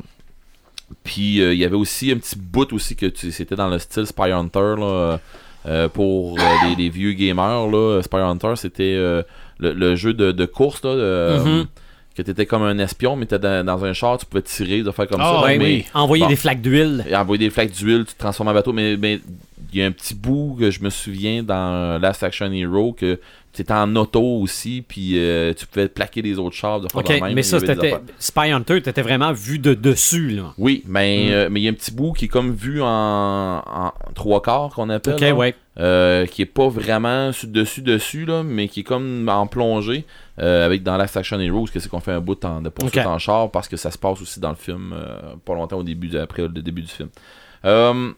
Speaker 3: puis euh, il y avait aussi un petit bout aussi que tu- c'était dans le style Spy Hunter là, euh, pour euh, les, les vieux gamers. Là, Spy Hunter, c'était euh, le, le jeu de, de course là, de, euh,
Speaker 1: Mhm.
Speaker 3: que t'étais comme un espion, mais t'étais dans, dans un char, tu pouvais tirer, de faire comme
Speaker 4: Ah,
Speaker 3: ça.
Speaker 1: Ouais,
Speaker 3: mais
Speaker 1: oui. Envoyer
Speaker 3: Bon.
Speaker 1: des flaques d'huile.
Speaker 3: et envoyer des flaques d'huile, tu te transformes en bateau. Mais mais il y a un petit bout que je me souviens dans euh, Last Action Hero que tu étais en auto aussi, puis euh, tu pouvais plaquer les autres chars de faire
Speaker 1: OK,
Speaker 3: de même.
Speaker 1: mais
Speaker 3: il y
Speaker 1: ça,
Speaker 3: avait des
Speaker 1: c'était...
Speaker 3: affaires.
Speaker 1: Spy Hunter, t'étais vraiment vu de dessus, là.
Speaker 3: Oui, mais
Speaker 1: Mm.
Speaker 3: euh, mais il y a un petit bout qui est comme vu en, en trois quarts qu'on appelle.
Speaker 1: OK,
Speaker 3: là.
Speaker 1: ouais.
Speaker 3: Euh, qui est pas vraiment sur- dessus dessus là, mais qui est comme en plongée euh, avec dans Last Action Heroes que c'est qu'on fait un bout en- de poursuite
Speaker 1: Ok.
Speaker 3: en char parce que ça se passe aussi dans le film euh, pas longtemps au début de- après le début du film. Euh,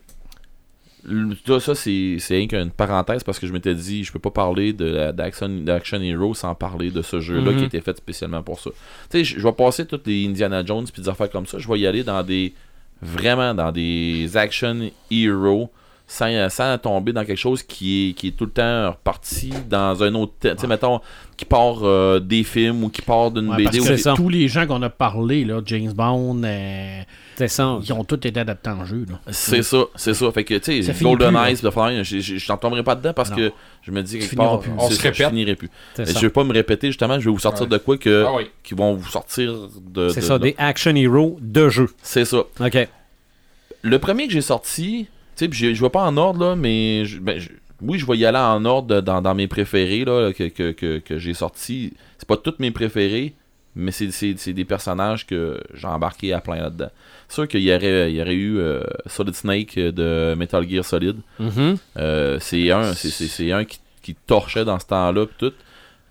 Speaker 3: le- ça, ça, c'est c'est rien qu'une parenthèse parce que je m'étais dit je peux pas parler de la- d'Action d'Action Hero sans parler de ce jeu là
Speaker 1: Mhm.
Speaker 3: qui était fait spécialement pour ça. Tu sais je je vais passer toutes les Indiana Jones puis des affaires comme ça, je vais y aller dans des vraiment dans des action hero sans, sans tomber dans quelque chose qui est, qui est tout le temps reparti dans un autre thème. Tu sais, mettons, qui part euh, des films ou qui part d'une
Speaker 4: Ouais, parce
Speaker 3: BD. ou-
Speaker 1: c'est
Speaker 4: que
Speaker 1: ça.
Speaker 4: tous les gens qu'on a parlé, là, James Bond, euh,
Speaker 1: C'est ça.
Speaker 4: ils ont tous été adaptés en jeu. là.
Speaker 3: C'est ça, c'est ça. Fait que, tu
Speaker 4: Ça
Speaker 3: sais,
Speaker 4: finit
Speaker 3: Golden
Speaker 4: plus, là.
Speaker 3: Eyes, pis affaire, je- je je n'en tomberai pas dedans parce
Speaker 4: Non.
Speaker 3: que je me dis quelque
Speaker 4: finiras
Speaker 3: part,
Speaker 4: plus.
Speaker 5: On
Speaker 3: c'est
Speaker 5: se
Speaker 3: ça, je
Speaker 5: répète.
Speaker 3: finirai plus.
Speaker 1: C'est
Speaker 3: Mais
Speaker 1: ça.
Speaker 3: je vais pas me répéter, justement, je vais vous sortir
Speaker 5: Ouais.
Speaker 3: de quoi que,
Speaker 5: Ah oui.
Speaker 3: qui vont vous sortir de.
Speaker 1: C'est
Speaker 3: de-
Speaker 1: ça,
Speaker 3: de-
Speaker 1: des action heroes de jeu.
Speaker 3: C'est ça.
Speaker 1: OK.
Speaker 3: Le premier que j'ai sorti, tu sais, puis j'ai- je vois pas en ordre là, mais je- ben, je- oui, je vais y aller en ordre de- dans, dans mes préférés là, que, que, que, que j'ai sorti. C'est pas toutes mes préférés, mais c'est- c'est c'est des personnages que j'ai embarqué à plein là-dedans. C'est sûr qu'il y aurait, il y aurait eu euh, Solid Snake de Metal Gear Solid.
Speaker 1: Mhm.
Speaker 3: Euh, c'est un, c'est- c'est c'est un qui, qui torchait dans ce temps-là pis tout.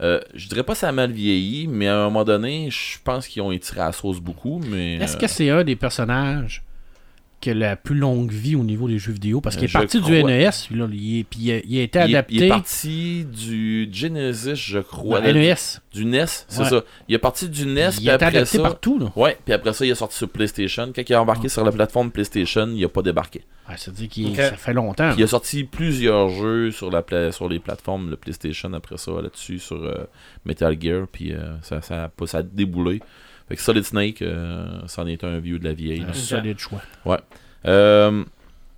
Speaker 3: Euh, je dirais pas que ça a mal vieilli, mais à un moment donné, je pense qu'ils ont étiré la sauce beaucoup, mais.
Speaker 4: Est-ce
Speaker 3: euh,
Speaker 4: que c'est un des personnages qui a la plus longue vie au niveau des jeux vidéo? Parce qu'il est
Speaker 3: Euh, Je
Speaker 4: parti du
Speaker 3: crois.
Speaker 4: NES, celui-là, il est- puis il a, il a été
Speaker 3: euh, il est,
Speaker 4: adapté
Speaker 3: il est parti du Genesis, je crois.
Speaker 4: au NES.
Speaker 3: Du NES, c'est
Speaker 4: E Ouais.
Speaker 3: ça. Il est parti du
Speaker 4: Il
Speaker 3: NES, E puis
Speaker 4: a été
Speaker 3: après
Speaker 4: adapté Ah.
Speaker 3: ça...
Speaker 4: partout. Là.
Speaker 3: Ouais, puis après ça, il est sorti sur PlayStation. Quand il est embarqué sur la plateforme PlayStation, il a pas débarqué.
Speaker 4: Ouais, ça veut dire qu'il
Speaker 1: Ok.
Speaker 4: ça fait longtemps.
Speaker 3: Puis il a sorti plusieurs jeux sur, la pla- sur les plateformes, le PlayStation après ça, là-dessus, sur euh, Metal Gear, puis euh, ça, ça, a pas- ça a déboulé. Fait que Solid Snake, euh, c'en est un vieux de la vieille.
Speaker 4: Un solide choix.
Speaker 3: Euh,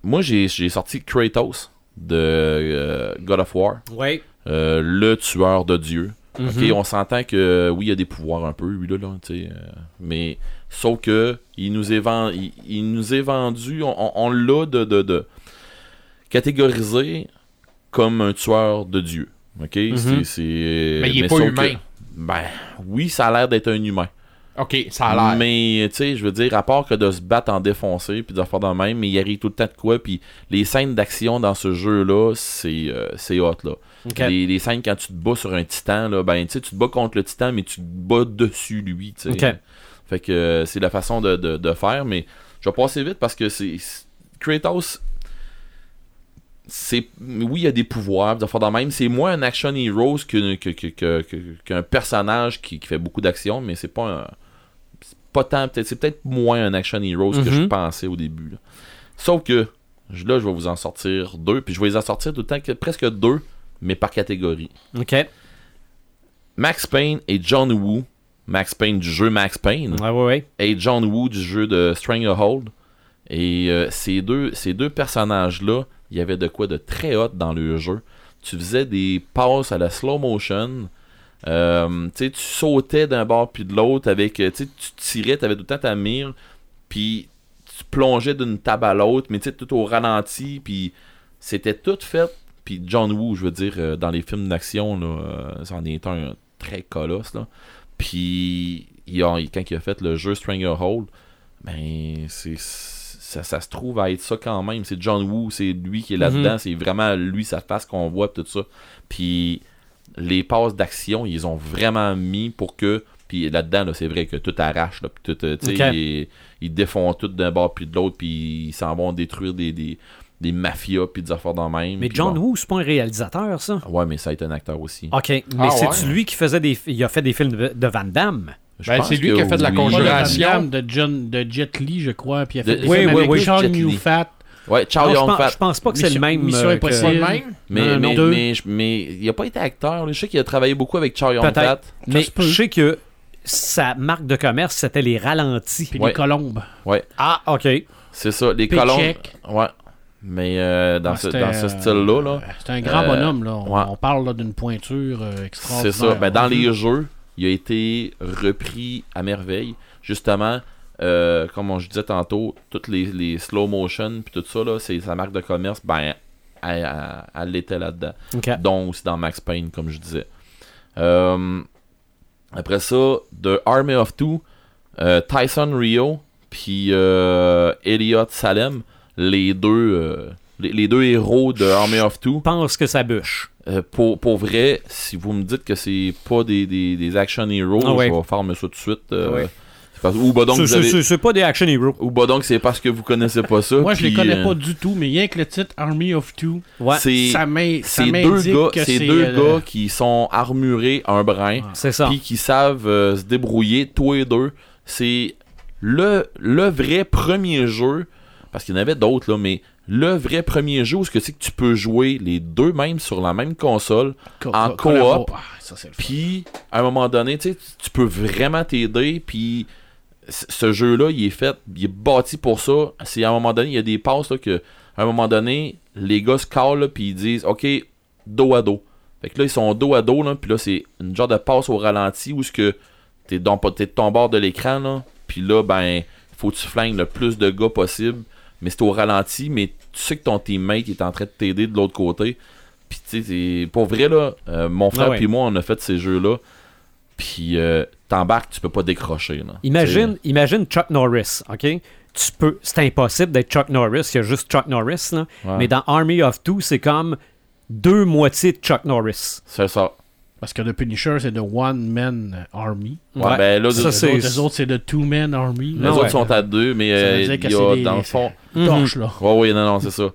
Speaker 3: moi, j'ai j'ai sorti Kratos de euh, God of War.
Speaker 1: Ouais.
Speaker 3: Euh, le tueur de Dieu. Ok,
Speaker 1: Mhm.
Speaker 3: on s'entend que oui, il a des pouvoirs un peu, lui là, là tu sais, euh, mais sauf que il nous est vendu, il, il nous est vendu, on, on- on l'a de, de, de catégorisé comme un tueur de Dieu. Ok, c'est, c'est-
Speaker 5: Mhm. Mais il est pas
Speaker 3: sauf
Speaker 5: humain.
Speaker 3: que- ben oui, ça a l'air d'être un humain.
Speaker 5: Ok, ça a l'air.
Speaker 3: Mais tu sais, je veux dire, à part que de se battre en défoncé puis de faire dans le même, mais il arrive tout le temps de quoi. Puis les scènes d'action dans ce jeu-là, c'est, euh, c'est hot là.
Speaker 1: OK.
Speaker 3: Les, les scènes quand tu te bats sur un titan, là, ben tu sais, tu te bats contre le titan, mais tu te bats dessus lui. tu sais.
Speaker 1: Ok.
Speaker 3: Fait que euh, c'est la façon de, de- de faire, mais je vais passer vite parce que c'est. c'est- Kratos. C'est, oui, il y a des pouvoirs, des affaires dans le même. C'est moins un action heroes qu'une- que- que- que- que- qu'un personnage qui, qui fait beaucoup d'action, mais c'est pas un. c'est Pas tant, peut-être, c'est peut-être moins un action heroes que je
Speaker 1: Mhm.
Speaker 3: pensais au début. là. Sauf que, je- là, je vais vous en sortir deux, puis je vais les en sortir tout le temps, que, presque deux, mais par catégorie.
Speaker 1: OK. Ouais,
Speaker 3: Max Payne et John Woo. Max Payne du jeu Max Payne
Speaker 1: ouais, ouais.
Speaker 3: et John Woo du jeu de Stranglehold. Et euh, ces deux, ces deux personnages-là, il y avait de quoi de très hot dans le jeu. Tu faisais des passes à la slow motion. Euh, tu sais, tu sautais d'un bord puis de l'autre avec. euh, tu sais, tu tirais, tu avais tout le temps ta mire. Puis tu plongeais d'une table à l'autre, mais tu sais, tout au ralenti. Puis c'était tout fait. Puis John Woo, je veux dire, euh, dans les films d'action, là, euh, c'en est un très colosse. Là. Puis il a- il- quand il a fait le jeu Stranglehold, ben c'est ça, ça se trouve à être ça quand même. C'est John Woo, c'est lui qui est là-dedans, c'est vraiment lui sa face qu'on voit pis tout ça. Puis les passes d'action, ils ont vraiment mis pour que puis là-dedans, là, c'est vrai que tout arrache, là, puis tout, euh, tu sais,
Speaker 1: Ok.
Speaker 3: ils, ils défont tout d'un bord puis de l'autre, puis ils s'en vont détruire des, des, des mafias puis des affaires dans le même.
Speaker 1: Mais
Speaker 3: puis
Speaker 1: John
Speaker 3: bon.
Speaker 1: Woo, c'est pas un réalisateur, ça?
Speaker 3: Ouais, mais ça a été un acteur aussi.
Speaker 1: OK. Mais
Speaker 5: Ah,
Speaker 1: c'est
Speaker 5: ouais.
Speaker 1: lui qui faisait des... Il a fait des films de, de Van Damme.
Speaker 3: Je
Speaker 5: Ben,
Speaker 3: pense
Speaker 5: c'est lui
Speaker 3: que
Speaker 5: qui a fait de la
Speaker 3: oui.
Speaker 4: Pas de
Speaker 5: conjuration.
Speaker 4: Van Damme, de, John, de Jet Li, je crois. Puis il a fait
Speaker 3: De-
Speaker 4: des
Speaker 3: oui,
Speaker 4: films
Speaker 3: oui,
Speaker 4: avec
Speaker 3: oui,
Speaker 4: Sean
Speaker 3: Jet Li.
Speaker 4: Newfat.
Speaker 3: Ouais, Chow
Speaker 1: Non, je,
Speaker 3: Yun
Speaker 1: pense,
Speaker 3: Fat.
Speaker 1: je pense pas que c'est le
Speaker 4: Mission-
Speaker 1: même.
Speaker 4: Mission
Speaker 1: euh, que-
Speaker 5: C'est le
Speaker 4: Impossible.
Speaker 5: même?
Speaker 3: Mais,
Speaker 4: Non, non,
Speaker 3: mais,
Speaker 4: deux.
Speaker 3: mais, je- mais il a pas été acteur. là. Je sais qu'il a travaillé beaucoup avec Chow Yun Fat.
Speaker 1: Peut-être. Mais
Speaker 4: se peut.
Speaker 1: je sais que sa marque de commerce, c'était les ralentis.
Speaker 4: Puis
Speaker 3: Ouais.
Speaker 4: les colombes.
Speaker 1: Ah, OK.
Speaker 3: C'est ça, les
Speaker 4: Paycheck.
Speaker 3: colons. Ouais. Mais euh, dans,
Speaker 4: Ah,
Speaker 3: ce,
Speaker 4: c'était,
Speaker 3: dans ce
Speaker 4: euh,
Speaker 3: style-là, là,
Speaker 4: C'est un grand
Speaker 3: Euh,
Speaker 4: bonhomme, là. On,
Speaker 3: ouais.
Speaker 4: on parle là, d'une pointure euh,
Speaker 3: c'est
Speaker 4: extraordinaire.
Speaker 3: ça. Ben, dans
Speaker 4: Mhm.
Speaker 3: les jeux, il a été repris à merveille. Justement, euh, comme on je disais tantôt, toutes les, les slow motion puis tout ça, là, c'est sa marque de commerce, ben, elle, elle- elle l'était là-dedans.
Speaker 1: OK.
Speaker 4: Ah.
Speaker 3: dont aussi dans Max Payne, comme je disais. Euh, après ça, de Army of Two, euh, Tyson Rio, puis euh, Elliot Salem, les deux, euh, les, les deux héros de Army of Two.
Speaker 1: Je pense que ça bûche.
Speaker 3: Euh, pour, pour vrai, si vous me dites que c'est pas des, des, des action heroes,
Speaker 1: Ah ouais.
Speaker 3: je vais farmer ça tout de suite. euh,
Speaker 4: Ah
Speaker 1: Ouais.
Speaker 3: c'est parce- ou bah donc
Speaker 1: C'est-
Speaker 3: vous
Speaker 1: c'est-
Speaker 3: avez-
Speaker 1: c'est- C'est pas des action heroes.
Speaker 3: ou bah donc c'est parce que vous connaissez pas ça.
Speaker 4: Moi, je les
Speaker 3: puis,
Speaker 4: connais
Speaker 3: euh,
Speaker 4: pas du tout, mais rien que le titre Army of Two,
Speaker 1: Ouais.
Speaker 3: C'est
Speaker 4: ça m'in- ça
Speaker 3: c'est deux
Speaker 4: m'indique
Speaker 3: gars,
Speaker 4: que
Speaker 3: c'est
Speaker 4: c'est...
Speaker 3: deux
Speaker 4: euh, Ah,
Speaker 3: gars qui sont armurés un brin.
Speaker 1: C'est ça.
Speaker 3: puis qui savent euh, se débrouiller tous les deux. C'est le, le vrai premier jeu, parce qu'il y en avait d'autres, là, mais le vrai premier jeu où ce que c'est que tu peux jouer les deux mêmes sur la même console,
Speaker 4: co-
Speaker 3: en
Speaker 4: co- collabo.
Speaker 3: coop.
Speaker 4: Ah, ça, c'est le fun.
Speaker 3: puis à un moment donné, tu sais, tu peux vraiment t'aider, puis c- ce jeu-là, il est fait, il est bâti pour ça. C'est à un moment donné, il y a des passes là, que, à un moment donné, les gars se calent, là, puis ils disent, OK, dos à dos. Fait que là, ils sont dos à dos, là, puis là, c'est une genre de passe au ralenti où ce que t'es dans t'es de ton bord de l'écran, là, puis là, ben, faut que tu flingues le plus de gars possible, mais c'est au ralenti, mais tu sais que ton teammate est en train de t'aider de l'autre côté. Puis, tu sais, c'est- pour vrai, là, euh, mon frère
Speaker 1: Ah ouais.
Speaker 3: puis moi, on a fait ces jeux-là, puis euh, t'embarques, tu peux pas décrocher, là.
Speaker 1: Imagine, imagine Chuck Norris, OK? Tu peux, c'est impossible d'être Chuck Norris, il y a juste Chuck Norris, là.
Speaker 3: Ouais.
Speaker 1: Mais dans Army of Two, c'est comme deux moitiés de Chuck Norris.
Speaker 3: C'est ça.
Speaker 4: Parce que The Punisher, c'est The One Man Army.
Speaker 3: Ouais,
Speaker 1: Ouais.
Speaker 3: ben là,
Speaker 1: Ça,
Speaker 3: les,
Speaker 1: c'est-
Speaker 4: Les autres, les autres, c'est The Two Man Army.
Speaker 3: les
Speaker 1: Ah
Speaker 3: autres
Speaker 1: ouais.
Speaker 3: sont à deux, mais
Speaker 4: Ça
Speaker 3: euh,
Speaker 4: veut
Speaker 3: il
Speaker 4: dire que
Speaker 3: y
Speaker 4: c'est
Speaker 3: a,
Speaker 4: des-
Speaker 3: dans le fond...
Speaker 1: Mhm.
Speaker 4: torches, là.
Speaker 3: Ouais, ouais, non, non, c'est ça.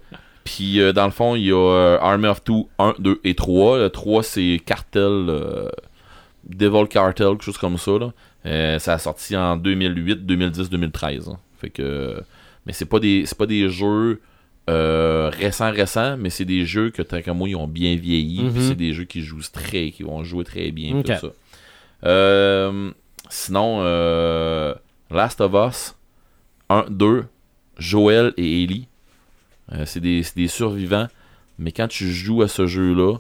Speaker 3: Puis, euh, dans le fond, il y a euh, Army of Two 1, 2 et 3. Le 3, c'est Cartel, euh, Devil Cartel, quelque chose comme ça. Là. Euh, ça a sorti en 2008, 2010, 2013. hein. Fait que. Mais c'est pas des c'est pas des jeux euh, récents, récents, mais c'est des jeux que, tant qu'à moi, ils ont bien vieilli.
Speaker 1: Mhm.
Speaker 3: Puis c'est des jeux qui jouent très, qui vont jouer très bien. puis
Speaker 1: Ok.
Speaker 3: Tout ça. Euh, sinon, euh, Last of Us 1, 2, Joel et Ellie. Euh, c'est des, c'est des survivants. Mais quand tu joues à ce jeu-là,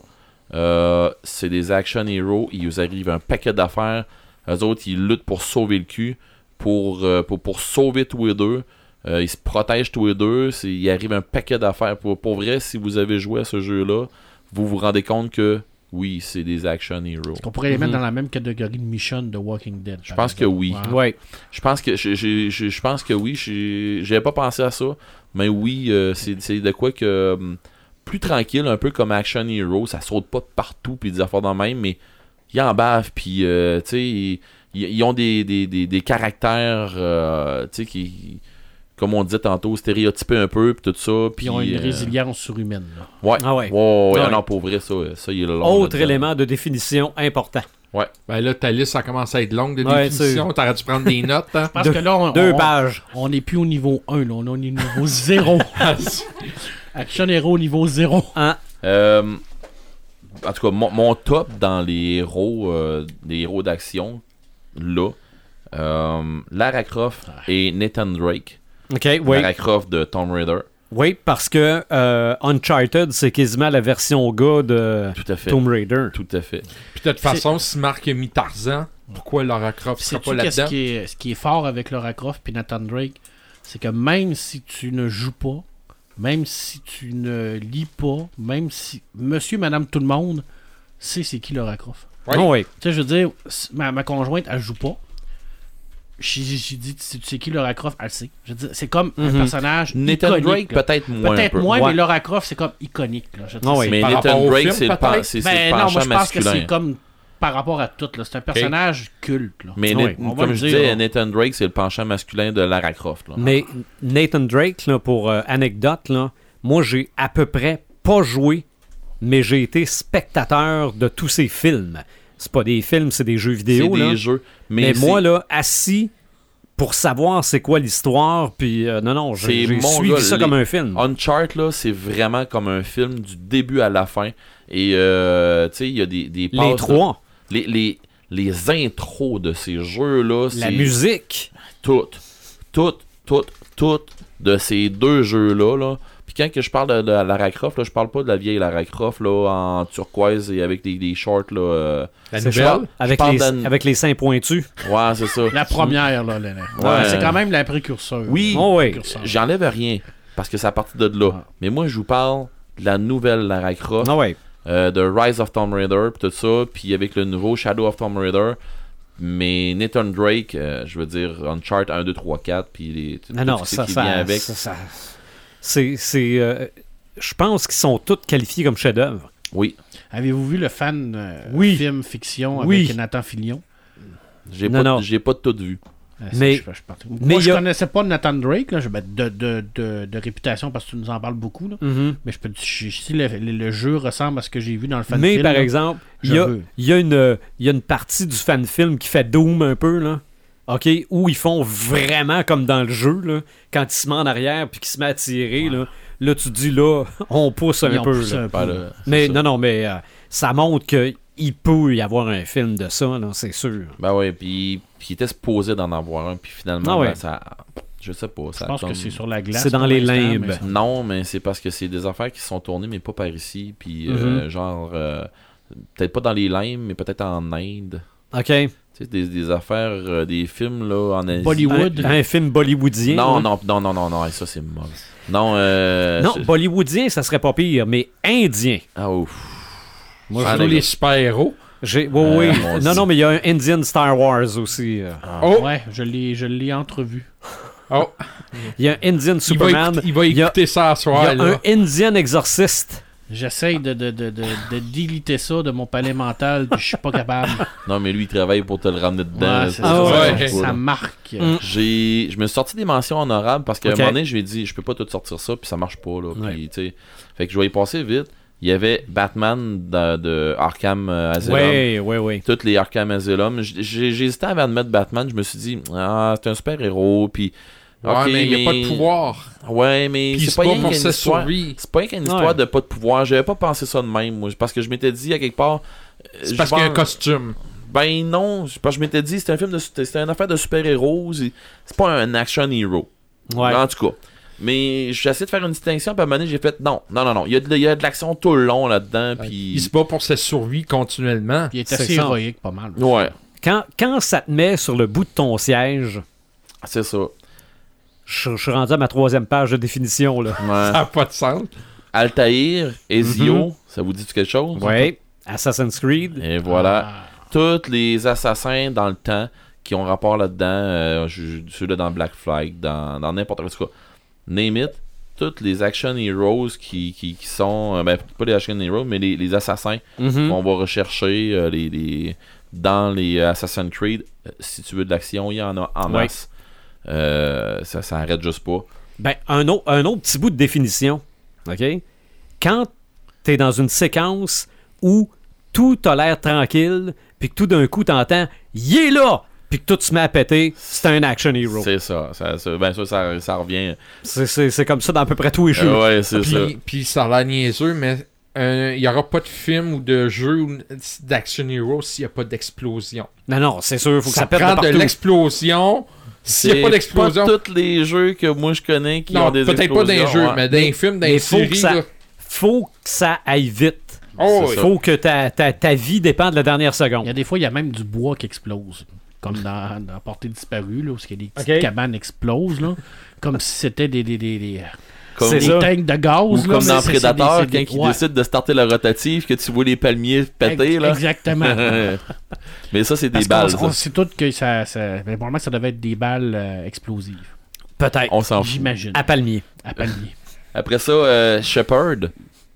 Speaker 3: euh, c'est des action heroes. Il nous arrive un paquet d'affaires. Eux autres, ils luttent pour sauver le cul, pour, euh, pour, pour sauver tous les deux. Euh, ils se protègent tous les deux. C'est- Il arrive un paquet d'affaires. Pour, pour vrai, si vous avez joué à ce jeu-là, vous vous rendez compte que oui, c'est des action heroes.
Speaker 4: Est-ce qu'on pourrait les
Speaker 1: Mhm.
Speaker 4: mettre dans la même catégorie de Mission de Walking Dead?
Speaker 3: Je pense que oui.
Speaker 1: Ouais.
Speaker 3: Je pense que je, je- je- je pense que oui, j'ai- j'avais pas pensé à ça, mais oui, euh, c'est c'est de quoi que hum, plus tranquille, un peu comme Action Hero, ça saute pas partout puis des affaires dans le même, mais ils en bavent puis euh, tu sais ils, ils- ils ont des, des, des, des caractères euh, tu sais qui comme on disait tantôt stéréotypés un peu puis tout ça
Speaker 4: Puis
Speaker 3: puis
Speaker 4: ils ont une
Speaker 3: euh,
Speaker 4: résilience surhumaine. là.
Speaker 3: ouais.
Speaker 1: Ah ouais.
Speaker 3: Ouais, ouais,
Speaker 1: Ah
Speaker 3: ah
Speaker 1: ouais.
Speaker 3: non pour vrai ça ça il est long
Speaker 1: Autre
Speaker 3: là-dedans.
Speaker 1: élément de définition important.
Speaker 5: Ben là, ta liste, ça commence à être longue de
Speaker 1: Ouais,
Speaker 5: définition. T'aurais dû prendre des notes, hein?
Speaker 4: Parce
Speaker 1: Deux-
Speaker 4: que là, on,
Speaker 1: Deux
Speaker 4: on-
Speaker 1: pages.
Speaker 4: on n'est plus au niveau 1, là. On est au niveau 0. Action Hero au niveau 0.
Speaker 1: Hein?
Speaker 3: Euh, en tout cas, mon, mon top dans les héros, euh, les héros d'action, là, euh, Lara Croft et Nathan Drake.
Speaker 1: OK, oui.
Speaker 3: Lara Croft de Tomb Raider.
Speaker 1: Oui, parce que euh, Uncharted, c'est quasiment la version gars de
Speaker 3: Tout à fait.
Speaker 1: Tomb Raider.
Speaker 3: Tout à fait.
Speaker 5: Puis de toute façon, si Marc a mis Tarzan, pourquoi Lara Croft sera pas
Speaker 4: Sais-tu qu'est-ce
Speaker 5: là-dedans?
Speaker 4: qui, est- ce qui est fort avec Laura Croft et Nathan Drake? C'est que même si tu ne joues pas, même si tu ne lis pas, même si monsieur, madame, tout le monde sait c'est qui Laura Croft.
Speaker 5: Oui.
Speaker 1: Ah oui.
Speaker 4: Tu sais, je veux dire, s- ma, ma conjointe, elle joue pas. J'ai j'ai dit, tu sais- tu sais qui Laura Croft, elle le sait. Je veux dire, c'est comme un
Speaker 1: Mhm.
Speaker 4: personnage
Speaker 3: Nathan
Speaker 4: iconique.
Speaker 3: Drake,
Speaker 4: là.
Speaker 3: peut-être moins. un
Speaker 4: Peut-être
Speaker 3: peu.
Speaker 4: moins,
Speaker 1: Ouais.
Speaker 4: mais Laura Croft, c'est comme iconique. là. Je veux dire,
Speaker 1: Ah oui.
Speaker 4: c'est-
Speaker 3: Mais
Speaker 5: Par rapport
Speaker 3: Nathan
Speaker 5: au
Speaker 3: Drake,
Speaker 5: film,
Speaker 3: c'est le, pen-
Speaker 5: peut-être?
Speaker 3: c'est- c'est
Speaker 4: Ben
Speaker 3: le
Speaker 4: non, moi
Speaker 3: penchant
Speaker 4: je pense que c'est
Speaker 3: masculin.
Speaker 4: comme par rapport à tout. là. C'est un personnage culte. Là.
Speaker 3: Mais
Speaker 1: Ouais,
Speaker 3: Nathan-
Speaker 4: on va
Speaker 3: comme
Speaker 4: le
Speaker 3: je
Speaker 4: dire,
Speaker 3: disais,
Speaker 4: hein.
Speaker 3: Nathan Drake, c'est le penchant masculin de Lara Croft. là.
Speaker 1: Mais Nathan Drake, là, pour euh, anecdote, là, moi j'ai à peu près pas joué, mais j'ai été spectateur de tous ces films. C'est pas des films, c'est des jeux
Speaker 3: c'est
Speaker 1: vidéo.
Speaker 3: des
Speaker 1: là.
Speaker 3: jeux. Mais,
Speaker 1: mais
Speaker 3: c'est-
Speaker 1: moi, là, assis, pour savoir c'est quoi l'histoire. Puis euh, non, non, j'ai
Speaker 3: C'est
Speaker 1: j'ai
Speaker 3: mon
Speaker 1: suivi
Speaker 3: gars,
Speaker 1: ça
Speaker 3: les- Ah,
Speaker 1: comme un film.
Speaker 3: Uncharted, là, c'est vraiment comme un film du début à la fin. Et, euh, tu sais, il y a des, des passes
Speaker 1: les
Speaker 3: de-
Speaker 1: trois,
Speaker 3: les, les, les intros de ces jeux-là,
Speaker 1: la
Speaker 3: c'est
Speaker 1: musique.
Speaker 3: tout. Tout, tout, tout de ces deux jeux-là. Là. Puis quand que je parle de, de Lara Croft, là, je parle pas de la vieille Lara Croft là, en turquoise et avec des, des shorts. Là, euh,
Speaker 1: La
Speaker 3: nouvelle.
Speaker 1: nouvelle. Avec
Speaker 3: parle
Speaker 1: les,
Speaker 3: d'un-
Speaker 1: avec les seins pointus.
Speaker 3: Ouais, c'est ça.
Speaker 4: La première, là. là, là.
Speaker 3: Ouais.
Speaker 4: C'est quand même la précurseur.
Speaker 3: Oui,
Speaker 1: Oh, oui.
Speaker 4: Précurseur.
Speaker 3: j'enlève rien parce que c'est à partir de là. Mais moi, je vous parle de la nouvelle Lara Croft.
Speaker 1: Ah ouais.
Speaker 3: euh, de Rise of Tomb Raider, pis tout ça, puis avec le nouveau Shadow of Tomb Raider. Mais Nathan Drake, euh, je veux dire, Uncharted 1, 2, 3, 4, puis les, tout,
Speaker 1: Ah Non,
Speaker 3: tout
Speaker 1: non,
Speaker 3: ce
Speaker 1: ça,
Speaker 3: qui
Speaker 1: ça,
Speaker 3: vient avec.
Speaker 1: ça- ça- c'est, c'est, euh, je pense qu'ils sont tous qualifiés comme chef-d'œuvre.
Speaker 3: Oui,
Speaker 4: Avez-vous vu le fan euh,
Speaker 1: Oui.
Speaker 4: film fiction
Speaker 1: Oui.
Speaker 4: avec Nathan Fillion
Speaker 3: j'ai
Speaker 1: Non,
Speaker 3: pas,
Speaker 1: non.
Speaker 3: j'ai pas tout vu.
Speaker 4: Ah,
Speaker 1: Mais-
Speaker 4: c'est- je sais pas, je sais pas trop.
Speaker 1: mais
Speaker 4: Moi,
Speaker 1: y
Speaker 4: je
Speaker 1: a-
Speaker 4: connaissais pas Nathan Drake, là, je- ben, de, de, de, de réputation, parce que tu nous en parles beaucoup. là.
Speaker 3: Mm-hmm.
Speaker 4: Mais je peux, si si le, le- le jeu ressemble à ce que j'ai vu dans le fan
Speaker 1: Mais
Speaker 4: film,
Speaker 1: par
Speaker 4: là,
Speaker 1: exemple, il
Speaker 4: je
Speaker 1: y, a-
Speaker 4: veux.
Speaker 1: il y a une, euh, il y a une partie du fan-film qui fait Doom un peu, là. OK, où ils font vraiment comme dans le jeu, là, quand ils se met en arrière puis qu'ils se met à tirer, là, là, tu dis, là, on pousse un
Speaker 4: ils ont
Speaker 1: peu.
Speaker 4: poussé
Speaker 1: là.
Speaker 4: un peu.
Speaker 3: Ben, là, c'est
Speaker 1: Mais
Speaker 3: ça.
Speaker 1: non, non, mais euh, ça montre qu'il peut y avoir un film de ça, là, c'est sûr.
Speaker 3: Ben ouais, puis puis il était supposé d'en avoir un, puis finalement,
Speaker 1: Ah ouais.
Speaker 3: ben, ça. Je sais pas.
Speaker 4: Je
Speaker 3: Ça
Speaker 4: pense que
Speaker 3: tombe-
Speaker 4: c'est sur la glace.
Speaker 1: C'est dans
Speaker 4: pour
Speaker 1: les
Speaker 4: l'instant,
Speaker 1: limbes.
Speaker 4: mais ça-
Speaker 3: Non, mais c'est parce que c'est des affaires qui sont tournées, mais pas par ici, puis
Speaker 1: Mm-hmm.
Speaker 3: euh, genre. euh, peut-être pas dans les limbes, mais peut-être en Inde.
Speaker 1: OK?
Speaker 3: Tu sais, des, des affaires, euh, des films, là, en Asie.
Speaker 4: Bollywood.
Speaker 1: Un, un film bollywoodien.
Speaker 3: Non,
Speaker 1: là.
Speaker 3: non, non, non, non, non, hey, ça c'est mauvais. Non, euh.
Speaker 1: Non,
Speaker 3: c'est-
Speaker 1: bollywoodien, ça serait pas pire, mais indien.
Speaker 3: Ah ouf.
Speaker 1: Moi,
Speaker 3: Ah,
Speaker 5: Surtout les super-héros.
Speaker 1: J'ai, oui, oui.
Speaker 3: Euh, mon
Speaker 1: non,
Speaker 3: Dieu. Ah.
Speaker 1: non, mais il y a un Indian Star Wars aussi. euh.
Speaker 5: Oh,
Speaker 4: Ouais, je l'ai, je l'ai entrevu.
Speaker 5: oh,
Speaker 1: Il y a un Indian
Speaker 5: il va,
Speaker 1: Superman.
Speaker 5: écouter, il va
Speaker 1: y a-
Speaker 5: écouter ça à
Speaker 1: il y
Speaker 5: soir.
Speaker 1: a
Speaker 5: là.
Speaker 1: un Indian Exorciste.
Speaker 4: J'essaye de, de, de, de, de déliter ça de mon palais mental, puis je suis pas capable.
Speaker 3: Non, mais lui, il travaille pour te le ramener dedans.
Speaker 4: Ouais,
Speaker 3: là,
Speaker 4: c'est
Speaker 3: c'est
Speaker 4: ça,
Speaker 1: Ah
Speaker 5: ouais.
Speaker 4: ça, ça marque.
Speaker 1: Mm.
Speaker 3: J'ai, je me suis sorti des mentions honorables parce qu'à
Speaker 1: Ok.
Speaker 3: un moment donné, je lui ai dit, je peux pas tout sortir ça, puis ça marche pas là. Puis,
Speaker 1: Ouais.
Speaker 3: tu sais, fait que je vais y passer vite. Il y avait Batman de, de Arkham euh, Asylum.
Speaker 1: Oui, oui, oui.
Speaker 3: Toutes les Arkham Asylum. J- J'ai j'ai hésité avant de mettre Batman. Je me suis dit, ah, c'est un super héros. Puis,
Speaker 5: Ouais,
Speaker 3: ok,
Speaker 5: mais il n'y a pas de pouvoir.
Speaker 3: Ouais, mais
Speaker 5: Puis
Speaker 3: c'est
Speaker 5: c'est pas,
Speaker 3: rien
Speaker 5: pour
Speaker 3: qu'une
Speaker 5: sa
Speaker 3: histoire.
Speaker 5: survie.
Speaker 3: C'est pas qu'une histoire
Speaker 1: Ouais.
Speaker 3: de pas de pouvoir. J'avais pas pensé ça de même, moi. Parce que je m'étais dit à quelque part. euh,
Speaker 5: C'est
Speaker 3: je
Speaker 5: parce qu'il y a un
Speaker 3: pense-
Speaker 5: costume.
Speaker 3: Ben non. c'est Parce que je m'étais dit, c'est un film de. C'était une affaire de super-héros. c'est- C'est pas un action hero.
Speaker 1: Ouais.
Speaker 3: En tout cas. Mais j'ai essayé de faire une distinction, puis à un moment donné, j'ai fait non, non, non, non. Il y a de, il y a de l'action tout le long là-dedans, puis.
Speaker 5: Il se bat pour sa survie continuellement.
Speaker 4: Il est
Speaker 1: C'est
Speaker 4: assez
Speaker 1: ça.
Speaker 4: héroïque, pas mal.
Speaker 3: Ouais,
Speaker 1: Quand, quand ça te met sur le bout de ton siège,
Speaker 3: c'est ça.
Speaker 1: je, je suis rendu à ma troisième page de définition. Là.
Speaker 3: Ouais.
Speaker 5: Ça Mhm. n'a pas de sens.
Speaker 3: Altaïr, Ezio, ça vous dit quelque chose?
Speaker 1: Oui. Assassin's Creed.
Speaker 3: Et voilà.
Speaker 1: Ah.
Speaker 3: tous les assassins dans le temps qui ont rapport là-dedans, euh, je- je- ceux-là dans Black Flag, dans dans n'importe quoi. Name it, toutes les action heroes qui, qui, qui sont, euh, ben, pas les action heroes, mais les, les assassins
Speaker 1: Mhm.
Speaker 3: qu'on va rechercher euh, les, les- dans les Assassin's Creed. euh, si tu veux de l'action, il y en a en
Speaker 1: Ouais.
Speaker 3: masse. Euh, ça s'arrête juste pas.
Speaker 1: Ben, un, au- un autre petit bout de définition. OK? Quand tu es dans une séquence où tout a l'air tranquille, puis que tout d'un coup, tu entends Il est là! Puis que tout se met à péter, c'est un action hero.
Speaker 3: C'est ça. ça, ça- ben ça, ça, ça revient.
Speaker 1: C'est- C'est c'est comme ça dans à peu près tous les jeux.
Speaker 3: Euh, ouais, c'est ça.
Speaker 5: Puis, puis ça a l'air niaiseux, mais euh, il n'y aura pas de film ou de jeu ou d'action hero s'il n'y a pas d'explosion.
Speaker 1: Non, non, c'est sûr, faut que ça,
Speaker 5: ça
Speaker 1: pète de
Speaker 5: prend de,
Speaker 1: partout.
Speaker 5: l'explosion. S'il n'y a pas
Speaker 3: C'est pas
Speaker 5: d'explosion,
Speaker 3: tous les jeux que moi je connais qui ont
Speaker 5: non,
Speaker 3: des
Speaker 5: peut-être pas d'un
Speaker 3: explosions,
Speaker 5: jeu,
Speaker 3: ouais.
Speaker 5: mais d'un film,
Speaker 1: mais
Speaker 5: d'un
Speaker 1: faut que
Speaker 5: série.
Speaker 1: ça-
Speaker 5: là.
Speaker 1: faut que ça aille vite.
Speaker 5: Oh,
Speaker 3: C'est
Speaker 5: oui.
Speaker 3: ça.
Speaker 1: Faut que ta, ta, ta vie dépende de la dernière
Speaker 4: Il
Speaker 1: seconde.
Speaker 4: y a des fois, il y a même du bois qui explose. Comme dans, dans Portée disparue, là, où il y a des petites
Speaker 1: Ok.
Speaker 4: cabanes explosent, là, comme si c'était des, des, des, des,
Speaker 3: Comme-
Speaker 1: C'est
Speaker 4: des
Speaker 1: ça.
Speaker 4: tanks de gaz.
Speaker 3: Ou
Speaker 4: là,
Speaker 3: comme
Speaker 4: mais
Speaker 3: dans
Speaker 4: c'est- c'est des-
Speaker 3: Predator,
Speaker 4: c'est des-
Speaker 3: quand il
Speaker 4: ouais.
Speaker 3: décide de starter la rotative, que tu vois les palmiers péter,
Speaker 4: Ex-
Speaker 3: là.
Speaker 4: Exactement.
Speaker 3: Mais ça, c'est des
Speaker 4: Parce
Speaker 3: balles.
Speaker 4: qu'on- on
Speaker 3: ça.
Speaker 4: sait tout que ça. ça ben, probablement que ça devait être des balles euh, explosives.
Speaker 1: Peut-être.
Speaker 3: On s'en fout.
Speaker 4: J'imagine.
Speaker 1: À
Speaker 4: À,
Speaker 1: palmier.
Speaker 4: palier.
Speaker 3: Après ça, euh, Shepard.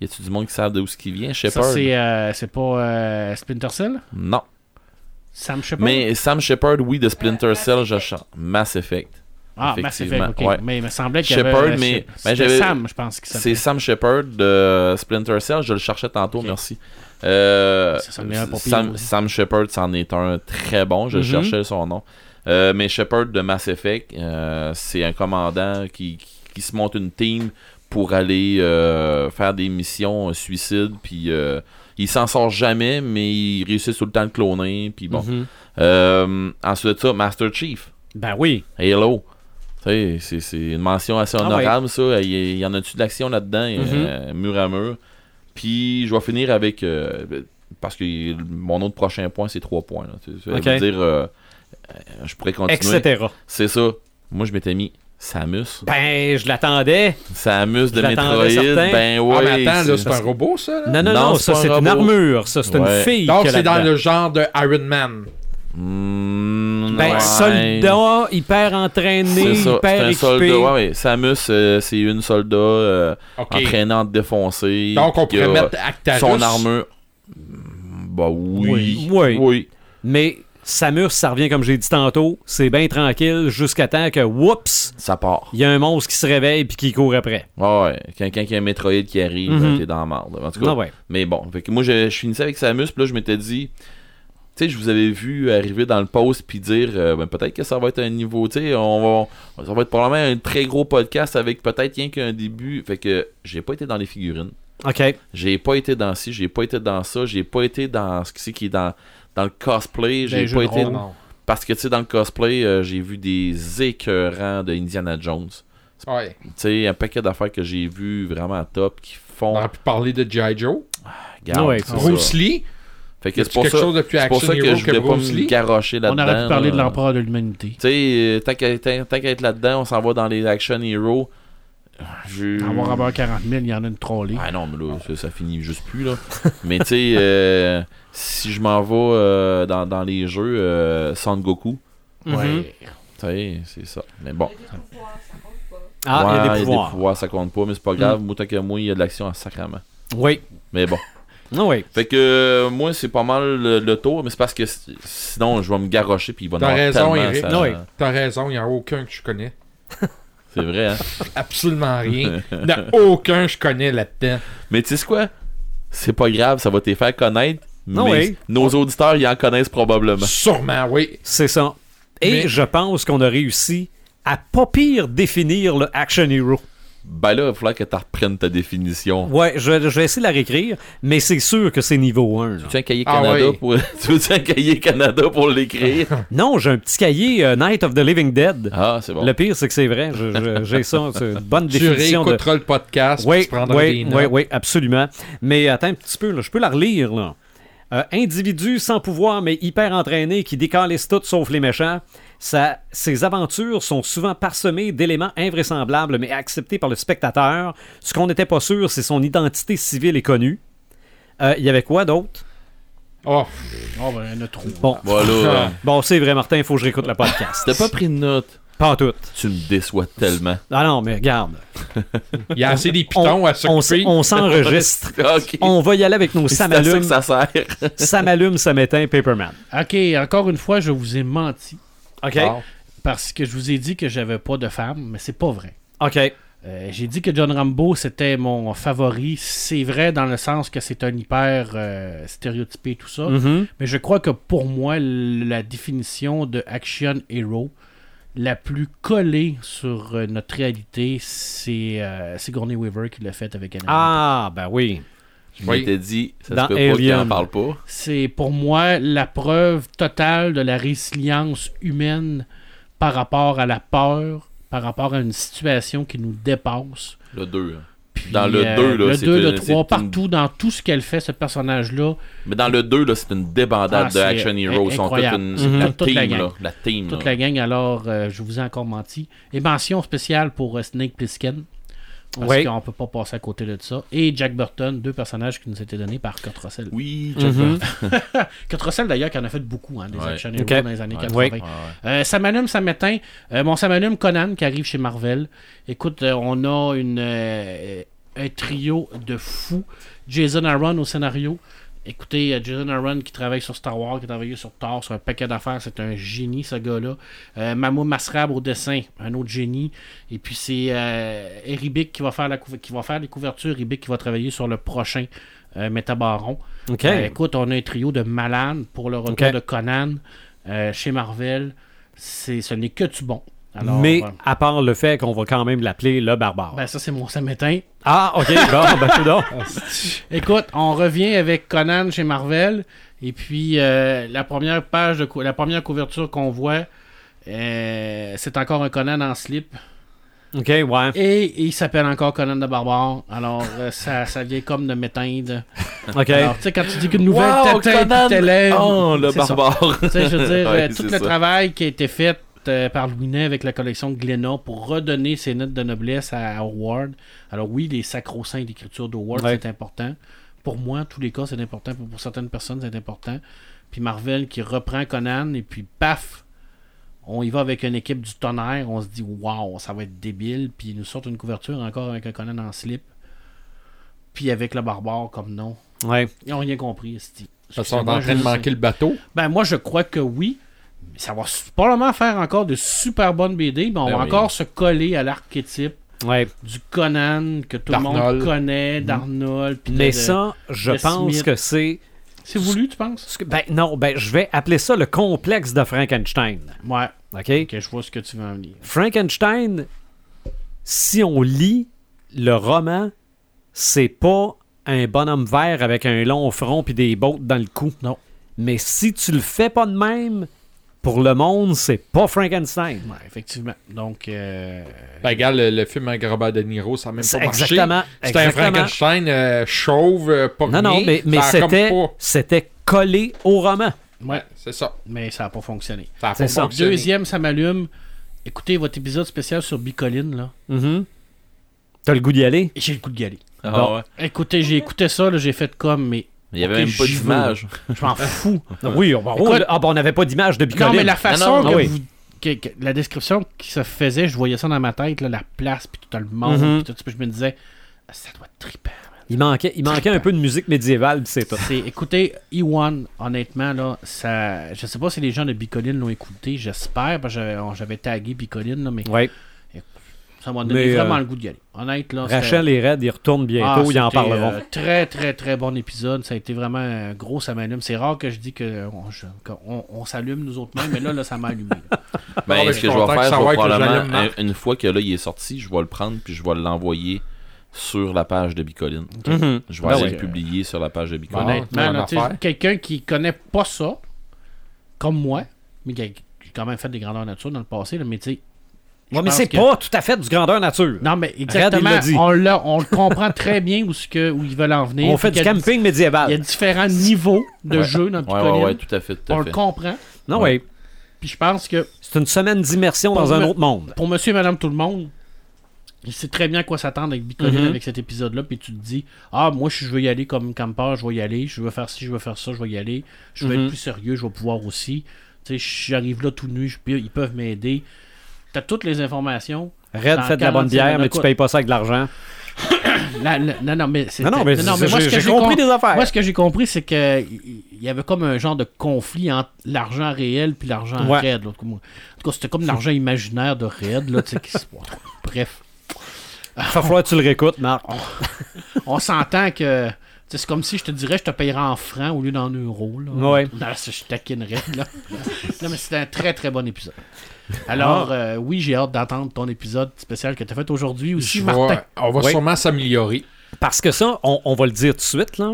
Speaker 3: Y a-tu du monde qui savent d'où ce qui vient,
Speaker 4: Ça,
Speaker 3: Shepard?
Speaker 4: c'est euh, c'est pas euh, Splinter Cell
Speaker 3: Non.
Speaker 4: Sam Shepard
Speaker 3: Mais Sam Shepard, oui, de Splinter Cell, je chante. Mass Effect.
Speaker 4: Ah, Mass Effect,
Speaker 3: effectivement,
Speaker 4: ok.
Speaker 3: ouais.
Speaker 4: Mais il me semblait qu'il y avait.
Speaker 3: Shepard,
Speaker 4: euh,
Speaker 3: mais-
Speaker 4: c'est-
Speaker 3: ben,
Speaker 4: c'était
Speaker 3: j'avais-
Speaker 4: Sam, je pense. qui
Speaker 3: C'est
Speaker 4: s'appelait.
Speaker 3: Sam Shepard de Splinter Cell, je le cherchais tantôt,
Speaker 4: Ok.
Speaker 3: merci. Euh,
Speaker 4: Ça, ça me met un pas pire,
Speaker 3: Sam,
Speaker 4: aussi.
Speaker 3: Sam Shepard, c'en est un très bon, je
Speaker 1: Mhm.
Speaker 3: cherchais son nom. Euh, mais Shepard de Mass Effect, euh, c'est un commandant qui, qui, qui se monte une team pour aller euh, faire des missions euh, suicides. Puis euh, il s'en sort jamais, mais il réussit tout le temps de cloner. Puis bon.
Speaker 1: Mhm.
Speaker 3: Euh, ensuite de ça, Master Chief,
Speaker 1: Ben oui.
Speaker 3: Halo. Tu sais, C'est c'est une mention assez
Speaker 5: ben.
Speaker 1: Ah
Speaker 3: honorable, ça. Il y, il y en a-tu de l'action là-dedans,
Speaker 1: Mhm.
Speaker 5: Mm-hmm.
Speaker 3: euh, mur à mur. Puis je vais finir avec. euh, parce que mon autre prochain point, c'est trois points. là. Tu sais, Ça veut
Speaker 1: Ok.
Speaker 3: dire. euh, euh, je pourrais continuer.
Speaker 1: Etc.
Speaker 3: C'est ça. Moi, je m'étais mis Samus.
Speaker 1: Ben, je l'attendais.
Speaker 3: Samus de
Speaker 1: Je l'attendais
Speaker 3: Metroid.
Speaker 1: certain.
Speaker 3: Ben ouais.
Speaker 5: ah, mais attends, là,
Speaker 3: c'est-
Speaker 5: c'est un robot, ça? là?
Speaker 1: Non, non, non,
Speaker 3: Non, c'est
Speaker 1: ça,
Speaker 3: pas un
Speaker 1: c'est une
Speaker 3: robot.
Speaker 1: armure. Ça, c'est une
Speaker 3: Ouais.
Speaker 1: fille.
Speaker 5: Donc,
Speaker 1: qu'il y a
Speaker 5: c'est dans
Speaker 1: là-dedans.
Speaker 5: le genre de Iron Man.
Speaker 3: Mm,
Speaker 1: Ben,
Speaker 3: ouais.
Speaker 1: soldat, hyper entraîné,
Speaker 3: C'est ça, c'est
Speaker 1: hyper
Speaker 3: un
Speaker 1: équipé.
Speaker 3: soldat. Ouais, ouais. Samus, euh, c'est une soldat euh,
Speaker 5: OK.
Speaker 3: entraînante défoncée.
Speaker 5: Donc, on
Speaker 3: qui a
Speaker 5: pourrait mettre Actarus.
Speaker 3: Son armure. Mm, Bah oui.
Speaker 1: Oui.
Speaker 3: Oui.
Speaker 1: Mais Samus, ça revient comme j'ai dit tantôt, c'est bien tranquille jusqu'à temps que, whoops,
Speaker 3: Ça part. Ah
Speaker 1: il y a un monstre qui se réveille puis qui court après.
Speaker 3: Ouais, ouais. Quelqu'un qui a un Metroid qui arrive,
Speaker 1: Mhm.
Speaker 3: euh, t'es dans la merde. En tout cas,
Speaker 1: Ah ouais.
Speaker 3: Mais bon, fait que moi je, je finissais avec Samus, puis là je m'étais dit, tu sais, je vous avais vu arriver dans le post puis dire, euh, ben, peut-être que ça va être un niveau, tu sais, on va, ça va être probablement un très gros podcast avec peut-être rien qu'un début. Fait que j'ai pas été dans les figurines,
Speaker 1: OK.
Speaker 3: j'ai pas été dans ci, j'ai pas été dans ça, j'ai pas été dans ce qui c'est qui est dans dans le cosplay, j'ai
Speaker 4: jeux
Speaker 3: pas
Speaker 4: de
Speaker 3: été
Speaker 4: rôle.
Speaker 5: Non.
Speaker 3: parce que tu sais dans le cosplay euh, j'ai vu des écœurants de Indiana Jones,
Speaker 5: Ouais.
Speaker 3: tu sais un paquet d'affaires que j'ai vu vraiment top qui
Speaker 5: On
Speaker 3: font,
Speaker 5: aurait pu parler de G.I. Joe.
Speaker 3: Regarde,
Speaker 1: Ouais,
Speaker 3: c'est ça.
Speaker 5: Bruce Lee.
Speaker 3: Fait que
Speaker 5: Y
Speaker 3: c'est
Speaker 5: a-tu
Speaker 3: pour
Speaker 5: quelque
Speaker 3: ça.
Speaker 5: chose de plus
Speaker 3: C'est pour
Speaker 5: action
Speaker 3: ça que
Speaker 5: hero
Speaker 3: je
Speaker 5: que
Speaker 3: voulais pas
Speaker 5: Bruce
Speaker 3: me
Speaker 5: Lee?
Speaker 3: garocher
Speaker 4: On
Speaker 3: là-dedans.
Speaker 4: aurait pu parler de
Speaker 3: là.
Speaker 4: l'empereur de l'humanité.
Speaker 3: Tu sais, euh, tant qu'à tant- tant qu'à être là-dedans, on s'en va dans les action heroes. Je...
Speaker 4: En avoir avoir 40 000, il y en a une trollée.
Speaker 3: Ah non, mais là, ça, ça finit juste plus, là. mais tu sais, euh, si je m'en vais euh, dans, dans les jeux euh, Son Goku,
Speaker 1: Mhm.
Speaker 3: tu sais, c'est ça. Mais bon.
Speaker 1: Ah, il y a
Speaker 3: Ouais,
Speaker 1: des pouvoirs. Hmm.
Speaker 3: ça compte pas, mais c'est pas grave. Moi, tant que moi, il y a de l'action en sacrament.
Speaker 1: Oui.
Speaker 3: Mais bon.
Speaker 1: Non, oui.
Speaker 3: Fait que euh, moi, c'est pas mal le, le tour, mais c'est parce que c- sinon, je vais me garocher, puis il va en
Speaker 5: T'as
Speaker 3: avoir
Speaker 5: raison,
Speaker 3: tellement,
Speaker 5: Eric.
Speaker 3: ça-
Speaker 1: Oui.
Speaker 5: T'as raison, il n'y en a aucun que je connais.
Speaker 3: C'est vrai, hein.
Speaker 5: Absolument rien. Il n'y en a aucun que je connais là-dedans.
Speaker 3: Mais tu sais quoi? C'est pas grave, ça va te faire connaître.
Speaker 1: Non,
Speaker 3: mais
Speaker 1: ouais.
Speaker 3: nos auditeurs, ils en connaissent probablement.
Speaker 5: Sûrement, oui.
Speaker 1: C'est ça. Et
Speaker 5: Mais-
Speaker 1: je pense qu'on a réussi à pas pire définir le action hero.
Speaker 3: Ben là, il va falloir que tu reprennes ta définition.
Speaker 1: Ouais, je, je vais essayer de la réécrire, mais c'est sûr que c'est niveau 1. là.
Speaker 3: Tu veux un cahier
Speaker 5: Ah
Speaker 3: Canada
Speaker 5: oui.
Speaker 3: pour... tu veux un cahier Canada pour l'écrire?
Speaker 1: Non, j'ai un petit cahier euh, Night of the Living Dead.
Speaker 3: Ah, c'est bon.
Speaker 1: Le pire, c'est que c'est vrai. je- je- J'ai ça. C'est une bonne
Speaker 5: Tu
Speaker 1: définition de.
Speaker 5: réécouteras le podcast. puis
Speaker 1: Oui,
Speaker 5: tu prendras
Speaker 1: oui,
Speaker 5: des notes.
Speaker 1: oui, oui, absolument. Mais attends un petit peu, là, je peux la relire. Là. Euh, individu sans pouvoir mais hyper entraîné qui décalisse tout sauf les méchants, sa- ses aventures sont souvent parsemées d'éléments invraisemblables mais acceptés par le spectateur. Ce qu'on n'était pas sûr, c'est son identité civile est connue. Euh, Il y avait quoi d'autre?
Speaker 5: Oh,
Speaker 4: Oh, ben, il y en a trop.
Speaker 1: Bon,
Speaker 3: Voilà.
Speaker 1: bon c'est vrai, Martin, il faut que je réécoute le podcast.
Speaker 3: T'as pas pris de notes.
Speaker 1: Pas en tout.
Speaker 3: Tu me déçois tellement.
Speaker 1: Ah non, mais regarde.
Speaker 5: il y a assez des pitons
Speaker 1: On,
Speaker 5: à
Speaker 1: on
Speaker 5: s'occuper.
Speaker 1: s- on s'enregistre.
Speaker 3: ok.
Speaker 1: on va y aller avec nos
Speaker 3: C'est à ça
Speaker 1: samalumes.
Speaker 3: que ça sert.
Speaker 1: Ça m'allume, ça m'éteint, Paperman.
Speaker 4: Ok, encore une fois, je vous ai menti
Speaker 1: OK.
Speaker 5: Ah.
Speaker 4: parce que je vous ai dit que j'avais pas de femme, mais c'est pas vrai.
Speaker 1: OK.
Speaker 4: Euh, J'ai dit que John Rambo c'était mon favori. C'est vrai dans le sens que c'est un hyper euh, stéréotypé et tout ça.
Speaker 1: Mhm.
Speaker 4: Mais je crois que pour moi, l- la définition de action hero la plus collée sur euh, notre réalité, c'est euh, Sigourney Weaver qui l'a faite avec Anna.
Speaker 1: Ah, ben oui.
Speaker 3: Je
Speaker 5: Oui.
Speaker 3: m'étais dit, ça
Speaker 1: Dans
Speaker 3: se peut pas qu'il en
Speaker 1: Alien.
Speaker 3: parle pas.
Speaker 4: C'est pour moi la preuve totale de la résilience humaine par rapport à la peur, par rapport à une situation qui nous dépasse.
Speaker 3: Le 2. hein.
Speaker 4: Puis,
Speaker 3: Dans le
Speaker 4: euh,
Speaker 3: deux, là,
Speaker 4: le
Speaker 3: c'est
Speaker 4: 2,
Speaker 3: une-
Speaker 4: le
Speaker 3: c'est
Speaker 4: 3,
Speaker 3: une-
Speaker 4: partout dans tout ce qu'elle fait, ce personnage-là,
Speaker 3: Mais dans le 2, là, c'est une débandade
Speaker 4: Ah,
Speaker 3: de
Speaker 4: c'est
Speaker 3: action heroes. Ils sont toute
Speaker 4: incroyable.
Speaker 3: une-
Speaker 1: Mhm.
Speaker 3: la,
Speaker 4: Toute la
Speaker 3: team,
Speaker 4: gang.
Speaker 3: là. La team,
Speaker 4: toute
Speaker 3: là.
Speaker 4: la gang, alors euh, je vous ai encore menti. Et mention spéciale pour euh, Snake Plissken. Parce
Speaker 1: Oui.
Speaker 4: qu'on peut pas passer à côté de ça. Et Jack Burton, deux personnages qui nous étaient donnés par Kurt Russell.
Speaker 3: Oui, Jack
Speaker 4: Eh
Speaker 1: Mhm.
Speaker 4: Kurt Russell, d'ailleurs, qui en a fait beaucoup, hein, des
Speaker 3: Ouais.
Speaker 4: action heroes
Speaker 1: Ok.
Speaker 4: dans les années
Speaker 3: Ouais.
Speaker 4: 80.
Speaker 1: Oui.
Speaker 3: Ouais, ouais.
Speaker 4: Euh, ça m'allume, ça m'éteint. Euh, mon ça m'allume Conan qui arrive chez Marvel. Écoute, euh, on a une, euh, un trio de fous. Jason Aaron au scénario. Écoutez, euh, Jason Aaron qui travaille sur Star Wars, qui a travaillé sur Thor, sur un paquet d'affaires, c'est un génie ce gars-là. Euh, Mamou Masrab au dessin, un autre génie. Et puis c'est euh, Eribic qui va faire la couver- qui va faire les couvertures, Eribic qui va travailler sur le prochain euh, Métabaron.
Speaker 1: OK.
Speaker 4: Ben, Euh, écoute, on a un trio de malades pour le retour
Speaker 1: Ok.
Speaker 4: de Conan euh, chez Marvel. c'est, ce n'est que du bon. Alors,
Speaker 1: mais
Speaker 4: euh,
Speaker 1: à part le fait qu'on va quand même l'appeler le barbare.
Speaker 4: ben ça, c'est mon samétain.
Speaker 1: Ah, ok, bon, ben tout donc.
Speaker 4: Écoute, on revient avec Conan chez Marvel. Et puis, euh, la première page, de cou- la première couverture qu'on voit, euh, c'est encore un Conan en slip.
Speaker 1: Ok, ouais.
Speaker 4: Et il s'appelle encore Conan le Barbare. Alors, euh, ça, ça vient comme de m'éteindre.
Speaker 1: Ok.
Speaker 4: Alors, tu sais, quand tu dis qu'une nouvelle
Speaker 3: Wow,
Speaker 4: t'atteint,
Speaker 3: Conan!
Speaker 4: tu t'élèves.
Speaker 3: Oh, le
Speaker 4: c'est ça.
Speaker 3: barbare.
Speaker 4: Tu sais, je veux dire,
Speaker 3: Ouais,
Speaker 4: euh, tout
Speaker 3: c'est
Speaker 4: le
Speaker 3: ça.
Speaker 4: travail qui a été fait euh, par Louinet avec la collection Glénat pour redonner ses notes de noblesse à Howard. Alors oui, les sacro-saints d'écriture d'Howard,
Speaker 1: Ouais.
Speaker 4: c'est important. Pour moi, en tous les cas, c'est important. Pour, pour certaines personnes, c'est important. Puis Marvel qui reprend Conan, et puis paf, on y va avec une équipe du tonnerre. On se dit, waouh, ça va être débile. Puis ils nous sortent une couverture encore avec un Conan en slip. Puis avec le barbare comme nom.
Speaker 1: Ouais.
Speaker 4: Ils n'ont rien compris, esti.
Speaker 5: Parce qu'on est en
Speaker 4: Excusez-moi,
Speaker 5: train de
Speaker 4: je-
Speaker 5: manquer le bateau.
Speaker 4: ben moi je crois que oui. Mais Ça va su- probablement faire encore de super bonnes BD, mais on
Speaker 3: Ben
Speaker 4: va
Speaker 3: oui.
Speaker 4: encore se coller à l'archétype
Speaker 1: Ouais.
Speaker 4: du Conan que tout le monde
Speaker 5: D'Arnold.
Speaker 4: connaît, d'Arnold. puis de-
Speaker 1: Mais
Speaker 4: de-
Speaker 1: ça, je
Speaker 4: de
Speaker 1: pense
Speaker 4: Smith.
Speaker 1: que c'est.
Speaker 4: C'est voulu, tu penses?
Speaker 1: ce que- Ben non, ben je vais appeler ça le complexe de Frankenstein.
Speaker 4: Ouais.
Speaker 1: Ok?
Speaker 4: Ok, je vois ce que tu veux en venir.
Speaker 1: Frankenstein, si on lit le roman, c'est pas un bonhomme vert avec un long front puis des bottes dans le cou.
Speaker 4: Non.
Speaker 1: Mais si tu le fais pas de même, pour le monde, c'est pas Frankenstein.
Speaker 4: Ouais, effectivement. Donc, euh,
Speaker 5: Ben, regarde, le, le film avec Robert De Niro, ça n'a même
Speaker 1: C'est
Speaker 5: pas marché.
Speaker 1: exactement-
Speaker 5: C'était un
Speaker 1: exactement.
Speaker 5: Frankenstein euh, chauve, euh, pas
Speaker 1: Non, non,
Speaker 5: rien.
Speaker 1: mais, mais
Speaker 5: Ça a comme
Speaker 1: c'était,
Speaker 5: pas-
Speaker 1: c'était collé au roman.
Speaker 4: ouais,
Speaker 5: C'est ça.
Speaker 4: mais ça n'a pas fonctionné.
Speaker 5: Ça a
Speaker 1: C'est
Speaker 5: pas
Speaker 1: ça.
Speaker 5: fonctionné.
Speaker 4: Deuxième, ça m'allume. Écoutez votre épisode spécial sur Bicoline, là.
Speaker 1: Mhm. T'as le goût d'y aller?
Speaker 4: J'ai le coup de galer.
Speaker 3: Ah,
Speaker 1: Bon.
Speaker 3: ouais.
Speaker 4: Écoutez, j'ai écouté ça, là, j'ai fait comme, mais
Speaker 3: Il y avait
Speaker 4: Ok,
Speaker 3: même pas
Speaker 4: j'y vais.
Speaker 3: d'image. Ben,
Speaker 4: je m'en fous.
Speaker 1: Oui, on va
Speaker 4: Écoute-
Speaker 1: Ah, ben, on n'avait pas d'image de Bicoline.
Speaker 4: Non, mais la façon
Speaker 3: non,
Speaker 1: non,
Speaker 4: que
Speaker 1: oui.
Speaker 4: vous- que- que- la description qui se faisait, je voyais ça dans ma tête, là, la place, puis tout le monde,
Speaker 1: Mhm.
Speaker 4: puis tout ça, puis je me disais, Ah, ça doit être trippant. man.
Speaker 1: Il manquait, il manquait un peu de musique médiévale, pis c'est tout.
Speaker 4: C'est, écoutez, E1, honnêtement, là, ça, je sais pas si les gens de Bicoline l'ont écouté, j'espère, parce que j'avais- on- j'avais tagué Bicoline, là, mais
Speaker 1: Ouais.
Speaker 4: ça m'a donné
Speaker 1: Mais,
Speaker 4: vraiment
Speaker 1: euh,
Speaker 4: le goût d'y aller. Honnête, là, c'était-
Speaker 1: Rachel et Red, ils retournent
Speaker 4: Ah,
Speaker 1: bientôt, ils en
Speaker 4: c'était,
Speaker 1: parleront.
Speaker 4: euh, très, très, très bon épisode. Ça a été vraiment un gros, ça m'allume. C'est rare que je dis que euh, on, je- qu'on- on s'allume nous autres mêmes, mais là, là ça m'a allumé. là.
Speaker 3: Ben,
Speaker 5: mais
Speaker 3: ce
Speaker 5: je suis
Speaker 3: que je vais
Speaker 5: content que
Speaker 3: faire, je
Speaker 5: ça
Speaker 3: vais
Speaker 5: aille, que j'allume,
Speaker 3: probablement, un-
Speaker 5: Marc.
Speaker 3: une fois que là, il est sorti, je vais le prendre puis je vais l'envoyer sur la page de Bicoline.
Speaker 1: Mhm.
Speaker 3: Je vais
Speaker 1: Ben
Speaker 3: aller
Speaker 1: oui.
Speaker 3: le publier sur la page de Bicoline.
Speaker 5: Bon.
Speaker 4: Honnêtement,
Speaker 5: bonne
Speaker 4: là, tu sais,
Speaker 5: affaire.
Speaker 4: quelqu'un qui connaît pas ça, comme moi, mais qui a qui a quand même fait des grandeurs nature dans le passé, là, mais tu sais. je
Speaker 1: Ouais, mais
Speaker 4: pense
Speaker 1: c'est
Speaker 4: que-
Speaker 1: pas tout à fait du grandeur nature.
Speaker 4: Non, mais
Speaker 1: Red,
Speaker 4: exactement.
Speaker 1: il l'a dit.
Speaker 4: On, l'a- on le comprend très bien où, ce que, où ils veulent en venir.
Speaker 1: on fait du
Speaker 4: Puis qu'il y a-
Speaker 1: camping
Speaker 4: Il y a
Speaker 1: médiéval.
Speaker 4: différents niveaux de
Speaker 3: Ouais.
Speaker 4: jeu dans
Speaker 3: Ouais, ouais,
Speaker 4: Picoline.
Speaker 3: ouais, tout à fait, tout à
Speaker 4: on
Speaker 3: fait.
Speaker 4: le comprend.
Speaker 1: Non, oui.
Speaker 4: Puis je pense que
Speaker 1: C'est une semaine d'immersion dans
Speaker 4: Pour
Speaker 1: un
Speaker 4: me-
Speaker 1: autre monde.
Speaker 4: pour monsieur et madame tout le monde, il sait très bien à quoi s'attendre avec Bicoline
Speaker 1: Mhm.
Speaker 4: avec cet épisode-là. Puis tu te dis, ah, moi, je veux y aller comme campeur, je vais y aller. Je veux faire ci, je veux faire ça, je vais y aller. Je veux
Speaker 1: Mhm.
Speaker 4: être plus sérieux, je vais pouvoir aussi. Tu sais, j'arrive là tout nu, je peux- ils peuvent m'aider. T'as toutes les informations.
Speaker 1: Red
Speaker 4: Dans
Speaker 1: fait de la bonne
Speaker 4: 45
Speaker 1: bière, mais
Speaker 4: minutes,
Speaker 1: tu
Speaker 4: quoi.
Speaker 1: payes pas ça avec de l'argent.
Speaker 4: La- la- non, non, mais c'est.
Speaker 1: Non, non, mais, c'est-
Speaker 4: moi,
Speaker 1: j'ai
Speaker 4: ce que
Speaker 1: j'ai
Speaker 4: j'ai
Speaker 1: compris
Speaker 4: com-
Speaker 1: des affaires.
Speaker 4: moi, ce que j'ai compris, c'est que il il y avait comme un genre de conflit entre l'argent réel puis l'argent
Speaker 1: Ouais.
Speaker 4: raide. là. En tout cas, c'était comme l'argent imaginaire de raide, là, tu sais, qui se- Bref.
Speaker 1: Il va falloir que tu le réécoutes, Marc.
Speaker 4: on s'entend que tu sais, c'est comme si je te dirais je te paierais en francs au lieu d'en euros. Là.
Speaker 1: Ouais.
Speaker 4: Non, ça, je taquinerais. Là. non, mais c'était un très très bon épisode. Alors,
Speaker 1: Ah.
Speaker 4: euh, oui, j'ai hâte d'entendre ton épisode spécial que tu as fait aujourd'hui aussi,
Speaker 5: Je
Speaker 4: Martin.
Speaker 5: vais- on va
Speaker 1: Oui.
Speaker 5: sûrement s'améliorer.
Speaker 1: Parce que ça, on, on va le dire tout de suite, là.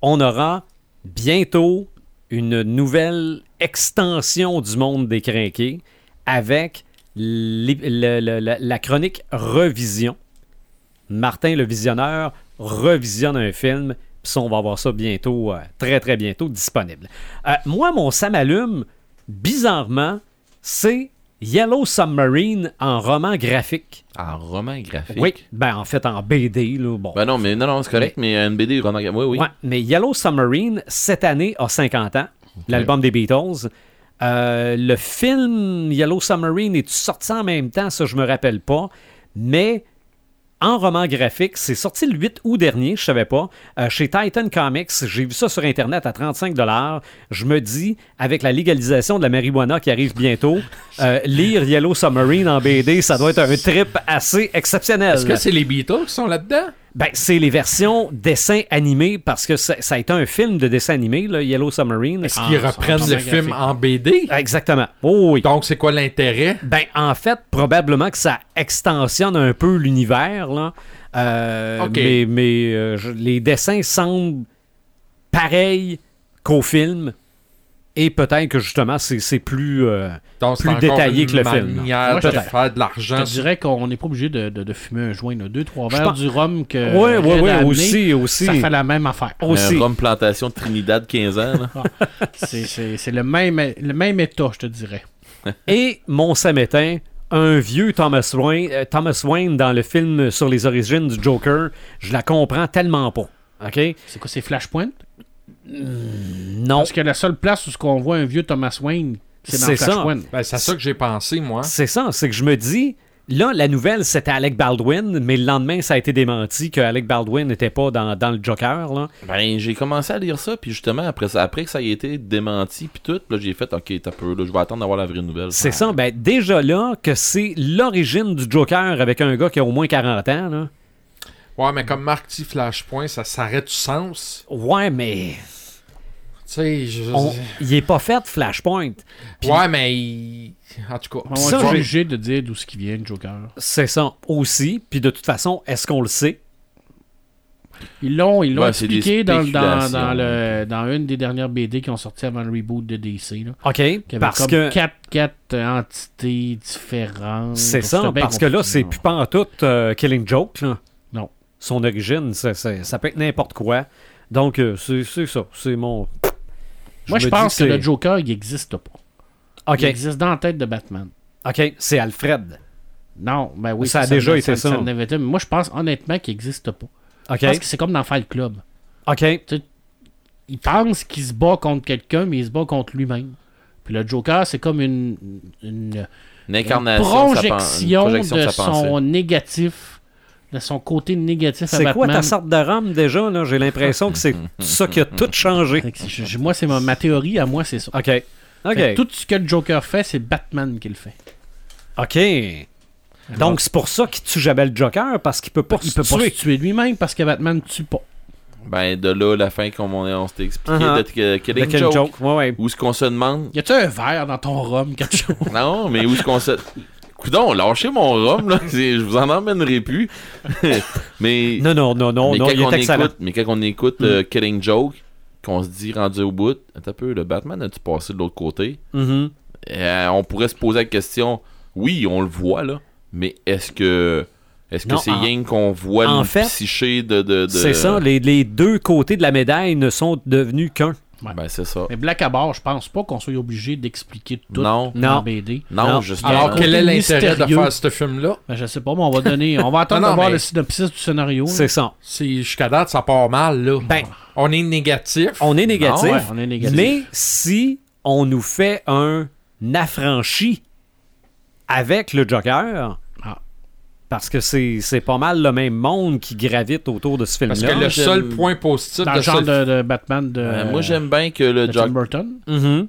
Speaker 1: On aura bientôt une nouvelle extension du monde des crinqués avec l'ép- le- le- le- la chronique Revision. Martin le visionneur revisionne un film. Puis ça, on va avoir ça bientôt, euh, très très bientôt disponible. Euh, moi, mon Samalume, bizarrement, c'est Yellow Submarine en roman graphique.
Speaker 3: En roman graphique.
Speaker 1: Oui, ben en fait en BD, là, bon.
Speaker 3: Ben non, mais non, non, c'est correct, mais euh, une BD, roman graphique. Oui, oui.
Speaker 1: Ouais, mais Yellow Submarine, cette année, a 50 ans. L'album des Beatles. Euh, le film Yellow Submarine est sorti en même temps, ça je me rappelle pas. Mais en roman graphique, c'est sorti le 8 août dernier, je savais pas, euh, chez Titan Comics. J'ai vu ça sur Internet à 35 Je me dis, avec la légalisation de la marijuana qui arrive bientôt, euh, lire Yellow Submarine en BD, ça doit être un trip assez exceptionnel. Ah.
Speaker 5: Est-ce que c'est les Beatles qui sont là-dedans?
Speaker 1: Ben, c'est les versions dessin animé parce que ça, ça a été un film de dessin animé, là, Yellow Submarine.
Speaker 4: Est-ce
Speaker 1: Ah,
Speaker 5: Qui
Speaker 4: Ah,
Speaker 5: reprennent
Speaker 4: c'est
Speaker 5: le
Speaker 4: un
Speaker 5: film
Speaker 4: graphique.
Speaker 5: en BD.
Speaker 1: Exactement. Oh oui.
Speaker 5: Donc, c'est quoi l'intérêt?
Speaker 1: Ben, en fait, probablement que ça extensionne un peu l'univers, là. Euh,
Speaker 5: Ok.
Speaker 1: Mais, mais, euh, je- les dessins semblent pareils qu'au film. Et peut-être que justement, c'est c'est plus. euh,
Speaker 5: Donc, c'est
Speaker 1: Plus
Speaker 5: encore
Speaker 1: détaillé
Speaker 5: une
Speaker 1: que le film,
Speaker 5: manière
Speaker 4: Moi,
Speaker 5: de
Speaker 4: je te-
Speaker 5: faire de
Speaker 4: Je
Speaker 5: l'argent.
Speaker 4: te dirais qu'on n'est pas obligé de, de- de fumer un joint, là. deux, trois
Speaker 1: Je
Speaker 4: verres
Speaker 1: pense-
Speaker 4: du rhum que.
Speaker 1: Ouais,
Speaker 4: Red
Speaker 1: ouais,
Speaker 4: a
Speaker 1: ouais,
Speaker 4: amené,
Speaker 1: aussi, aussi.
Speaker 4: Euh, Ça fait la même affaire.
Speaker 1: aussi.
Speaker 3: Un Euh, rhum plantation de Trinidad 15 ans. là.
Speaker 4: C'est- C'est c'est le même, le même état, je te dirais.
Speaker 1: Et mon samétain, un vieux Thomas Wayne, euh, Thomas Wayne dans le film sur les origines du Joker, je la comprends tellement pas. OK?
Speaker 4: C'est quoi, c'est Flashpoint?
Speaker 1: Non.
Speaker 4: Parce que la seule place où ce qu'on voit un vieux Thomas Wayne, c'est dans
Speaker 1: C'est ça.
Speaker 4: Flashpoint.
Speaker 5: Ben, c'est à ça que j'ai pensé,
Speaker 4: hein?
Speaker 5: moi.
Speaker 1: C'est ça, c'est que je me dis, là, la nouvelle, c'était Alec Baldwin, mais le lendemain, ça a été démenti que Alec Baldwin n'était pas dans, dans le Joker. Là.
Speaker 3: Ben, j'ai commencé à lire ça, puis justement, après, ça, après que ça ait été démenti, puis tout, là, j'ai fait, ok, t'as peu, là, je vais attendre d'avoir la vraie nouvelle.
Speaker 4: Ah.
Speaker 1: C'est ça, ben déjà là, que c'est l'origine du Joker avec un gars qui a au moins 40 ans. Là.
Speaker 5: Ouais, mais comme Marc dit Flashpoint, ça s'arrête du sens.
Speaker 1: Ouais, mais
Speaker 5: Tu sais, je...
Speaker 1: on- il est pas fait Flashpoint. Puis-
Speaker 5: Ouais, mais... il- En tout cas...
Speaker 4: On
Speaker 1: Ça,
Speaker 4: est
Speaker 1: j'ai-
Speaker 4: obligé de dire d'où ce qui vient, le Joker.
Speaker 1: C'est ça aussi. Puis de toute façon, est-ce qu'on le sait?
Speaker 4: Ils l'ont, ils l'ont
Speaker 3: Ouais, c'est des
Speaker 4: expliqué dans, dans,
Speaker 3: spéculations.
Speaker 4: dans, le, dans une des dernières BD qui ont sorti avant le reboot de DC. Là,
Speaker 1: OK,
Speaker 4: qui avait
Speaker 1: parce
Speaker 4: comme
Speaker 1: que...
Speaker 4: quatre, quatre euh, entités différentes.
Speaker 1: C'est ça,
Speaker 4: Hein, Donc, c'était bien
Speaker 1: parce que là,
Speaker 4: compliqué,
Speaker 1: c'est plus pas en tout euh, Killing Joke. Là.
Speaker 4: Non.
Speaker 1: Son origine, ça- ça- ça peut être n'importe quoi. Donc, euh, c'est c'est ça. C'est mon.
Speaker 4: Moi, je
Speaker 1: me
Speaker 4: pense
Speaker 1: dis
Speaker 4: que
Speaker 1: c'est-
Speaker 4: le Joker, il n'existe pas. Il
Speaker 1: OK,
Speaker 4: existe dans la tête de Batman.
Speaker 1: OK, c'est Alfred.
Speaker 4: Non, ben oui.
Speaker 1: Ça a déjà été ça.
Speaker 4: en avait été, mais moi, je pense honnêtement qu'il n'existe pas.
Speaker 1: OK,
Speaker 4: Je pense que c'est comme dans Fight Club.
Speaker 1: OK.
Speaker 4: Il pense qu'il se bat contre quelqu'un, mais il se bat contre lui-même. Puis le Joker, c'est comme une, une,
Speaker 3: Une
Speaker 4: une
Speaker 3: incarnation, de euh, sa pen- une
Speaker 4: projection
Speaker 3: projection
Speaker 4: de
Speaker 3: sa pensée.
Speaker 4: son négatif, de son côté négatif à
Speaker 1: C'est quoi
Speaker 4: Batman.
Speaker 1: ta sorte de rhum déjà? là? J'ai l'impression que c'est ça qui a tout changé.
Speaker 4: Fait que je- je- Moi, c'est ma, ma théorie, à moi, c'est ça.
Speaker 1: OK.
Speaker 4: Fait
Speaker 1: OK.
Speaker 4: que Tout ce que le Joker fait, c'est Batman qui le fait.
Speaker 1: OK. Donc, c'est pour ça qu'il tue jamais le Joker, parce qu'il peut pas
Speaker 4: il
Speaker 1: se
Speaker 4: peut pas se
Speaker 1: tuer.
Speaker 4: tuer lui-même parce que Batman ne tue pas.
Speaker 3: Ben, de là, la fin, comme on, on s'était expliqué,
Speaker 1: Uh-huh.
Speaker 3: de K- Killing
Speaker 1: De Killing
Speaker 3: Joke.
Speaker 1: Joke. Ouais, ouais.
Speaker 3: Où est-ce qu'on se demande
Speaker 4: Y a-tu un verre dans ton rhum, quelque chose
Speaker 3: Non, mais où est-ce qu'on se. Coudon, lâchez mon rhum, là. c'est- Je vous en emmènerai plus. mais.
Speaker 1: Non, non, non, non,
Speaker 3: mais,
Speaker 1: non,
Speaker 3: quand
Speaker 1: il est
Speaker 3: on
Speaker 1: excellent.
Speaker 3: écoute, mais quand on écoute euh, Killing Joke, qu'on se dit rendu au bout, attends un peu, le Batman a-tu passé de l'autre côté
Speaker 1: Mhm.
Speaker 3: Euh, On pourrait se poser la question oui, on le voit, là. Mais est-ce que. Est-ce que
Speaker 1: Non,
Speaker 3: c'est
Speaker 1: en-
Speaker 3: Yang qu'on voit
Speaker 1: en
Speaker 3: le
Speaker 1: fait,
Speaker 3: psyché de. de, de-
Speaker 1: C'est ça, les, les deux côtés de la médaille ne sont devenus qu'un.
Speaker 3: Ben, c'est ça.
Speaker 4: Mais Black à bord, je pense pas qu'on soit obligé d'expliquer tout
Speaker 3: Non.
Speaker 4: dans la
Speaker 1: Non.
Speaker 4: BD.
Speaker 3: Non,
Speaker 1: Non.
Speaker 3: justement.
Speaker 5: Alors, quel est l'intérêt de
Speaker 4: mystérieux.
Speaker 5: faire ce film-là?
Speaker 4: Ben, je sais pas, mais on va donner. On va attendre
Speaker 5: Non, non,
Speaker 4: de voir
Speaker 5: mais-
Speaker 4: le synopsis du scénario. là.
Speaker 1: C'est ça.
Speaker 5: C'est jusqu'à date, ça part mal, là.
Speaker 1: Ben,
Speaker 5: on est négatif.
Speaker 1: On est négatif,
Speaker 4: Ouais, on est négatif.
Speaker 1: mais si on nous fait un affranchi avec le Joker,
Speaker 4: Ah.
Speaker 1: parce que c'est c'est pas mal le même monde qui gravite autour de ce film-là.
Speaker 5: Parce que le
Speaker 3: j'aime-
Speaker 5: seul point positif
Speaker 4: Dans
Speaker 5: de
Speaker 4: le
Speaker 5: ce
Speaker 4: genre de, de Batman de.
Speaker 3: Euh, moi, j'aime Mm. bien que le
Speaker 4: de Tim
Speaker 3: Joker.
Speaker 4: Burton.
Speaker 1: Mhm.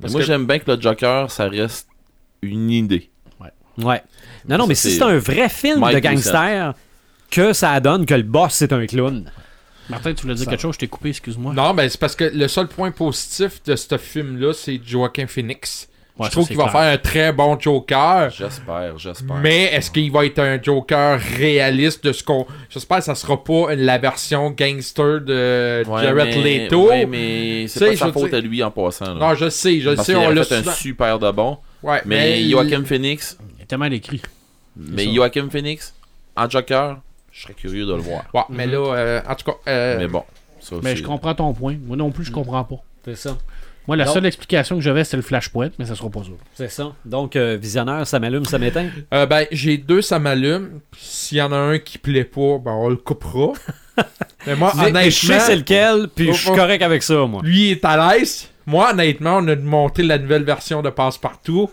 Speaker 5: Parce
Speaker 3: moi,
Speaker 5: que-
Speaker 3: j'aime bien que le Joker, ça reste une idée.
Speaker 1: Ouais. Non, non,
Speaker 3: Ça,
Speaker 1: mais si
Speaker 3: c'est-
Speaker 1: c'est un vrai film
Speaker 3: Mike
Speaker 1: de gangster, que ça donne que le boss, c'est un clown.
Speaker 4: Martin, tu voulais dire quelque chose, je t'ai coupé, excuse-moi.
Speaker 5: Non, ben c'est parce que le seul point positif de ce film-là, c'est Joaquin Phoenix.
Speaker 4: Ouais, ça,
Speaker 5: je trouve
Speaker 4: c'est
Speaker 5: qu'il va
Speaker 4: clair.
Speaker 5: faire un très bon Joker.
Speaker 3: J'espère, j'espère.
Speaker 5: Mais est-ce qu'il va être un Joker réaliste de ce qu'on. J'espère que ça sera pas la version gangster de
Speaker 3: Ouais,
Speaker 5: Jared
Speaker 3: mais-
Speaker 5: Leto.
Speaker 3: ouais, mais
Speaker 5: Tu
Speaker 3: c'est
Speaker 5: sais,
Speaker 3: pas
Speaker 5: je
Speaker 3: sa
Speaker 5: veux
Speaker 3: faute
Speaker 5: dire-
Speaker 3: à lui en passant. là.
Speaker 5: Non, je sais, je
Speaker 3: Parce
Speaker 5: sais,
Speaker 3: qu'il
Speaker 5: on
Speaker 3: avait
Speaker 5: l'a
Speaker 3: fait un
Speaker 5: souvent-
Speaker 3: super de bon.
Speaker 5: Ouais,
Speaker 3: Mais
Speaker 5: il-
Speaker 3: Joachim Phoenix,
Speaker 4: Il est tellement écrit.
Speaker 3: mais Joachim Phoenix en Joker, je serais curieux de le voir.
Speaker 5: Ouais, mais
Speaker 4: Mhm.
Speaker 5: là, euh, en tout cas, euh,
Speaker 3: Mais bon, ça
Speaker 4: Mais
Speaker 3: c'est-
Speaker 4: je comprends ton point. Moi non plus, je comprends pas.
Speaker 1: C'est ça.
Speaker 4: Moi, la
Speaker 1: Non.
Speaker 4: seule explication que j'avais, c'est le flashpoint, mais ça sera pas ça.
Speaker 1: C'est ça. Donc, euh, visionneur, ça m'allume, ça m'éteint.
Speaker 5: euh, ben, j'ai deux, ça m'allume. S'il y en a un qui plaît pas, ben, on le coupera. mais moi,
Speaker 1: Et je sais c'est
Speaker 5: honnêtement,
Speaker 1: lequel, puis je suis
Speaker 5: Oh, oh.
Speaker 1: correct avec ça, moi.
Speaker 5: lui est à l'aise. Moi, honnêtement, on a monté la nouvelle version de Passe-Partout.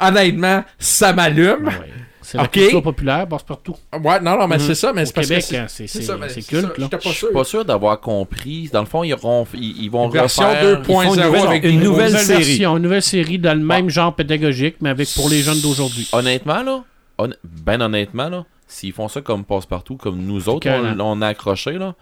Speaker 5: honnêtement, ça m'allume.
Speaker 4: Ouais. C'est la
Speaker 5: Ok.
Speaker 4: culture populaire, passe partout.
Speaker 5: Ouais, non, non, mais c'est ça, mais
Speaker 4: Mhm. Au
Speaker 5: c'est parce
Speaker 4: Québec,
Speaker 5: que
Speaker 4: hein, c'est- c'est-
Speaker 5: ça, mais
Speaker 4: c'est
Speaker 5: ça,
Speaker 4: culte, là.
Speaker 5: J'étais pas
Speaker 3: Je
Speaker 5: sûr.
Speaker 3: suis pas sûr d'avoir compris. Dans le fond, ils, auront- ils, ils vont
Speaker 5: Version
Speaker 3: refaire...
Speaker 5: 2.0
Speaker 1: Ils font une nouvelle-
Speaker 5: avec
Speaker 1: une
Speaker 5: des
Speaker 1: nouvelle
Speaker 5: nouveaux-
Speaker 1: série.
Speaker 4: Version, une nouvelle série dans le même genre pédagogique, mais avec pour les jeunes d'aujourd'hui.
Speaker 3: Honnêtement, là, hon- ben honnêtement, là, s'ils font ça comme passe-partout, comme nous autres,
Speaker 4: écœurant.
Speaker 3: on, on a accroché, là,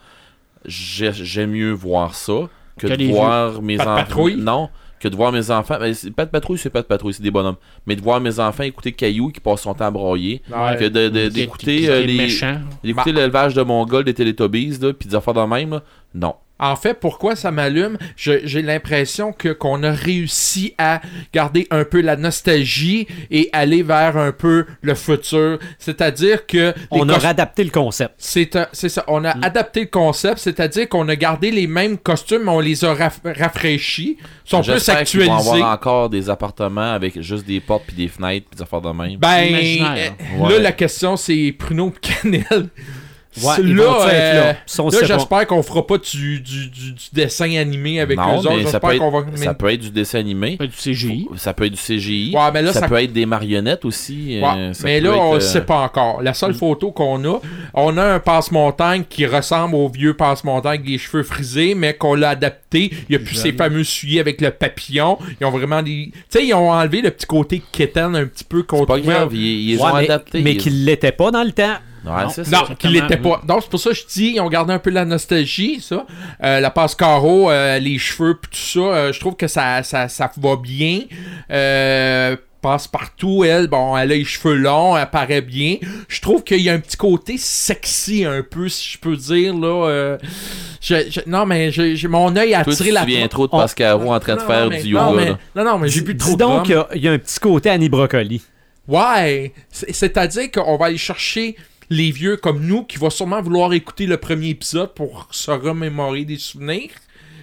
Speaker 3: j'ai- j'aime mieux voir ça que,
Speaker 4: Que
Speaker 3: de
Speaker 4: les
Speaker 3: voir mes
Speaker 5: Pas de
Speaker 3: enfants.
Speaker 5: patrouille?
Speaker 3: Non, que de voir mes enfants. Mais c'est- pas de patrouille, c'est pas de patrouille, c'est des bonhommes. Mais de voir mes enfants écouter Caillou qui passe son temps à broyer.
Speaker 5: Ouais.
Speaker 3: Que de- de- d'écouter euh, les-
Speaker 4: méchants.
Speaker 3: d'écouter
Speaker 5: Bah.
Speaker 3: l'élevage de Mongol des Télétobies, là, puis des affaires de même, là, non.
Speaker 5: En fait, pourquoi ça m'allume Je- J'ai l'impression que qu'on a réussi à garder un peu la nostalgie et aller vers un peu le futur. C'est-à-dire que les
Speaker 1: On a
Speaker 5: cos-
Speaker 1: adapté le concept.
Speaker 5: c'est un- c'est ça, on
Speaker 3: Mm.
Speaker 5: a adapté le concept, c'est-à-dire qu'on a gardé les mêmes costumes, mais on les a raf- rafraîchis, sont plus
Speaker 3: J'espère qu'ils vont
Speaker 5: actualisés.
Speaker 3: avoir encore des appartements avec juste des portes puis des fenêtres puis des affaires de même.
Speaker 5: Ben,
Speaker 4: Imaginaire.
Speaker 5: euh, là,
Speaker 3: hein. Ouais.
Speaker 5: la question, c'est Pruneau pis Cannelle.
Speaker 1: Ouais,
Speaker 5: C'est-
Speaker 1: ils
Speaker 5: là,
Speaker 1: vont-tu être là?
Speaker 5: euh,
Speaker 1: Ça, on
Speaker 5: là,
Speaker 1: sait pas.
Speaker 5: j'espère qu'on fera pas du, du- du- du dessin animé avec
Speaker 3: non,
Speaker 5: eux
Speaker 3: mais
Speaker 5: autres.
Speaker 3: ça, peut
Speaker 5: J'espère
Speaker 3: être,
Speaker 5: qu'on va.
Speaker 3: ça peut être du dessin animé,
Speaker 4: Pas Euh, du CGI.
Speaker 3: ça peut être du CGI,
Speaker 5: Ouais, mais là,
Speaker 3: ça,
Speaker 5: ça-
Speaker 3: peut être des marionnettes aussi.
Speaker 5: Ouais,
Speaker 3: euh, ça
Speaker 5: mais
Speaker 3: peut
Speaker 5: là,
Speaker 3: être,
Speaker 5: on
Speaker 3: euh, Mm.
Speaker 5: ne sait pas encore. La seule photo qu'on a, on a un passe-montagne qui ressemble au vieux passe-montagne avec les cheveux frisés, mais qu'on l'a adapté. Il n'y a plus ces fameux souliers avec le papillon. Ils ont vraiment des. Tu sais, ils ont enlevé le petit côté kitten un petit peu qu'on
Speaker 3: C'est pas
Speaker 5: trouvait-
Speaker 3: grave, ils, ils
Speaker 1: Ouais,
Speaker 3: ont
Speaker 1: mais,
Speaker 3: adapté.
Speaker 1: Mais
Speaker 3: ils-
Speaker 1: qu'il l'était pas dans le temps.
Speaker 3: Ouais,
Speaker 4: Non.
Speaker 3: c'est ça.
Speaker 5: Non, qu'il l'était pas. Donc, c'est pour ça que je dis, ils ont gardé un peu la nostalgie, ça. Euh, la passe carreau, euh, les cheveux, pis tout ça. euh, je trouve que ça, ça, ça va bien. Euh, passe partout, elle. Bon, elle a les cheveux longs, elle paraît bien. Je trouve qu'il y a un petit côté sexy, un peu, si je peux dire, là. euh, je- je- non, mais j'ai j'ai- mon œil a
Speaker 3: Toi, tu
Speaker 5: attiré
Speaker 3: te
Speaker 5: la
Speaker 3: souviens trop de
Speaker 1: on-
Speaker 3: Pascaro en train de
Speaker 5: Non,
Speaker 3: faire
Speaker 5: mais-
Speaker 3: du
Speaker 5: non,
Speaker 3: yoga.
Speaker 5: mais-
Speaker 3: là.
Speaker 5: Non, non, mais j'ai plus trop
Speaker 1: Dis
Speaker 5: de
Speaker 1: donc,
Speaker 5: rhum.
Speaker 1: il y a- il y, a un petit côté Annie Brocoli.
Speaker 5: Ouais, c'est- c'est-à-dire qu'on va aller chercher les vieux comme nous qui vont sûrement vouloir écouter le premier épisode pour se remémorer des souvenirs.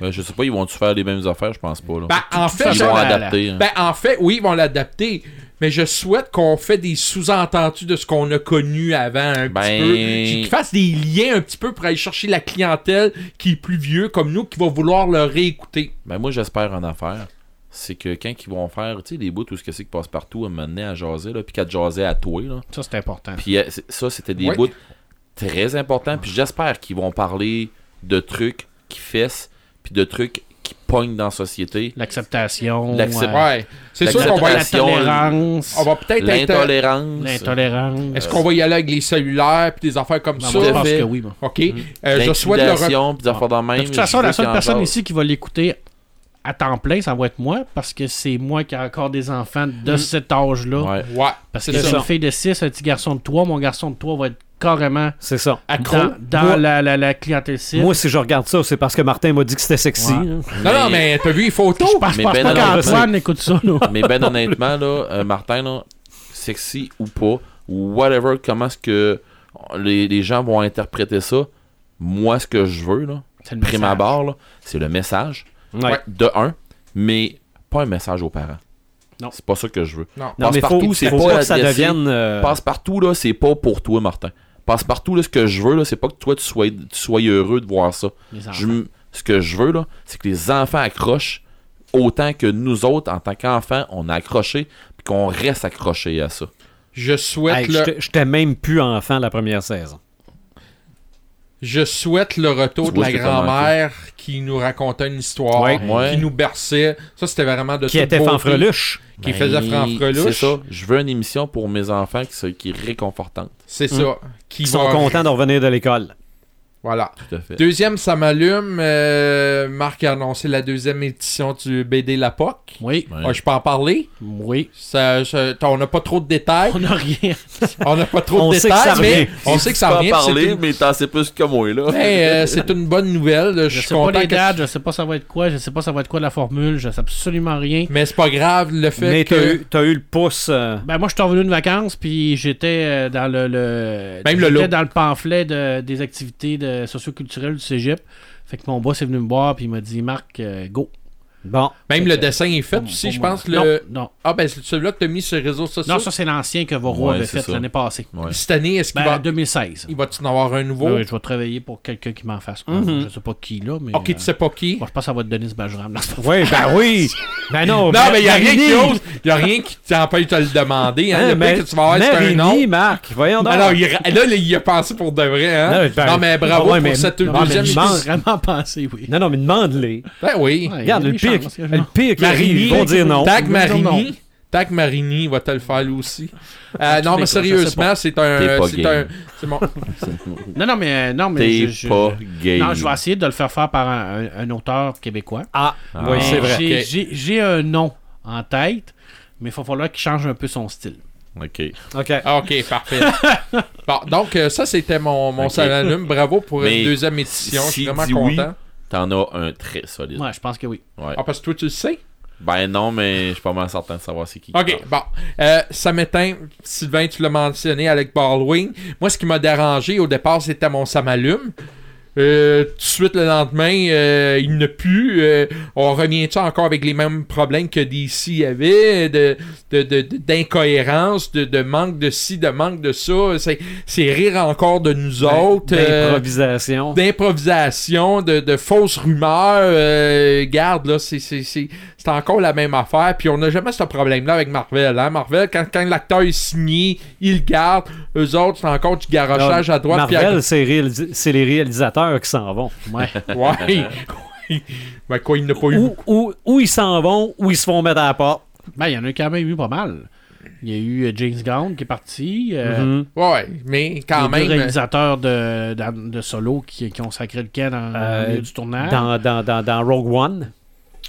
Speaker 3: Ben, je sais pas, ils vont-tu faire les mêmes affaires, je pense pas. Là.
Speaker 5: Ben, en fait,
Speaker 3: ils
Speaker 5: je-
Speaker 3: vont
Speaker 4: la-
Speaker 3: adapter. hein.
Speaker 5: ben, en fait, oui, ils vont l'adapter. Mais je souhaite qu'on fait des sous-entendus de ce qu'on a connu avant un
Speaker 3: Ben-
Speaker 5: petit peu. Qu'ils fassent des liens un petit peu pour aller chercher la clientèle qui est plus vieux comme nous qui va vouloir le réécouter.
Speaker 3: Ben moi j'espère en affaire. C'est que quand ils vont faire, tu sais, les bouts, tout ce que c'est qui passe partout, à m'amener à jaser, là, puis qu'à te jaser à toi, là.
Speaker 4: Ça, c'est important.
Speaker 3: Puis euh, c'est- ça, c'était des
Speaker 5: Ouais.
Speaker 3: bouts très importants. Puis j'espère qu'ils vont parler de trucs qui fessent, puis de trucs qui pognent dans la société.
Speaker 4: L'acceptation.
Speaker 3: L'accept-
Speaker 4: euh,
Speaker 5: Ouais. C'est sûr qu'on va,
Speaker 4: la
Speaker 3: L'acceptation,
Speaker 4: tolérance.
Speaker 5: on va peut-être être. euh,
Speaker 3: L'intolérance,
Speaker 4: L'intolérance.
Speaker 5: Est-ce qu'on va y aller avec les cellulaires puis des affaires comme
Speaker 4: Non,
Speaker 5: ça?
Speaker 4: moi, je pense
Speaker 3: fait.
Speaker 4: que oui. Mm. moi.
Speaker 5: Ok. Euh, je souhaite le re-
Speaker 3: l'intimidation, puis des affaires dans le même.
Speaker 4: De toute façon,
Speaker 3: Je veux
Speaker 4: la seule
Speaker 3: qu'en
Speaker 4: personne
Speaker 3: jase.
Speaker 4: ici qui va l'écouter à temps plein, ça va être moi, parce que c'est moi qui ai encore des enfants de cet âge-là.
Speaker 3: Ouais.
Speaker 5: Ouais,
Speaker 4: Parce
Speaker 5: c'est
Speaker 4: que
Speaker 5: ça.
Speaker 4: j'ai une fille de 6, un petit garçon de 3. Mon garçon de 3 va être carrément
Speaker 1: C'est ça.
Speaker 5: Accro.
Speaker 4: dans, dans
Speaker 1: Moi-
Speaker 4: la, la, la clientèle cible.
Speaker 1: Moi, si je regarde ça, c'est parce que Martin m'a dit que c'était sexy.
Speaker 4: Ouais.
Speaker 1: hein.
Speaker 5: Non, non, mais t'as vu les photos?
Speaker 4: je pense, je
Speaker 3: Mais
Speaker 4: pense
Speaker 3: ben
Speaker 4: pas
Speaker 3: non,
Speaker 4: qu'Antoine écoute ça. là.
Speaker 3: Mais ben honnêtement, là, euh, Martin, là, sexy ou pas, ou whatever, comment est-ce que les, les gens vont interpréter ça, moi, ce que je veux, là,
Speaker 4: C'est le
Speaker 3: prime
Speaker 4: message.
Speaker 3: abord, là, c'est le message,
Speaker 1: Ouais.
Speaker 5: Ouais.
Speaker 3: de un, mais pas un message aux parents.
Speaker 4: Non.
Speaker 3: C'est pas ça que je veux.
Speaker 5: Non.
Speaker 1: Non, mais faut,
Speaker 3: Passe-partout, c'est
Speaker 1: faut
Speaker 3: pas
Speaker 1: pas que ça
Speaker 3: adressé.
Speaker 1: devienne. euh,
Speaker 3: Passe-partout, là, c'est pas pour toi, Martin. Passe-partout, là, ce que je veux, là, c'est pas que toi, tu sois, tu sois heureux de voir ça.
Speaker 4: Les enfants.
Speaker 3: Je m- ce que je veux, là, c'est que les enfants accrochent autant que nous autres, en tant qu'enfants, on a accroché, puis qu'on reste accroché à ça.
Speaker 5: Je souhaite
Speaker 1: hey,
Speaker 5: le
Speaker 1: j'étais- J'étais même plus enfant la première saison.
Speaker 5: je souhaite le retour
Speaker 3: Tu
Speaker 5: de
Speaker 3: vois,
Speaker 5: la
Speaker 3: je t'ai pas
Speaker 5: grand-mère qui nous racontait une histoire,
Speaker 1: Ouais.
Speaker 3: Ouais.
Speaker 5: qui nous berçait. Ça c'était vraiment de
Speaker 1: Qui
Speaker 5: toute
Speaker 1: était
Speaker 5: beauté,
Speaker 1: fanfreluche.
Speaker 5: qui
Speaker 3: Ben,
Speaker 5: faisait franfreluche.
Speaker 3: C'est ça. Je veux une émission pour mes enfants qui, soit- qui est réconfortante.
Speaker 5: C'est ça. Qui
Speaker 1: Hum. Ils sont
Speaker 5: va-
Speaker 1: contents de revenir de l'école.
Speaker 5: Voilà.
Speaker 3: Tout à fait.
Speaker 5: Deuxième, ça m'allume. euh, Marc a annoncé la deuxième édition du BD La POC.
Speaker 4: Oui,
Speaker 3: Ouais.
Speaker 5: Ah, je peux en parler.
Speaker 4: oui.
Speaker 5: Ça- ça- on n'a pas trop de détails.
Speaker 4: On n'a rien.
Speaker 5: on n'a pas trop
Speaker 1: On
Speaker 5: de
Speaker 1: sait que
Speaker 5: détails,
Speaker 1: ça
Speaker 5: mais
Speaker 1: revient.
Speaker 5: on sait que ça
Speaker 3: Pas
Speaker 5: revient. puis
Speaker 3: parler,
Speaker 5: C'est une...
Speaker 3: mais t'en sais plus que moi, là.
Speaker 5: mais, euh, c'est une bonne nouvelle. Je,
Speaker 4: Je
Speaker 5: suis
Speaker 4: sais pas
Speaker 5: content
Speaker 4: les
Speaker 5: que-
Speaker 4: dates, je sais pas ça va être quoi, je sais pas ça va être quoi la formule, je sais absolument rien.
Speaker 5: Mais c'est pas grave le fait
Speaker 1: Mais t'as
Speaker 5: que.
Speaker 1: eu, t'as eu le pouce. euh,
Speaker 4: Ben moi je suis revenu de vacances puis j'étais euh, dans le, le-
Speaker 5: Même le
Speaker 4: j'étais
Speaker 5: lot.
Speaker 4: dans le pamphlet de- des activités de socioculturelles du Cégep. Fait que mon boss est venu me voir puis il m'a dit Marc euh, go.
Speaker 1: Bon.
Speaker 5: Même
Speaker 4: Fait
Speaker 5: le
Speaker 4: que-
Speaker 5: dessin est fait
Speaker 4: Pour-
Speaker 5: aussi,
Speaker 4: pour
Speaker 5: je
Speaker 4: moi.
Speaker 5: pense.
Speaker 4: Non,
Speaker 5: Le...
Speaker 4: non.
Speaker 5: Ah, ben c'est celui-là que tu as mis sur les réseaux sociaux.
Speaker 4: Non, ça c'est l'ancien que Varro
Speaker 3: Ouais,
Speaker 4: avait
Speaker 3: c'est
Speaker 4: fait
Speaker 3: ça.
Speaker 4: l'année passée.
Speaker 3: Ouais.
Speaker 5: Cette année, est-ce qu'il
Speaker 4: Ben,
Speaker 5: va...
Speaker 4: 2016.
Speaker 5: Il va en avoir un nouveau
Speaker 4: Ouais, ouais, je vais travailler pour quelqu'un qui m'en fasse. un. Je sais pas qui là, mais.
Speaker 5: Ok, tu
Speaker 4: euh,
Speaker 5: sais pas qui.
Speaker 4: moi, je pense que ça va être Denis Bajoram. Non, c'est pas vrai.
Speaker 1: Oui, ben oui. ben non,
Speaker 5: Non, mais il n'y a rien
Speaker 1: Marini.
Speaker 5: qui ose. Il n'y a rien qui t'empêche de le demander. Hein.
Speaker 1: Hein,
Speaker 5: le
Speaker 1: mais-
Speaker 5: pire que tu vas avoir, c'est un nom.
Speaker 1: Marini, Marc, voyons donc.
Speaker 5: Alors, il... ra- là, il y a pensé pour de vrai. Hein.
Speaker 1: Non, ben,
Speaker 5: non, mais bravo
Speaker 1: ouais,
Speaker 5: pour
Speaker 1: mais-
Speaker 5: cette
Speaker 1: non, mais
Speaker 5: deuxième
Speaker 1: je
Speaker 5: édition.
Speaker 1: pense-
Speaker 4: J'ai vraiment pensé, oui.
Speaker 1: Non, non, mais demande-les.
Speaker 5: Ben oui.
Speaker 4: Ouais, il y a
Speaker 1: Regarde,
Speaker 4: des
Speaker 1: le pire,
Speaker 4: chances que je-
Speaker 1: le pire qui arrive, ils vont dire non.
Speaker 5: Tag
Speaker 4: Ils vont dire non.
Speaker 5: Marini. Tac Marini va te le faire lui aussi. Euh, non,
Speaker 4: les
Speaker 5: mais
Speaker 4: proches,
Speaker 5: sérieusement, c'est
Speaker 3: T'es
Speaker 5: un.
Speaker 3: pas
Speaker 5: C'est
Speaker 3: gay.
Speaker 5: un. C'est mon.
Speaker 4: Non, non, mais, euh, non, mais
Speaker 3: T'es
Speaker 4: je- je-
Speaker 3: pas gay.
Speaker 4: Non, je vais essayer de le faire faire par un, un- un auteur québécois.
Speaker 1: Ah, oui,
Speaker 4: Mais
Speaker 1: c'est vrai.
Speaker 4: j'ai-
Speaker 5: Ok.
Speaker 4: J'ai j'ai un nom en tête, mais il va falloir qu'il change un peu son style.
Speaker 3: Ok.
Speaker 1: OK.
Speaker 5: Ah, ok, parfait. bon, donc, euh, ça, c'était mon, mon
Speaker 3: Ok.
Speaker 5: salanum. Bravo pour
Speaker 3: Mais
Speaker 5: une deuxième édition. Je suis
Speaker 3: si
Speaker 5: vraiment
Speaker 3: dit oui-
Speaker 5: content.
Speaker 3: T'en as un très solide.
Speaker 4: Ouais, je pense que oui.
Speaker 3: Ouais.
Speaker 5: Ah, parce que toi, tu le sais.
Speaker 3: Ben non, mais je suis pas mal certain de savoir c'est qui.
Speaker 5: OK, bon. Euh, ça m'éteint. Sylvain, tu l'as mentionné, Alec Baldwin. Moi, ce qui m'a dérangé au départ, c'était mon samalume. Euh, tout de suite le lendemain, euh, il n'a plus. euh, on revient tu encore avec les mêmes problèmes que DC avait, de, de- de- de- d'incohérence, de, de manque de ci, de manque de ça. C'est, c'est rire encore de nous
Speaker 3: Ben,
Speaker 5: autres. euh,
Speaker 1: D'improvisation.
Speaker 5: d'improvisation, de, de fausses rumeurs. euh, garde, là, c'est, c'est, c'est, c'est encore la même affaire. Puis on n'a jamais ce problème-là avec Marvel. Hein? Marvel, quand, quand l'acteur est signé, il le garde. Eux autres, c'est encore du garochage à droite. puis à
Speaker 1: Marvel, c'est réalis- c'est les réalisateurs qui s'en vont.
Speaker 4: Ouais.
Speaker 5: gauche. Ouais. Ouais. ben quoi, il n'a pas eu.
Speaker 1: Ou, ou- ou ils s'en vont, ou ils se font mettre à la porte.
Speaker 4: ben, il y en a quand même eu pas mal. Il y a eu euh, James Gunn qui est parti. euh,
Speaker 1: Mhm.
Speaker 5: Ouais, mais quand
Speaker 4: les deux
Speaker 5: même.
Speaker 4: réalisateurs de, de, de Solo qui, qui ont sacré le camp dans
Speaker 1: Euh,
Speaker 4: le milieu du tournage.
Speaker 1: Dans, dans, dans, dans Rogue One.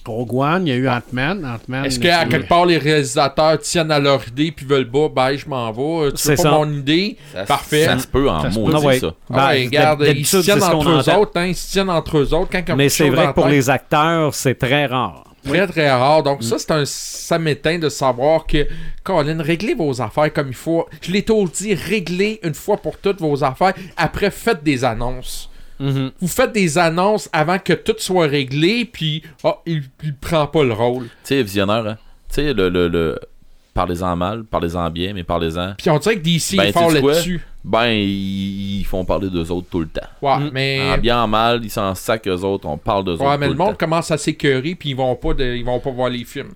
Speaker 4: Rogue One, il y a eu Ant-Man. Ant-Man
Speaker 5: Est-ce qu'à
Speaker 4: qui-
Speaker 5: quelque part les réalisateurs tiennent à leur idée puis veulent pas, ben je m'en vais, tu veux
Speaker 1: C'est
Speaker 5: pas
Speaker 1: ça.
Speaker 5: mon idée,
Speaker 3: Ça,
Speaker 5: parfait.
Speaker 3: Ça se peut en
Speaker 4: Ça se
Speaker 3: mots,
Speaker 1: peut. Ah ouais.
Speaker 3: ça.
Speaker 5: Ah ouais,
Speaker 1: Ben,
Speaker 5: regarde,
Speaker 1: d'hab-
Speaker 5: ils se
Speaker 1: d'habitude,
Speaker 5: tiennent
Speaker 1: c'est ce qu'on
Speaker 5: entre eux
Speaker 1: entend.
Speaker 5: autres, hein, ils se tiennent entre eux autres quand ils ont
Speaker 1: Mais
Speaker 5: quelque
Speaker 1: c'est
Speaker 5: chose dans
Speaker 1: vrai
Speaker 5: la
Speaker 1: que pour
Speaker 5: tête,
Speaker 1: les acteurs, c'est très rare.
Speaker 5: Très, très rare. Donc, ça, c'est un. Ça m'éteint de savoir que, Colin, réglez vos affaires comme il faut. Je l'ai toujours dit, réglez une fois pour toutes vos affaires. Après, faites des annonces.
Speaker 3: Mm-hmm.
Speaker 1: Mhm.
Speaker 5: Vous faites des annonces avant que tout soit réglé, puis ah, il, il prend pas le rôle.
Speaker 3: Tu sais, visionnaire, hein. Tu sais, le, le, le... Parlez-en mal, parlez-en bien, mais parlez-en.
Speaker 5: Puis on dirait que DC
Speaker 3: Ben,
Speaker 5: est fort
Speaker 3: sais-tu quoi?
Speaker 5: là-dessus.
Speaker 3: Ben, ils ils font parler d'eux autres tout le temps.
Speaker 5: Ouais,
Speaker 1: Mm.
Speaker 5: mais.
Speaker 3: En Mm-hmm. Ah, bien, en mal, ils s'en sacent eux autres, on parle d'eux
Speaker 5: Ouais,
Speaker 3: autres.
Speaker 5: mais
Speaker 3: tout
Speaker 5: le monde
Speaker 3: temps.
Speaker 5: commence à s'écœurer, puis ils vont pas de- ils vont pas voir les films.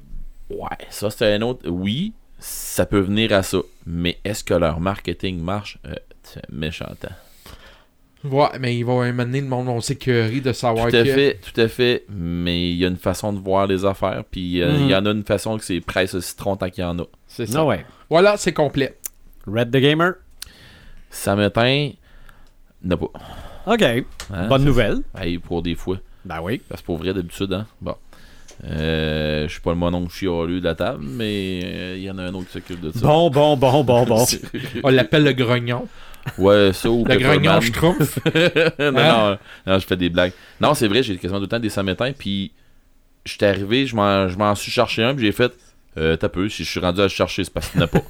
Speaker 3: Ouais, ça c'est un autre. Oui, ça peut venir à ça. Mais est-ce que leur marketing marche Euh, C'est méchant temps.
Speaker 5: Ouais, mais ils vont amener le monde, on s'écœurer de savoir
Speaker 3: Tout à
Speaker 5: que.
Speaker 3: fait, tout à fait. Mais il y a une façon de voir les affaires, puis euh, il
Speaker 1: Mhm.
Speaker 3: y en a une façon que c'est presse au citron tant qu'il y en a.
Speaker 5: C'est ça.
Speaker 1: Ah ouais.
Speaker 5: Voilà, c'est complet.
Speaker 1: Red the Gamer.
Speaker 3: Ça m'éteint. n'a pas.
Speaker 1: OK.
Speaker 3: Hein,
Speaker 1: Bonne nouvelle.
Speaker 3: Hey, pour des fois.
Speaker 1: Ben oui.
Speaker 3: Parce que pour vrai, d'habitude, hein. Bon. Euh, je suis pas le monon chialeux de la table, mais euh, il y en a un autre qui s'occupe de ça.
Speaker 1: Bon, bon, bon, bon, bon.
Speaker 3: Euh,
Speaker 5: On l'appelle le grognon.
Speaker 3: Ouais, ça ou
Speaker 5: Le
Speaker 3: Pepperman.
Speaker 5: grognon schtroumpf.
Speaker 3: non,
Speaker 5: Hein?
Speaker 3: non, non, je fais des blagues. Non, c'est vrai, j'ai quasiment tout le temps des sametins, puis j'étais arrivé, je m'en, je m'en suis cherché un, puis j'ai fait, euh, t'as peu, si je suis rendu à le chercher, c'est parce qu'il n'y en a pas.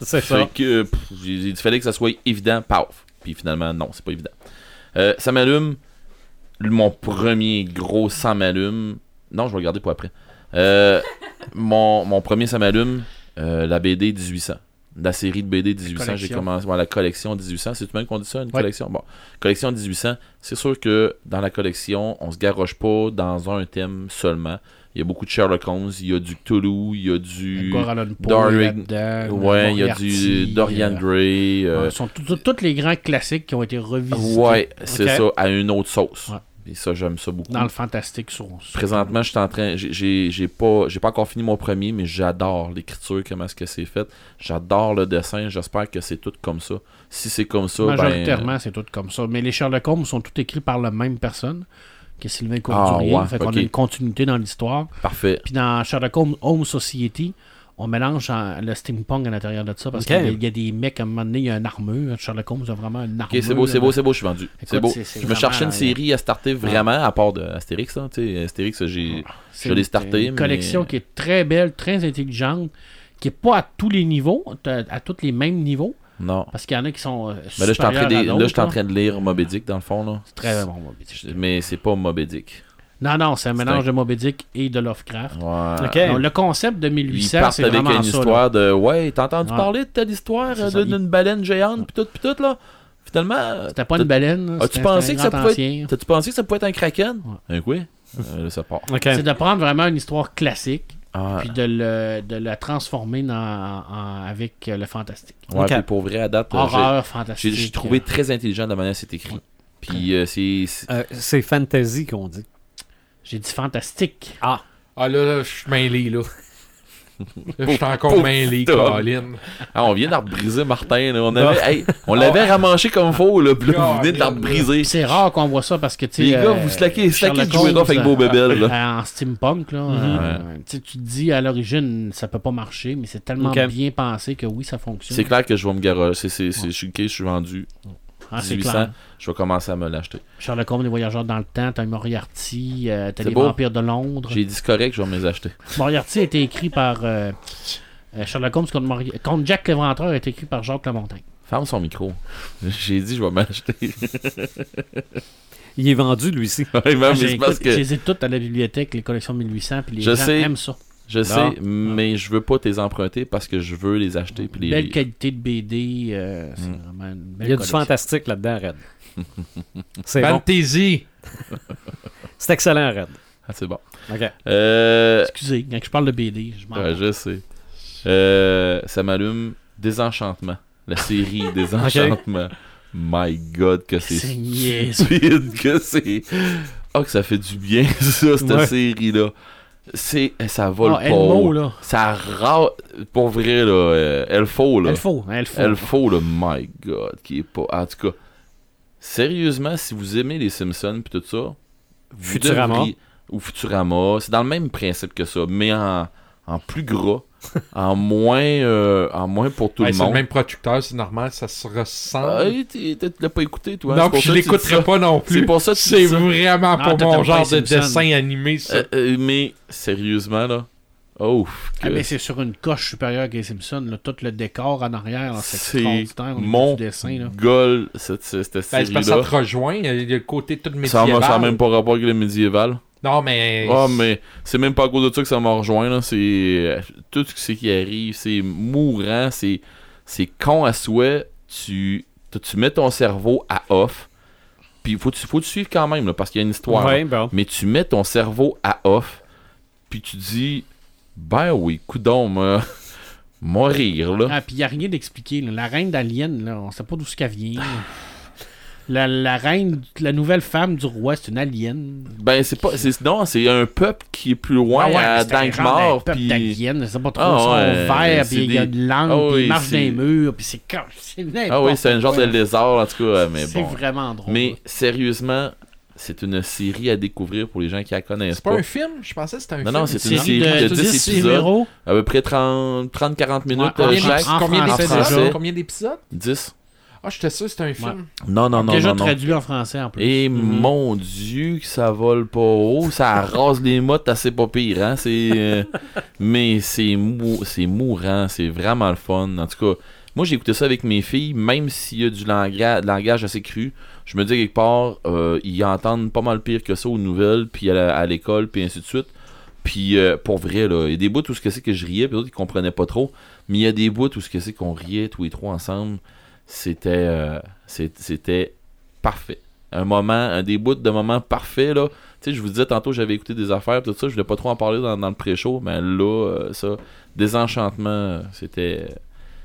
Speaker 1: C'est ça.
Speaker 3: fait que, euh, pff, j'ai dit, il fallait que ça soit évident, paf. Puis finalement, non, c'est pas évident. Euh, ça m'allume, mon premier gros ça m'allume. Non, je vais le garder pour après. Euh, mon, mon premier ça m'allume, euh, la BD 1800. La série de BD 1800, j'ai
Speaker 4: collection.
Speaker 3: commencé. ouais, la collection 1800, c'est tout même qu'on dit ça, une
Speaker 4: Ouais.
Speaker 3: collection. Bon, collection 1800, c'est sûr que dans la collection, on se garoche pas dans un thème seulement. Il y a beaucoup de Sherlock Holmes, il y a du Cthulhu, il y a du.
Speaker 4: Edgar Allan Poe
Speaker 3: Dorian-
Speaker 4: là-dedans,
Speaker 3: Ouais, il y
Speaker 4: Euh,
Speaker 3: a du
Speaker 4: Moriarty,
Speaker 3: Dorian
Speaker 4: euh,
Speaker 3: Gray. euh,
Speaker 4: ouais, ce sont tout- tout- tous les grands classiques qui ont été revisités
Speaker 3: ouais, c'est
Speaker 1: Ok.
Speaker 3: ça, à une autre sauce.
Speaker 4: Ouais.
Speaker 3: Et ça, j'aime ça beaucoup.
Speaker 4: dans le fantastique sur, sur-
Speaker 3: Présentement, je suis en train. j'ai- J'ai j'ai pas, j'ai pas encore fini mon premier, mais j'adore l'écriture, comment est-ce que c'est fait. J'adore le dessin. J'espère que c'est tout comme ça. Si c'est comme ça, ben,
Speaker 4: Majoritairement, c'est tout comme ça. Mais les Sherlock Holmes sont tous écrits par la même personne que Sylvain Couturier.
Speaker 3: Ah, ouais,
Speaker 4: fait qu'on
Speaker 3: ok.
Speaker 4: a une continuité dans l'histoire.
Speaker 3: parfait.
Speaker 4: Puis dans Sherlock Holmes Home Society, on mélange en- le steampunk à l'intérieur de ça parce
Speaker 1: Ok.
Speaker 4: qu'il y a- il y, a des mecs, à un moment donné, il y a une armure. Sherlock Holmes a vraiment une armure.
Speaker 3: Ok, c'est beau, c'est beau, c'est beau, je suis vendu. C'est
Speaker 4: Écoute,
Speaker 3: beau.
Speaker 4: c'est- c'est
Speaker 3: je me
Speaker 4: vraiment,
Speaker 3: cherchais
Speaker 4: euh,
Speaker 3: une série à starter vraiment, à part de Astérix. Hein, tu sais, Astérix, j'ai.
Speaker 4: C'est
Speaker 3: Je l'ai
Speaker 4: une-
Speaker 3: starté,
Speaker 4: Une
Speaker 3: mais-
Speaker 4: collection qui est très belle, très intelligente, qui est pas à tous les niveaux, à, à tous les mêmes niveaux,
Speaker 3: Non.
Speaker 4: parce qu'il y en a qui sont. euh,
Speaker 3: Mais là, je suis en train
Speaker 4: supérieurs à
Speaker 3: de- là, je suis en
Speaker 4: d'autres, là.
Speaker 3: train de lire Moby Dick, dans le fond. Là.
Speaker 4: C'est très bon, Moby Dick.
Speaker 3: Je- Mais c'est pas Moby Dick.
Speaker 4: Non, non, c'est un mélange
Speaker 3: un-
Speaker 4: de Moby Dick et de Lovecraft.
Speaker 3: Ouais.
Speaker 1: OK.
Speaker 4: Donc, le concept de
Speaker 3: Ils
Speaker 4: 1800,
Speaker 3: partent
Speaker 4: c'est
Speaker 3: avec
Speaker 4: vraiment
Speaker 3: une
Speaker 4: ça. là.
Speaker 3: histoire de Ouais, t'as entendu
Speaker 4: Ouais.
Speaker 3: parler de telle histoire
Speaker 4: C'est
Speaker 3: euh,
Speaker 4: ça,
Speaker 3: d'une d'une baleine géante, pis tout, pis tout, là. Finalement. euh,
Speaker 4: C'était pas une
Speaker 3: t'as-
Speaker 4: baleine. là,
Speaker 3: As-tu
Speaker 4: c'était-
Speaker 3: pensé,
Speaker 4: c'était
Speaker 3: que
Speaker 4: un
Speaker 3: ça
Speaker 4: grand
Speaker 3: pouvait
Speaker 4: ancien.
Speaker 3: être... As-tu pensé que ça pouvait être un kraken Un quoi Euh, Là, ça part.
Speaker 1: OK.
Speaker 4: C'est de prendre vraiment une histoire classique,
Speaker 3: Ah,
Speaker 4: puis de, le- de la transformer dans- en- avec euh, le fantastique.
Speaker 3: ouais,
Speaker 1: ok.
Speaker 3: puis pour vrai, à date, euh,
Speaker 4: Horreur
Speaker 3: j'ai-
Speaker 4: fantastique. euh,
Speaker 3: j'ai j'ai trouvé très intelligent de la manière dont c'est écrit. Puis euh, c'est. c'est-
Speaker 1: Euh, c'est fantasy qu'on dit.
Speaker 4: J'ai dit fantastique.
Speaker 5: Ah là, là, je suis mêlé, là. Là, Je suis encore
Speaker 3: Pauvre
Speaker 5: mêlé,
Speaker 3: Tom.
Speaker 5: Colin.
Speaker 3: Ah, on vient d'arbre briser Martin. là. On avait, hey, on l'avait ramanché comme faux, là, puis là, vous venez de l'arbre briser.
Speaker 4: Puis C'est rare qu'on voit ça parce que, tu sais,
Speaker 3: Les gars,
Speaker 4: euh,
Speaker 3: vous slaquez, slaquez
Speaker 4: Sherlock
Speaker 3: de jouer
Speaker 4: Holmes,
Speaker 3: off avec vos
Speaker 4: euh,
Speaker 3: bébelles, là. Mhm.
Speaker 4: euh, en steampunk, là, euh, tu sais, tu te dis à l'origine, ça peut pas marcher, mais c'est tellement
Speaker 1: Ok.
Speaker 4: bien pensé que oui, ça fonctionne.
Speaker 3: C'est clair que je vais me garocher. C'est, c'est, c'est, je suis ok, je suis vendu.
Speaker 4: Ah, c'est
Speaker 3: 1800,
Speaker 4: clair.
Speaker 3: je vais commencer à me l'acheter.
Speaker 4: Sherlock Holmes, les voyageurs dans le temps, t'as Moriarty, euh, t'as
Speaker 3: C'est
Speaker 4: les
Speaker 3: beau.
Speaker 4: vampires de Londres.
Speaker 3: J'ai dit c'est correct, je vais me les acheter.
Speaker 4: Moriarty a été écrit par euh, euh, Sherlock Holmes contre, Mori- contre Jack Léventreur a été écrit par Jacques Lamontagne.
Speaker 3: Ferme son micro. J'ai dit je vais m'acheter.
Speaker 1: Il est vendu, lui aussi.
Speaker 3: Ouais, même, mais
Speaker 4: J'ai-
Speaker 3: c'est parce
Speaker 4: Ah, écoute,
Speaker 3: que
Speaker 4: Je les ai toutes à la bibliothèque, les collections 1800, puis les
Speaker 3: Je
Speaker 4: gens
Speaker 3: sais.
Speaker 4: aiment ça.
Speaker 3: je sais, mais je veux pas te les emprunter parce que je veux les acheter puis les. Mm.
Speaker 4: Belle qualité de BD, euh, c'est vraiment une belle
Speaker 1: Il y a du
Speaker 4: collection.
Speaker 1: fantastique là-dedans, Red. C'est bon.
Speaker 5: Fantasy.
Speaker 1: C'est excellent, Red.
Speaker 3: Ah, c'est bon.
Speaker 1: OK.
Speaker 3: Euh,
Speaker 4: Excusez, quand je parle de BD, je m'en
Speaker 3: ouais, je sais. Euh, ça m'allume Désenchantement. La série Désenchantement. My God que c'est
Speaker 4: C'est niaiseux.
Speaker 3: stupide que c'est. Ah, que ça fait du bien, ça, cette
Speaker 1: Ouais.
Speaker 3: série-là. C'est. Ça vole
Speaker 4: Ah,
Speaker 3: pas.
Speaker 4: Elmo, là.
Speaker 3: Ça rare. Pour vrai, là. euh, elle faut, là.
Speaker 4: Elle faut, elle faut.
Speaker 3: Elle faut, là. oh My God, qui est pas. En tout cas, sérieusement, si vous aimez les Simpsons puis tout ça, vous
Speaker 1: Futurama.
Speaker 3: devriez- ou Futurama, c'est dans le même principe que ça, mais en, en plus gras, en moins, euh, en moins pour tout
Speaker 5: Ouais,
Speaker 3: le
Speaker 5: c'est le
Speaker 3: monde.
Speaker 5: même producteur, c'est normal, ça se ressent.
Speaker 3: Ah, t'es- t'es- tu l'as pas écouté, toi. hein,
Speaker 5: non,
Speaker 3: c'est pour
Speaker 5: puis
Speaker 3: ça
Speaker 5: je
Speaker 3: que tu dis ça.
Speaker 5: l'écouterai pas non plus.
Speaker 3: C'est pour ça que tu
Speaker 5: C'est
Speaker 3: dis ça.
Speaker 5: vraiment
Speaker 4: Ah,
Speaker 5: pas
Speaker 4: t'as
Speaker 5: mon
Speaker 4: pas
Speaker 5: genre
Speaker 4: les
Speaker 5: de
Speaker 4: Simpsons.
Speaker 5: dessin animé, ça. Ben,
Speaker 3: Euh, euh, mais sérieusement, là. Oh, que-
Speaker 4: Ah, mais c'est sur une coche supérieure que les Simpsons, là, tout le décor en arrière, là, c'est
Speaker 3: c'est
Speaker 4: extraordinaire au niveau
Speaker 3: mon
Speaker 4: du dessin. Là.
Speaker 3: goal, cette, cette, cette
Speaker 5: Ben, c'est parce que ça
Speaker 3: série-là.
Speaker 5: te rejoint, euh, il y a le côté tout
Speaker 3: Ça
Speaker 5: médiéval.
Speaker 3: n'a ça a même pas rapport avec le médiéval.
Speaker 5: Non, mais...
Speaker 3: Ah, mais c'est même pas à cause de ça que ça m'a rejoint. là. C'est euh, tout ce qui arrive, c'est mourant, c'est c'est con à souhait. Tu, tu- tu mets ton cerveau à off. Puis faut tu faut tu suivre quand même là, parce qu'il y a une histoire. là.
Speaker 1: Ouais, bon.
Speaker 3: Mais tu mets ton cerveau à off. Puis tu dis ben oui, coudon, moi, mourir là.
Speaker 4: Ah, puis il n'y a rien d'expliqué. là. La reine d'Alien, là, on sait pas d'où ce qu'elle vient. la, la reine, la nouvelle femme du roi, c'est une alien.
Speaker 3: Ben c'est pas c'est non, c'est un peuple qui est plus loin
Speaker 4: Ah ouais,
Speaker 3: à
Speaker 4: c'est un
Speaker 3: Dank
Speaker 4: genre de
Speaker 3: mort
Speaker 4: peuple
Speaker 3: puis
Speaker 4: d'aliens, je sais pas trop,
Speaker 3: Ah
Speaker 4: ils sont
Speaker 3: ouais,
Speaker 4: verts,
Speaker 3: c'est
Speaker 4: puis il y a
Speaker 3: des-
Speaker 4: de l'angle,
Speaker 3: Ah
Speaker 4: puis
Speaker 3: oui,
Speaker 4: ils marchent
Speaker 3: c'est-
Speaker 4: dans les murs, puis c'est comme... C'est
Speaker 3: Ah oui, c'est un genre de
Speaker 4: n'importe quoi.
Speaker 3: lézard en tout cas, mais
Speaker 4: C'est
Speaker 3: bon.
Speaker 4: vraiment drôle.
Speaker 3: Mais sérieusement, c'est une série à découvrir pour les gens qui la connaissent
Speaker 5: C'est pas
Speaker 3: pas.
Speaker 5: un film? Je pensais que c'était
Speaker 3: Non,
Speaker 5: un film.
Speaker 3: non, c'est une série
Speaker 4: de
Speaker 3: de 10
Speaker 4: 10
Speaker 3: épisodes,
Speaker 4: numéros.
Speaker 3: à peu près 30 30-40 minutes
Speaker 4: Ouais,
Speaker 3: euh,
Speaker 5: Combien
Speaker 3: chaque.
Speaker 5: d'épisodes?
Speaker 4: en
Speaker 5: Combien
Speaker 4: français.
Speaker 5: d'épisodes?
Speaker 3: En français.
Speaker 5: Combien d'épisodes?
Speaker 3: 10.
Speaker 5: Ah, j'étais sûr que c'était un film.
Speaker 3: Non, non, non,
Speaker 4: Déjà
Speaker 3: non, non.
Speaker 4: traduit en français en plus. Mhm.
Speaker 3: Et mon dieu, que ça vole pas haut, ça rase les mottes assez pas pire, hein? C'est, euh, mais c'est mou, c'est mourant, c'est vraiment le fun. En tout cas, moi j'ai écouté ça avec mes filles, même s'il y a du langra- langage assez cru, je me dis quelque part, euh, ils entendent pas mal pire que ça aux nouvelles, puis à, la- à l'école, puis ainsi de suite. Puis euh, pour vrai, là, il y a des bouts tout ce que c'est que je riais, puis d'autres ils comprenaient pas trop, mais il y a des bouts tout ce que c'est qu'on riait tous les trois ensemble. C'était, euh, c'est- c'était parfait un moment, un des bouts de moment parfait là. Tu sais, je vous disais tantôt, j'avais écouté des affaires, tout ça, je voulais pas trop en parler dans, dans le pré-show, mais là, euh, ça, désenchantement, euh, c'était,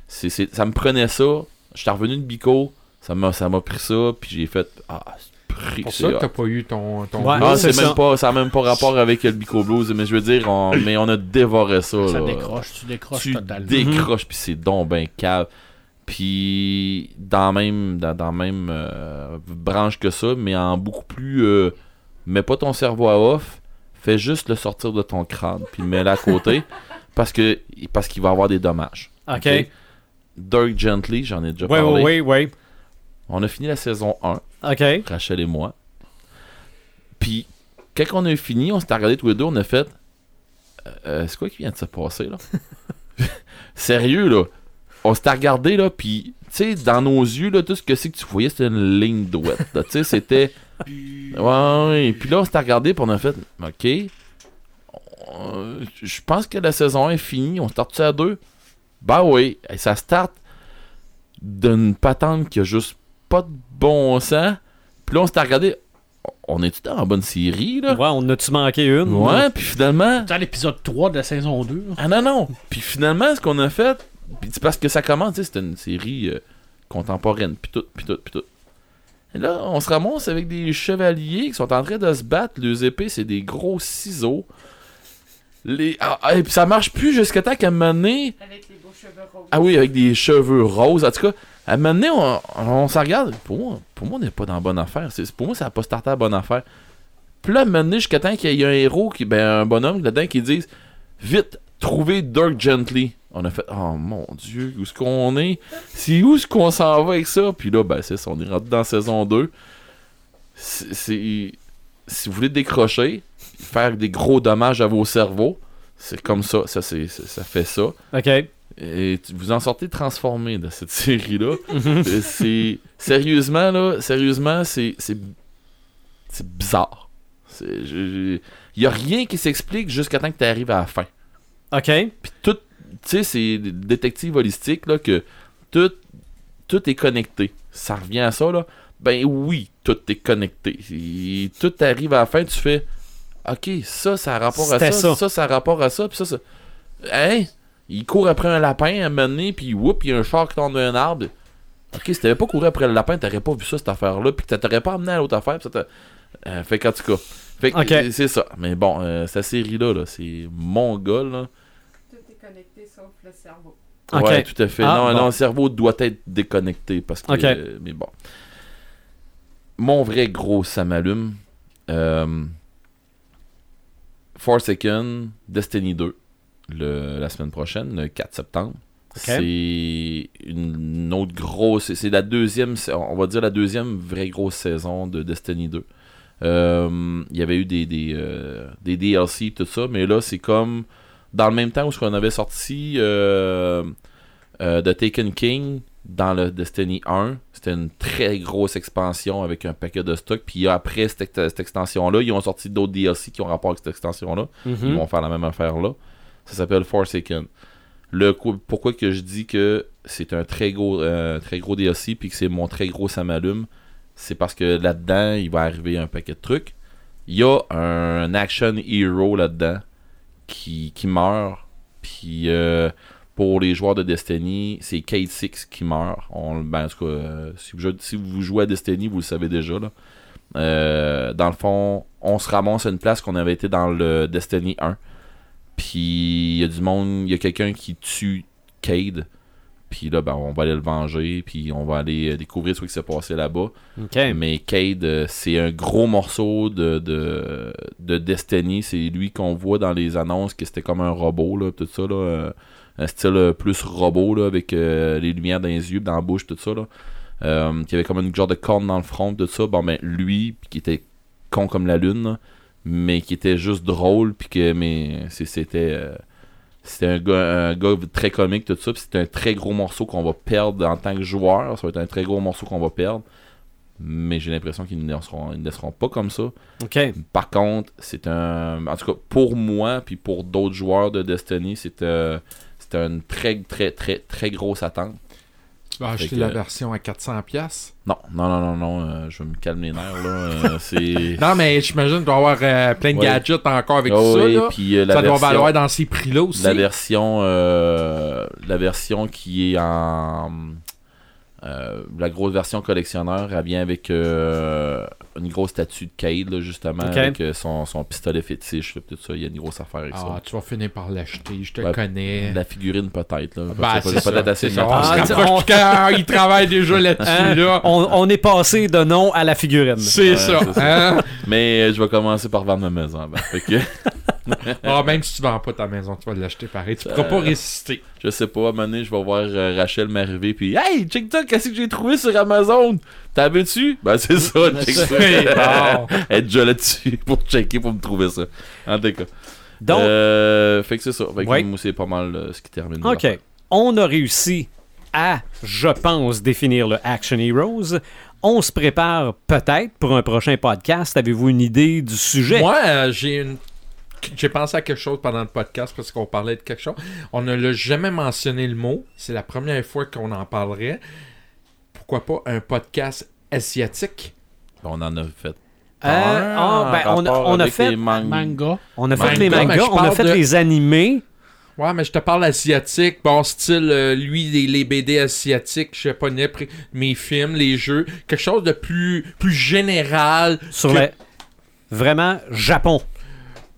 Speaker 3: c'est, c'est- ça me prenait ça. J'étais revenu de Bico, ça m'a, ça m'a pris ça, puis j'ai fait, ah, c'est pris
Speaker 5: Pour
Speaker 3: c'est
Speaker 5: ça que
Speaker 3: hot.
Speaker 5: t'as pas eu ton... ton
Speaker 1: Ouais.
Speaker 5: blues.
Speaker 3: Ah,
Speaker 1: c'est
Speaker 3: c'est,
Speaker 1: ça.
Speaker 3: même pas, ça a même pas rapport avec le Bico Blues, mais je veux dire, on, mais on a dévoré ça.
Speaker 4: Ça
Speaker 3: oh là
Speaker 4: décroche, tu décroches
Speaker 3: tu
Speaker 4: totalement.
Speaker 3: décroches puis c'est donc ben cave puis dans même dans, dans même euh, branche que ça mais en beaucoup plus euh, mets pas ton cerveau à off fais juste le sortir de ton crâne puis mets-le à côté parce que parce qu'il va avoir des dommages
Speaker 1: OK.
Speaker 3: Ok. Dirk Gently j'en ai déjà
Speaker 1: Oui,
Speaker 3: parlé
Speaker 1: oui, oui, oui.
Speaker 3: on a fini la saison 1
Speaker 1: OK.
Speaker 3: Rachel et moi puis quand on a fini on s'est regardé tous les deux on a fait Euh, c'est quoi qui vient de se passer là sérieux là on s'était regardé là puis tu sais dans nos yeux là tout ce que c'est que tu voyais c'était une ligne droite là. tu sais c'était ouais, ouais. puis là on s'était regardé puis on a fait ok On- je pense que la saison 1 est finie on start ça à deux bah oui Et ça start d'une patente qui a juste pas de bon sens puis là on s'était regardé on est-tu dans la bonne série là
Speaker 1: Ouais, on a-tu manqué une?
Speaker 3: ouais puis finalement
Speaker 4: Dans l'épisode 3 de la saison 2, là.
Speaker 3: ah non, non. Puis finalement, ce qu'on a fait, puis c'est parce que ça commence, tu sais, c'était une série euh, contemporaine, puis tout, puis tout, puis tout. Et là, on se ramasse avec des chevaliers qui sont en train de se battre. Leurs épées, c'est des gros ciseaux. Les... Ah, ah, et puis ça marche plus jusqu'à temps qu'à un moment donné-
Speaker 6: Avec les beaux cheveux roses.
Speaker 3: Ah oui, avec des cheveux roses. En tout cas, à un moment donné, on, on s'en regarde. Pour moi, pour moi, on n'est pas dans la bonne affaire. C'est- pour moi, ça n'a pas starté à la bonne affaire. Puis là, à un moment donné, jusqu'à temps qu'il y ait un héros, qui, ben, un bonhomme là-dedans qui dise Vite, trouvez Dirk Gently. On a fait Oh mon dieu, où est-ce qu'on est C'est où est-ce qu'on s'en va avec ça Puis là, ben, c'est ça, on est rendu dans saison 2. C'est- c'est- Si vous voulez décrocher, faire des gros dommages à vos cerveaux, c'est comme ça. Ça, c'est- ça ça fait ça.
Speaker 1: OK.
Speaker 3: Et tu- vous en sortez transformé de cette série-là. Euh, c'est sérieusement là, sérieusement, c'est c'est c'est bizarre. C'est- je- je- Il y a rien qui s'explique jusqu'à temps que tu arrives à la fin.
Speaker 1: OK.
Speaker 3: Puis tout, tu sais, c'est des détectives holistiques là que tout tout est connecté. Ça revient à ça là. Ben oui, tout est connecté. Il- tout arrive à la fin, tu fais OK, ça ça a rapport à
Speaker 1: C'était
Speaker 3: ça,
Speaker 1: ça.
Speaker 3: ça, ça a rapport à ça, puis ça ça Hein? Il court après un lapin à un moment donné, puis whoop, il y a un char qui tombe d'un arbre. Ok, si t'avais pas couru après le lapin, t'aurais pas vu ça, cette affaire-là, puis que t'aurais pas amené à l'autre affaire, puis ça t'a- Euh, fait qu'en tout cas. Fait que
Speaker 1: Ok.
Speaker 3: euh, c'est ça. Mais bon, euh, cette série-là, là, c'est mongol, là.
Speaker 6: Tout est connecté sauf le cerveau.
Speaker 1: Ok.
Speaker 3: Ouais, tout à fait.
Speaker 1: Ah,
Speaker 3: non,
Speaker 1: bon.
Speaker 3: non, le cerveau doit être déconnecté parce que.
Speaker 1: Ok.
Speaker 3: euh, mais bon. Mon vrai gros, ça m'allume. Euh, Forsaken, Destiny 2, le- la semaine prochaine, le 4 septembre. C'est une autre grosse. c'est- C'est la deuxième. sa- On va dire la deuxième vraie grosse saison de Destiny 2. Euh, Il y avait eu des, des, euh, des DLC, tout ça, mais là, c'est comme. Dans le même temps où ce qu'on avait sorti euh, euh, de Taken King dans le Destiny 1, c'était une très grosse expansion avec un paquet de stock. Puis après cette, ex- cette extension-là, ils ont sorti d'autres DLC qui ont rapport avec cette extension-là.
Speaker 1: Mhm.
Speaker 3: Ils vont faire la même affaire-là. Ça s'appelle Forsaken. Le coup- pourquoi que je dis que c'est un très gros, euh, très gros DLC puis que c'est mon très gros ça m'allume, c'est parce que là-dedans, il va arriver un paquet de trucs. Il y a un action hero là-dedans qui, qui meurt. Puis euh, pour les joueurs de Destiny, c'est Kate Six qui meurt. On, ben, en tout cas, euh, si, vous jouez, si vous jouez à Destiny, vous le savez déjà. Là. Euh, dans le fond, on se ramasse à une place qu'on avait été dans le Destiny 1. Puis il y a du monde, il y a quelqu'un qui tue Cade. Puis là, ben, on va aller le venger. Puis on va aller euh, découvrir ce qui s'est passé là-bas.
Speaker 1: OK.
Speaker 3: Mais Cade, euh, c'est un gros morceau de, de, de Destiny. C'est lui qu'on voit dans les annonces que c'était comme un robot, là, tout ça, là, euh, un style euh, plus robot, là, avec euh, les lumières dans les yeux, dans la bouche, tout ça. Là, euh, qui avait comme une genre de corne dans le front, tout ça. Bon, ben, lui, puis qui était con comme la lune, là, mais qui était juste drôle, puis que mais c'est- c'était. euh, c'était un gars, un gars très comique, tout ça. puis C'est un très gros morceau qu'on va perdre en tant que joueur. Ça va être un très gros morceau qu'on va perdre mais j'ai l'impression qu'ils ne laisseront, ils ne laisseront pas comme ça.
Speaker 1: OK.
Speaker 3: Par contre, c'est un. En tout cas, pour moi, puis pour d'autres joueurs de Destiny, c'est euh, c'est une très, très, très, très grosse attente.
Speaker 5: Tu vas acheter
Speaker 3: que-
Speaker 5: la version à 400$. piastres.
Speaker 3: Non, non, non, non, non, euh, je vais me calmer les nerfs, là. euh, c'est.
Speaker 5: Non, mais j'imagine qu'il doit y avoir euh, plein de
Speaker 3: Ouais.
Speaker 5: gadgets encore avec
Speaker 3: Ah
Speaker 5: tout ça.
Speaker 3: oui,
Speaker 5: là.
Speaker 3: puis, euh, la
Speaker 5: ça doit
Speaker 3: version-
Speaker 5: valoir dans ces prix-là aussi.
Speaker 3: La version, euh, la version qui est en. euh, la grosse version collectionneur, elle vient avec euh, une grosse statue de Cade, là, justement,
Speaker 1: Ok.
Speaker 3: avec euh, son, son pistolet fétiche, là, puis tout ça. Il y a une grosse affaire avec ça.
Speaker 5: Ah, tu vas finir par l'acheter, je te
Speaker 3: Ouais,
Speaker 5: connais.
Speaker 3: La figurine peut-être. Là.
Speaker 5: Bah,
Speaker 3: Parce que
Speaker 5: c'est
Speaker 3: ça peut être
Speaker 5: ça.
Speaker 3: assez
Speaker 5: c'est ça.
Speaker 3: de
Speaker 5: On se
Speaker 1: Ah,
Speaker 3: matériel.
Speaker 1: tu-
Speaker 5: rapproche quand il travaille déjà là-dessus. là.
Speaker 1: On, on est passé de nom à la figurine.
Speaker 5: C'est
Speaker 3: Ouais,
Speaker 5: ça.
Speaker 3: c'est
Speaker 5: hein.
Speaker 3: Mais euh, je vais commencer par vendre ma maison. avant. Fait que,
Speaker 5: Ah, même si tu vends pas ta maison, tu vas l'acheter pareil. Tu pourras pas résister.
Speaker 3: je sais pas, à un moment donné, je vais voir euh, Rachel m'arriver puis Hey, check ça, qu'est-ce que j'ai trouvé sur Amazon? T'avais-tu? Ben c'est ça, check ça.
Speaker 5: Bon.
Speaker 3: Elle est déjà là-dessus pour checker, pour me trouver ça. En tout cas.
Speaker 1: Donc,
Speaker 3: Euh, fait que c'est ça. Fait que
Speaker 1: Ouais.
Speaker 3: moi, c'est pas mal euh, ce qui termine.
Speaker 1: OK. On a réussi à, je pense, définir le Action Heroes. On se prépare peut-être pour un prochain podcast. Avez-vous une idée du sujet?
Speaker 5: Moi, euh, j'ai une. J'ai pensé à quelque chose pendant le podcast parce qu'on parlait de quelque chose. On ne l'a jamais mentionné le mot. C'est la première fois qu'on en parlerait. Pourquoi pas un podcast asiatique?
Speaker 3: On en a fait.
Speaker 1: Euh, ah, ben, on, a-
Speaker 3: Rapport
Speaker 1: on a
Speaker 3: avec
Speaker 1: fait,
Speaker 3: les mangas.
Speaker 4: Manga.
Speaker 1: on a fait
Speaker 5: Manga,
Speaker 1: les
Speaker 5: mais
Speaker 1: mangas,
Speaker 5: je
Speaker 1: on a
Speaker 5: parle
Speaker 1: fait
Speaker 5: de-
Speaker 1: les animés.
Speaker 5: Ouais, mais je te parle asiatique. Bon, style, euh, lui, les, les BD asiatiques, japonais, pr- mes films, les jeux. Quelque chose de plus, plus général.
Speaker 1: sur
Speaker 5: que-
Speaker 1: la- Vraiment, Japon.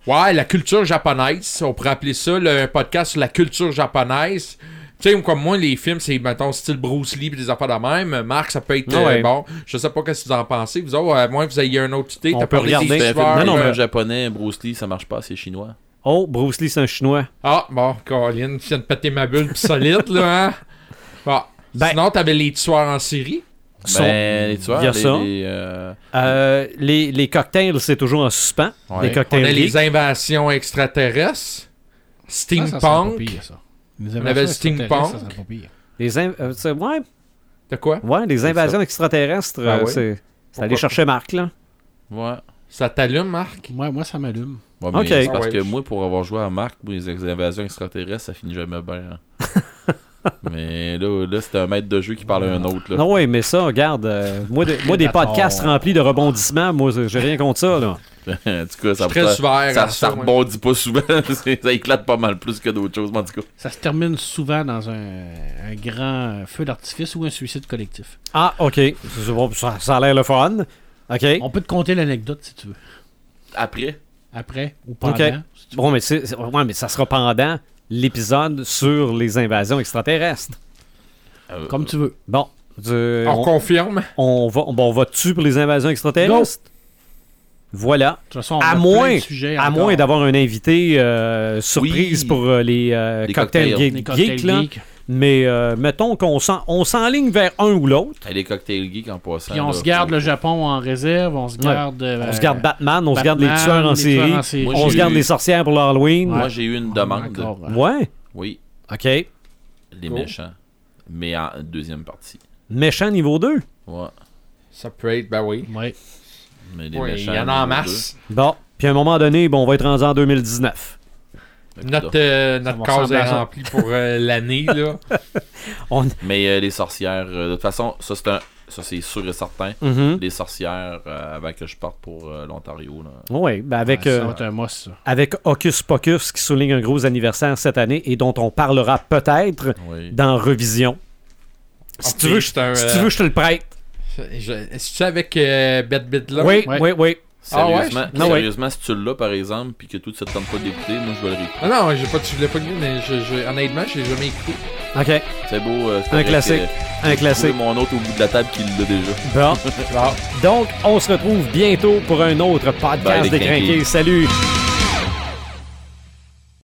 Speaker 5: Ouais, la culture japonaise. On pourrait appeler ça le, un podcast sur la culture japonaise. Tu sais, comme moi, les films, c'est, mettons, style Bruce Lee pis des affaires de même. Marc, ça peut être euh,
Speaker 1: Ah Ouais.
Speaker 5: bon. Je sais pas ce que vous en pensez. Vous autres, à moins que vous ayez un autre idée.
Speaker 1: On
Speaker 5: T'as
Speaker 1: peut
Speaker 5: parlé des
Speaker 1: regarder.
Speaker 3: C'est un
Speaker 5: tueurs,
Speaker 3: film
Speaker 1: Ben, non,
Speaker 3: Ben, non,
Speaker 1: non, mais-
Speaker 3: japonais, Bruce Lee, ça marche pas, c'est chinois.
Speaker 1: Oh, Bruce Lee, c'est un chinois.
Speaker 5: Ah, bon, Colin, tu viens de péter ma bulle pis solide, là, hein? Bon.
Speaker 1: Ben-
Speaker 5: Sinon, t'avais les tueurs en série.
Speaker 1: Son-
Speaker 3: Ben, les tueurs,
Speaker 1: il y a
Speaker 3: les,
Speaker 1: ça.
Speaker 3: les, euh,
Speaker 1: Euh, les, les cocktails, c'est toujours en suspens.
Speaker 3: Ouais.
Speaker 1: Les
Speaker 5: On
Speaker 1: cocktails.
Speaker 5: a les
Speaker 1: geeks.
Speaker 5: invasions extraterrestres.
Speaker 4: Ah, ça serait pas
Speaker 5: Steampunk.
Speaker 4: pire, ça. Les
Speaker 5: avait le
Speaker 4: invasions extraterrestres,
Speaker 5: steampunk.
Speaker 4: ça serait pas pire.
Speaker 1: Les in- euh, c'est- ouais,
Speaker 5: de quoi?
Speaker 1: ouais, les invasions extraterrestres.
Speaker 5: Ah
Speaker 1: euh,
Speaker 5: oui?
Speaker 1: C'est c'est aller
Speaker 5: Pourquoi
Speaker 1: chercher Marc, là.
Speaker 3: ouais.
Speaker 5: Ça t'allume, Marc?
Speaker 4: Moi, moi, ça m'allume.
Speaker 3: Ouais, mais
Speaker 1: Ok.
Speaker 3: c'est parce
Speaker 5: Ah ouais.
Speaker 3: que moi, pour avoir joué à Marc, moi, les ex- invasions extraterrestres, ça finit jamais bien. hein. mais là, là c'était un maître de jeu qui parle à un autre. Là.
Speaker 1: Non, oui, mais ça, regarde. euh, moi, de- moi, des
Speaker 4: D'accord.
Speaker 1: podcasts remplis de rebondissements, moi, j'ai rien contre ça, là.
Speaker 3: en tout cas, ça,
Speaker 5: très
Speaker 3: ça,
Speaker 5: ouvert à
Speaker 3: ça,
Speaker 5: ça,
Speaker 3: ça
Speaker 5: ouais.
Speaker 3: rebondit pas souvent. c'est- ça éclate pas mal plus que d'autres choses, mais en tout cas.
Speaker 4: Ça se termine souvent dans un, un grand feu d'artifice ou un suicide collectif.
Speaker 1: Ah, OK. C'est bon, Ça, ça a l'air le fun. OK.
Speaker 4: On peut te conter l'anecdote si tu veux.
Speaker 3: Après,
Speaker 4: Après ou pendant.
Speaker 1: Ok.
Speaker 4: si tu veux.
Speaker 1: Bon, mais, c'est- c'est- ouais, mais ça sera pendant l'épisode sur les invasions extraterrestres.
Speaker 3: euh,
Speaker 4: Comme tu veux.
Speaker 1: Bon. du-
Speaker 5: On
Speaker 1: on,
Speaker 5: confirme.
Speaker 1: on va, bon, on va dessus pour les invasions extraterrestres. Voilà.
Speaker 4: De toute façon, on
Speaker 1: À
Speaker 4: a plein
Speaker 1: moins-
Speaker 4: de sujets
Speaker 1: À
Speaker 4: encore.
Speaker 1: moins d'avoir un invité euh, surprise
Speaker 3: Oui.
Speaker 1: pour euh, les, euh,
Speaker 3: Les
Speaker 1: cocktails,
Speaker 3: cocktails.
Speaker 1: ge-
Speaker 4: Les cocktails
Speaker 1: geeks, là.
Speaker 4: geeks.
Speaker 1: Mais euh, mettons qu'on s'en- on s'enligne vers un ou l'autre.
Speaker 3: hey, les cocktails geeks en passant.
Speaker 4: Puis on
Speaker 3: Ah, là,
Speaker 4: se garde
Speaker 3: faut-
Speaker 4: le Japon en réserve, on se
Speaker 1: Ouais.
Speaker 4: garde. euh,
Speaker 1: On se garde Euh, Batman, on se garde les tueurs en série,
Speaker 3: Moi,
Speaker 1: on se
Speaker 3: j'ai
Speaker 1: garde
Speaker 3: eu-
Speaker 1: les sorcières pour l'Halloween.
Speaker 3: Moi,
Speaker 1: Ouais.
Speaker 3: j'ai eu une demande.
Speaker 4: euh,
Speaker 3: Oui,
Speaker 1: OK.
Speaker 3: les
Speaker 5: Cool.
Speaker 3: méchants. Mais en deuxième partie.
Speaker 1: Méchant niveau 2.
Speaker 3: Ouais.
Speaker 5: Ça peut être, ben oui.
Speaker 4: Ouais.
Speaker 3: Mais les
Speaker 5: Oui,
Speaker 3: méchants.
Speaker 5: il y en a en
Speaker 3: les
Speaker 5: masse.
Speaker 1: Bon. Puis à un moment donné, bon, on va être rendu en 2019.
Speaker 3: deux.
Speaker 5: Notre, euh, notre
Speaker 4: Ça va
Speaker 5: case
Speaker 4: ressembler
Speaker 5: est
Speaker 4: à ça.
Speaker 5: remplie pour euh, l'année, là.
Speaker 3: Mais euh, les sorcières, euh, de toute façon, ça c'est un- ça, c'est sûr et certain.
Speaker 1: Mhm.
Speaker 3: les sorcières euh, avant que je parte pour euh, l'Ontario. là.
Speaker 1: Oui, ben avec,
Speaker 4: Ouais,
Speaker 1: euh,
Speaker 4: Ah, Ça va être un must, ça.
Speaker 1: avec Hocus Pocus qui souligne un gros anniversaire cette année et dont on parlera peut-être
Speaker 3: Oui.
Speaker 1: dans Revision. Si,
Speaker 5: Ok,
Speaker 1: tu, veux, je,
Speaker 5: c'est un,
Speaker 1: si
Speaker 5: euh,
Speaker 1: tu veux, je te le prête.
Speaker 5: Je- Est-ce que avec euh, Bette Bidler?
Speaker 1: oui,
Speaker 4: ouais.
Speaker 1: oui, oui.
Speaker 5: Ah ouais?
Speaker 3: Sérieusement,
Speaker 1: Non,
Speaker 3: sérieusement si tu l'as par exemple, puis que tout ne te tente pas de l'écouter, moi je vais le réécouter.
Speaker 5: Ah non, j'ai pas, je l'ai pas dit, mais je, je, honnêtement, je l'ai jamais écouté.
Speaker 1: OK.
Speaker 3: C'est beau. euh, c'est
Speaker 1: Un
Speaker 3: vrai
Speaker 1: classique.
Speaker 3: que
Speaker 1: Un
Speaker 3: j'ai trouvé
Speaker 1: classique.
Speaker 3: mon autre au bout de la table qui l'a déjà.
Speaker 1: Bon.
Speaker 5: Bon.
Speaker 1: Donc, on se retrouve bientôt pour un autre
Speaker 3: Bye,
Speaker 1: podcast
Speaker 3: les
Speaker 1: des Crinqués.
Speaker 3: crinqués.
Speaker 1: Salut!